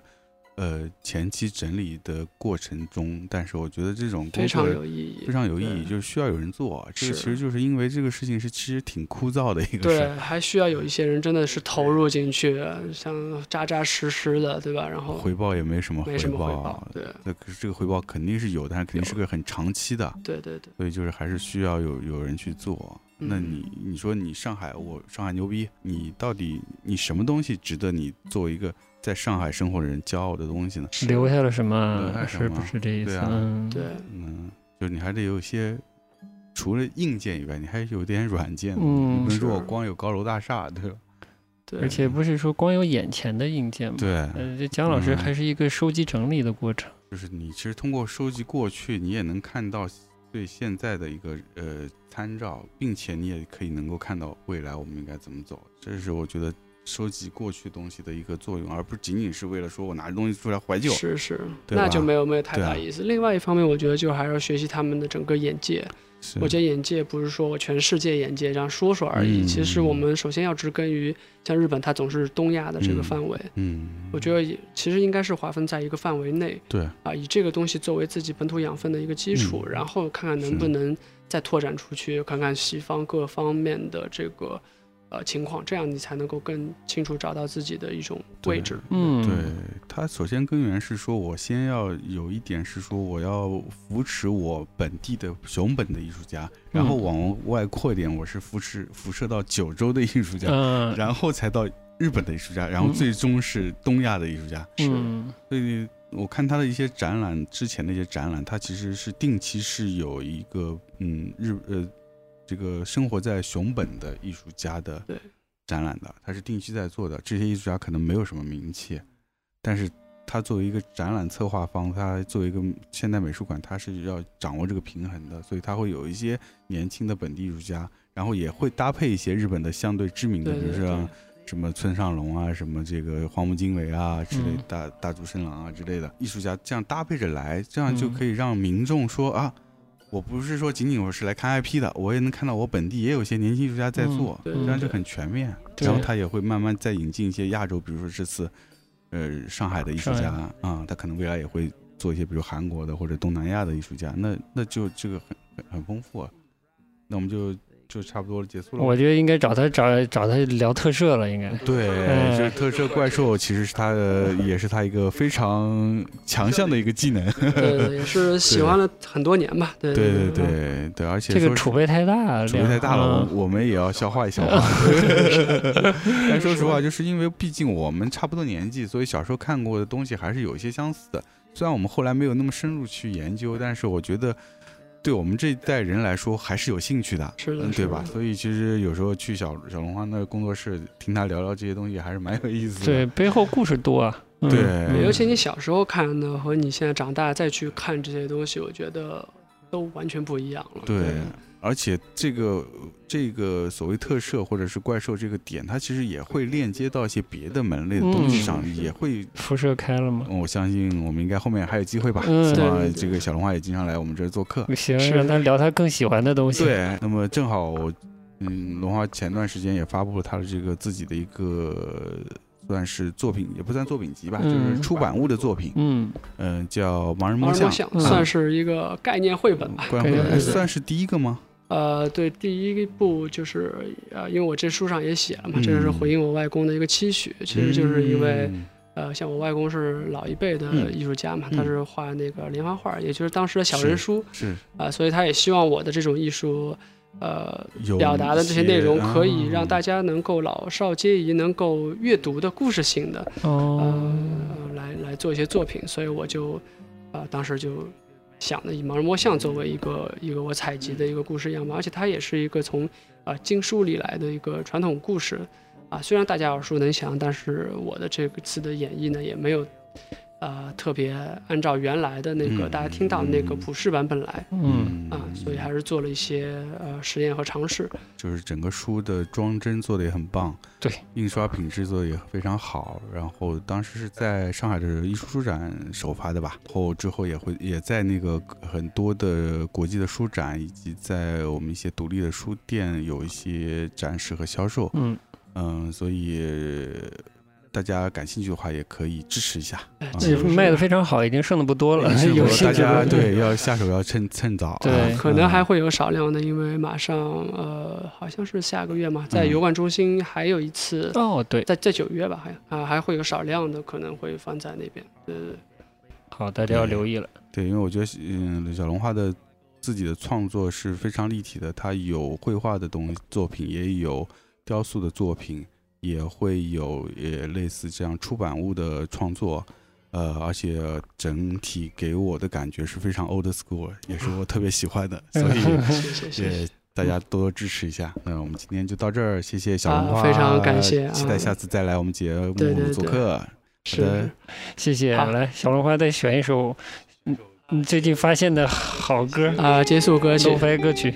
Speaker 1: 呃前期整理的过程中，但是我觉得这种工
Speaker 3: 非
Speaker 1: 作
Speaker 3: 常有意义，
Speaker 1: 非常有意义，
Speaker 3: 对
Speaker 1: 就是需要有人做。啊这个
Speaker 3: 是
Speaker 1: 其实就是因为这个事情是其实挺枯燥的一个事
Speaker 3: 对
Speaker 1: 儿，，
Speaker 3: 还需要有一些人真的是投入进去，像扎扎实实的，对吧？然后
Speaker 1: 回报也没什么
Speaker 3: 没什么回报，对
Speaker 1: 那可是这个回报肯定是有，但是肯定是个很长期的。
Speaker 3: 对对对，
Speaker 1: 所以就是还是需要有有人去做。
Speaker 3: 嗯
Speaker 1: 那你你说你上海，我上海牛逼，你到底你什么东西值得你作为一个在上海生活的人骄傲的东西呢？
Speaker 2: 留下了什
Speaker 1: 留下
Speaker 2: 么？
Speaker 1: 什么
Speaker 2: 是不是这意
Speaker 1: 对
Speaker 2: 思？
Speaker 1: 啊
Speaker 2: 嗯，
Speaker 3: 对
Speaker 1: 嗯，就是你还得有一些除了硬件以外，你还有点软件的，
Speaker 2: 嗯
Speaker 1: 你不能说
Speaker 3: 是
Speaker 1: 我光有高楼大厦，对吧？
Speaker 3: 对，
Speaker 2: 而且不是说光有眼前的硬
Speaker 3: 嗯
Speaker 2: 件嘛。
Speaker 1: 对，
Speaker 2: 呃，这姜老师
Speaker 1: 嗯
Speaker 2: 还是一个收集整理的过程。
Speaker 1: 就是你其实通过收集过去，你也能看到对现在的一个呃参照，并且你也可以能够看到未来我们应该怎么走。这是我觉得收集过去东西的一个作用，而不仅仅是为了说我拿着东西出来怀旧。
Speaker 3: 是是，
Speaker 1: 对
Speaker 3: 那
Speaker 1: 吧
Speaker 3: 就没有没有太
Speaker 1: 对啊
Speaker 3: 大意思。另外一方面，我觉得就还要学习他们的整个眼界。
Speaker 1: 是
Speaker 3: 我觉得眼界不是说我全世界眼界这样说说而已，
Speaker 1: 嗯
Speaker 3: 其实我们首先要植根于像日本，它总是东亚的这个
Speaker 1: 嗯
Speaker 3: 范围。
Speaker 1: 嗯，
Speaker 3: 我觉得也其实应该是划分在一个范围内
Speaker 1: 对，
Speaker 3: 啊，以这个东西作为自己本土养分的一个基础，
Speaker 1: 嗯
Speaker 3: 然后看看能不
Speaker 1: 是
Speaker 3: 能再拓展出去，看看西方各方面的这个呃情况，这样你才能够更清楚找到自己的一种
Speaker 1: 对
Speaker 3: 位置。
Speaker 2: 嗯，
Speaker 1: 对，它首先根源是说，我先要有一点是说，我要扶持我本地的熊本的艺术家，然后
Speaker 2: 嗯
Speaker 1: 往外扩一点，我是扶持辐射到九州的艺术家，
Speaker 2: 嗯
Speaker 1: 然后才到日本的艺术家，然后
Speaker 2: 嗯
Speaker 1: 最终是东亚的艺术家。
Speaker 2: 嗯
Speaker 1: 所以我看他的一些展览，之前的一些展览，他其实是定期是有一个嗯日呃这个生活在熊本的艺术家的
Speaker 3: 对
Speaker 1: 展览的，他是定期在做的。这些艺术家可能没有什么名气，但是他作为一个展览策划方，他作为一个现代美术馆，他是要掌握这个平衡的，所以他会有一些年轻的本地艺术家，然后也会搭配一些日本的相对知名的，
Speaker 3: 对
Speaker 1: 比如
Speaker 3: 对
Speaker 1: 说
Speaker 3: 对
Speaker 1: 像。什么村上隆啊，什么这个荒木经惟啊之类
Speaker 2: 嗯，
Speaker 1: 大大竹伸郎啊之类的艺术家，这样搭配着来，这样就
Speaker 2: 嗯
Speaker 1: 可以让民众说啊，我不是说仅仅我是来看 IP 的，我也能看到我本地也有一些年轻艺术家在做，
Speaker 3: 对
Speaker 1: 这样就
Speaker 3: 对
Speaker 1: 很全面。
Speaker 2: 嗯对
Speaker 1: 然后他也会慢慢再引进一些亚洲，比如说这次，呃，上海的艺术家
Speaker 2: 上
Speaker 1: 啊、他可能未来也会做一些，比如韩国的或者东南亚的艺术家，那那就这个很很很丰富、啊。那我们就就差不多结束了吧。
Speaker 2: 我觉得应该找他找找他聊特摄了，应该。
Speaker 1: 对，
Speaker 2: 嗯
Speaker 1: 这特摄怪兽其实是他的，也是他一个非常强项的一个技能。
Speaker 3: 对，也是喜欢了很多年吧。对
Speaker 1: 对对
Speaker 3: 对
Speaker 1: 对对，而且
Speaker 2: 这个
Speaker 1: 说是
Speaker 2: 储备太大，
Speaker 1: 储备太大了，
Speaker 2: 嗯
Speaker 1: 我我们也要消化一消化。但说实话，就是因为毕竟我们差不多年纪，所以小时候看过的东西还是有一些相似的。虽然我们后来没有那么深入去研究，但是我觉得对我们这一代人来说还是有兴趣的，
Speaker 3: 是的
Speaker 1: 嗯
Speaker 3: 是
Speaker 1: 对
Speaker 3: 的
Speaker 1: 吧？所以其实有时候去小小龙花那工作室听他聊聊这些东西，还是蛮有意思的。
Speaker 2: 嗯对，背后故事多 啊。嗯
Speaker 1: 对
Speaker 2: 嗯
Speaker 3: 尤其你小时候看的和你现在长大再去看这些东西，我觉得都完全不一样了。
Speaker 1: 对，而且这个这个所谓特摄或者是怪兽这个点，它其实也会链接到一些别的门类的东西上，
Speaker 3: 嗯
Speaker 1: 也会。
Speaker 2: 辐射开了嘛。
Speaker 1: 我相信我们应该后面还有机会吧。
Speaker 2: 嗯
Speaker 1: 希
Speaker 3: 对
Speaker 1: 望
Speaker 3: 对对
Speaker 1: 这个小龙花也经常来我们这儿做客。
Speaker 2: 行，
Speaker 3: 是
Speaker 2: 让他聊他更喜欢的东
Speaker 1: 嗯
Speaker 2: 西。，
Speaker 1: 对，那么正好，嗯，龙花前段时间也发布了他的这个自己的一个算是作品，也不算作品集吧，
Speaker 2: 嗯
Speaker 1: 就是出版物的作品，
Speaker 2: 嗯
Speaker 1: 嗯，叫《盲人
Speaker 3: 盲
Speaker 1: 摸
Speaker 3: 人
Speaker 1: 象》
Speaker 3: 摸象
Speaker 2: 嗯
Speaker 3: 算是一个概念绘本吧。
Speaker 1: 关
Speaker 2: 对
Speaker 1: 于
Speaker 2: 对
Speaker 1: 哎
Speaker 2: 对
Speaker 1: 算是第一个吗？
Speaker 3: 呃，对，第一部就是呃，因为我这书上也写了嘛，
Speaker 1: 嗯
Speaker 3: 这是回应我外公的一个期许。其实就是因为
Speaker 1: 嗯
Speaker 3: 呃，像我外公是老一辈的
Speaker 1: 嗯
Speaker 3: 艺术家嘛，
Speaker 1: 嗯
Speaker 3: 他是画那个莲花画，也就是当时的小
Speaker 1: 是
Speaker 3: 人书
Speaker 1: 是
Speaker 3: 啊、所以他也希望我的这种艺术，呃，
Speaker 1: 有
Speaker 3: 表达的这些内容
Speaker 1: 一些
Speaker 3: 可以让
Speaker 1: 啊
Speaker 3: 大家能够老少皆宜，能够阅读的故事性的，
Speaker 2: 哦
Speaker 3: 呃，，来来做一些作品，所以我就，啊、当时就想的以盲人摸象作为一个一个我采集的一个故事样貌，而且它也是一个从啊、经书里来的一个传统故事，啊，虽然大家耳熟能详，但是我的这个次的演绎呢，也没有，呃，特别按照原来的那个、
Speaker 1: 嗯
Speaker 3: 大家听到的那个
Speaker 1: 嗯
Speaker 3: 普世版本来
Speaker 2: 嗯，
Speaker 3: 啊，所以还是做了一些呃实验和尝试，
Speaker 1: 就是整个书的装帧做的也很棒，
Speaker 2: 对，
Speaker 1: 印刷品质做的也非常好。然后当时是在上海的艺术书展首发的吧，然后之后也会也在那个很多的国际的书展以及在我们一些独立的书店有一些展示和销售。
Speaker 2: 嗯，
Speaker 1: 嗯，所以大家感兴趣的话也可以支持一下。
Speaker 3: 哎
Speaker 1: 啊，
Speaker 3: 这
Speaker 1: 嗯
Speaker 2: 卖的非常好，已经剩的不多了，
Speaker 1: 是
Speaker 2: 有
Speaker 1: 我
Speaker 2: 兴
Speaker 1: 大
Speaker 2: 趣
Speaker 1: 家
Speaker 2: 的
Speaker 1: 对要下手要趁趁早啊，
Speaker 2: 对
Speaker 3: 可能还
Speaker 1: 嗯
Speaker 3: 会有少量的，因为马上呃，好像是下个月嘛，在
Speaker 1: 嗯
Speaker 3: 油管中心还有一次，
Speaker 2: 哦，对，
Speaker 3: 在在九月吧，还啊还会有少量的可能会放在那边。呃对对对，
Speaker 2: 好，大家要留意了。
Speaker 1: 对，因为我觉得，嗯，小龙画的自己的创作是非常立体的，他有绘画的东西作品，也有雕塑的作品，也会有也类似这样出版物的创作，呃，而且整体给我的感觉是非常 old school，也是我特别喜欢的，所以
Speaker 3: 谢谢嗯 谢谢
Speaker 1: 也，大家多多支持一下。那我们今天就到这儿，谢谢小红花，
Speaker 3: 啊非常感谢啊
Speaker 1: 期待下次再来我们节目
Speaker 3: 对对对
Speaker 1: 做客。
Speaker 3: 是
Speaker 1: 好的
Speaker 3: 是
Speaker 2: 谢谢。
Speaker 3: 好
Speaker 2: 来，小龙花再选一首，嗯，你最近发现的好歌，
Speaker 3: 啊，结束歌曲
Speaker 2: 东。非歌曲。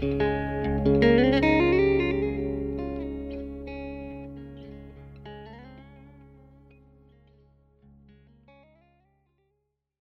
Speaker 4: Thank you.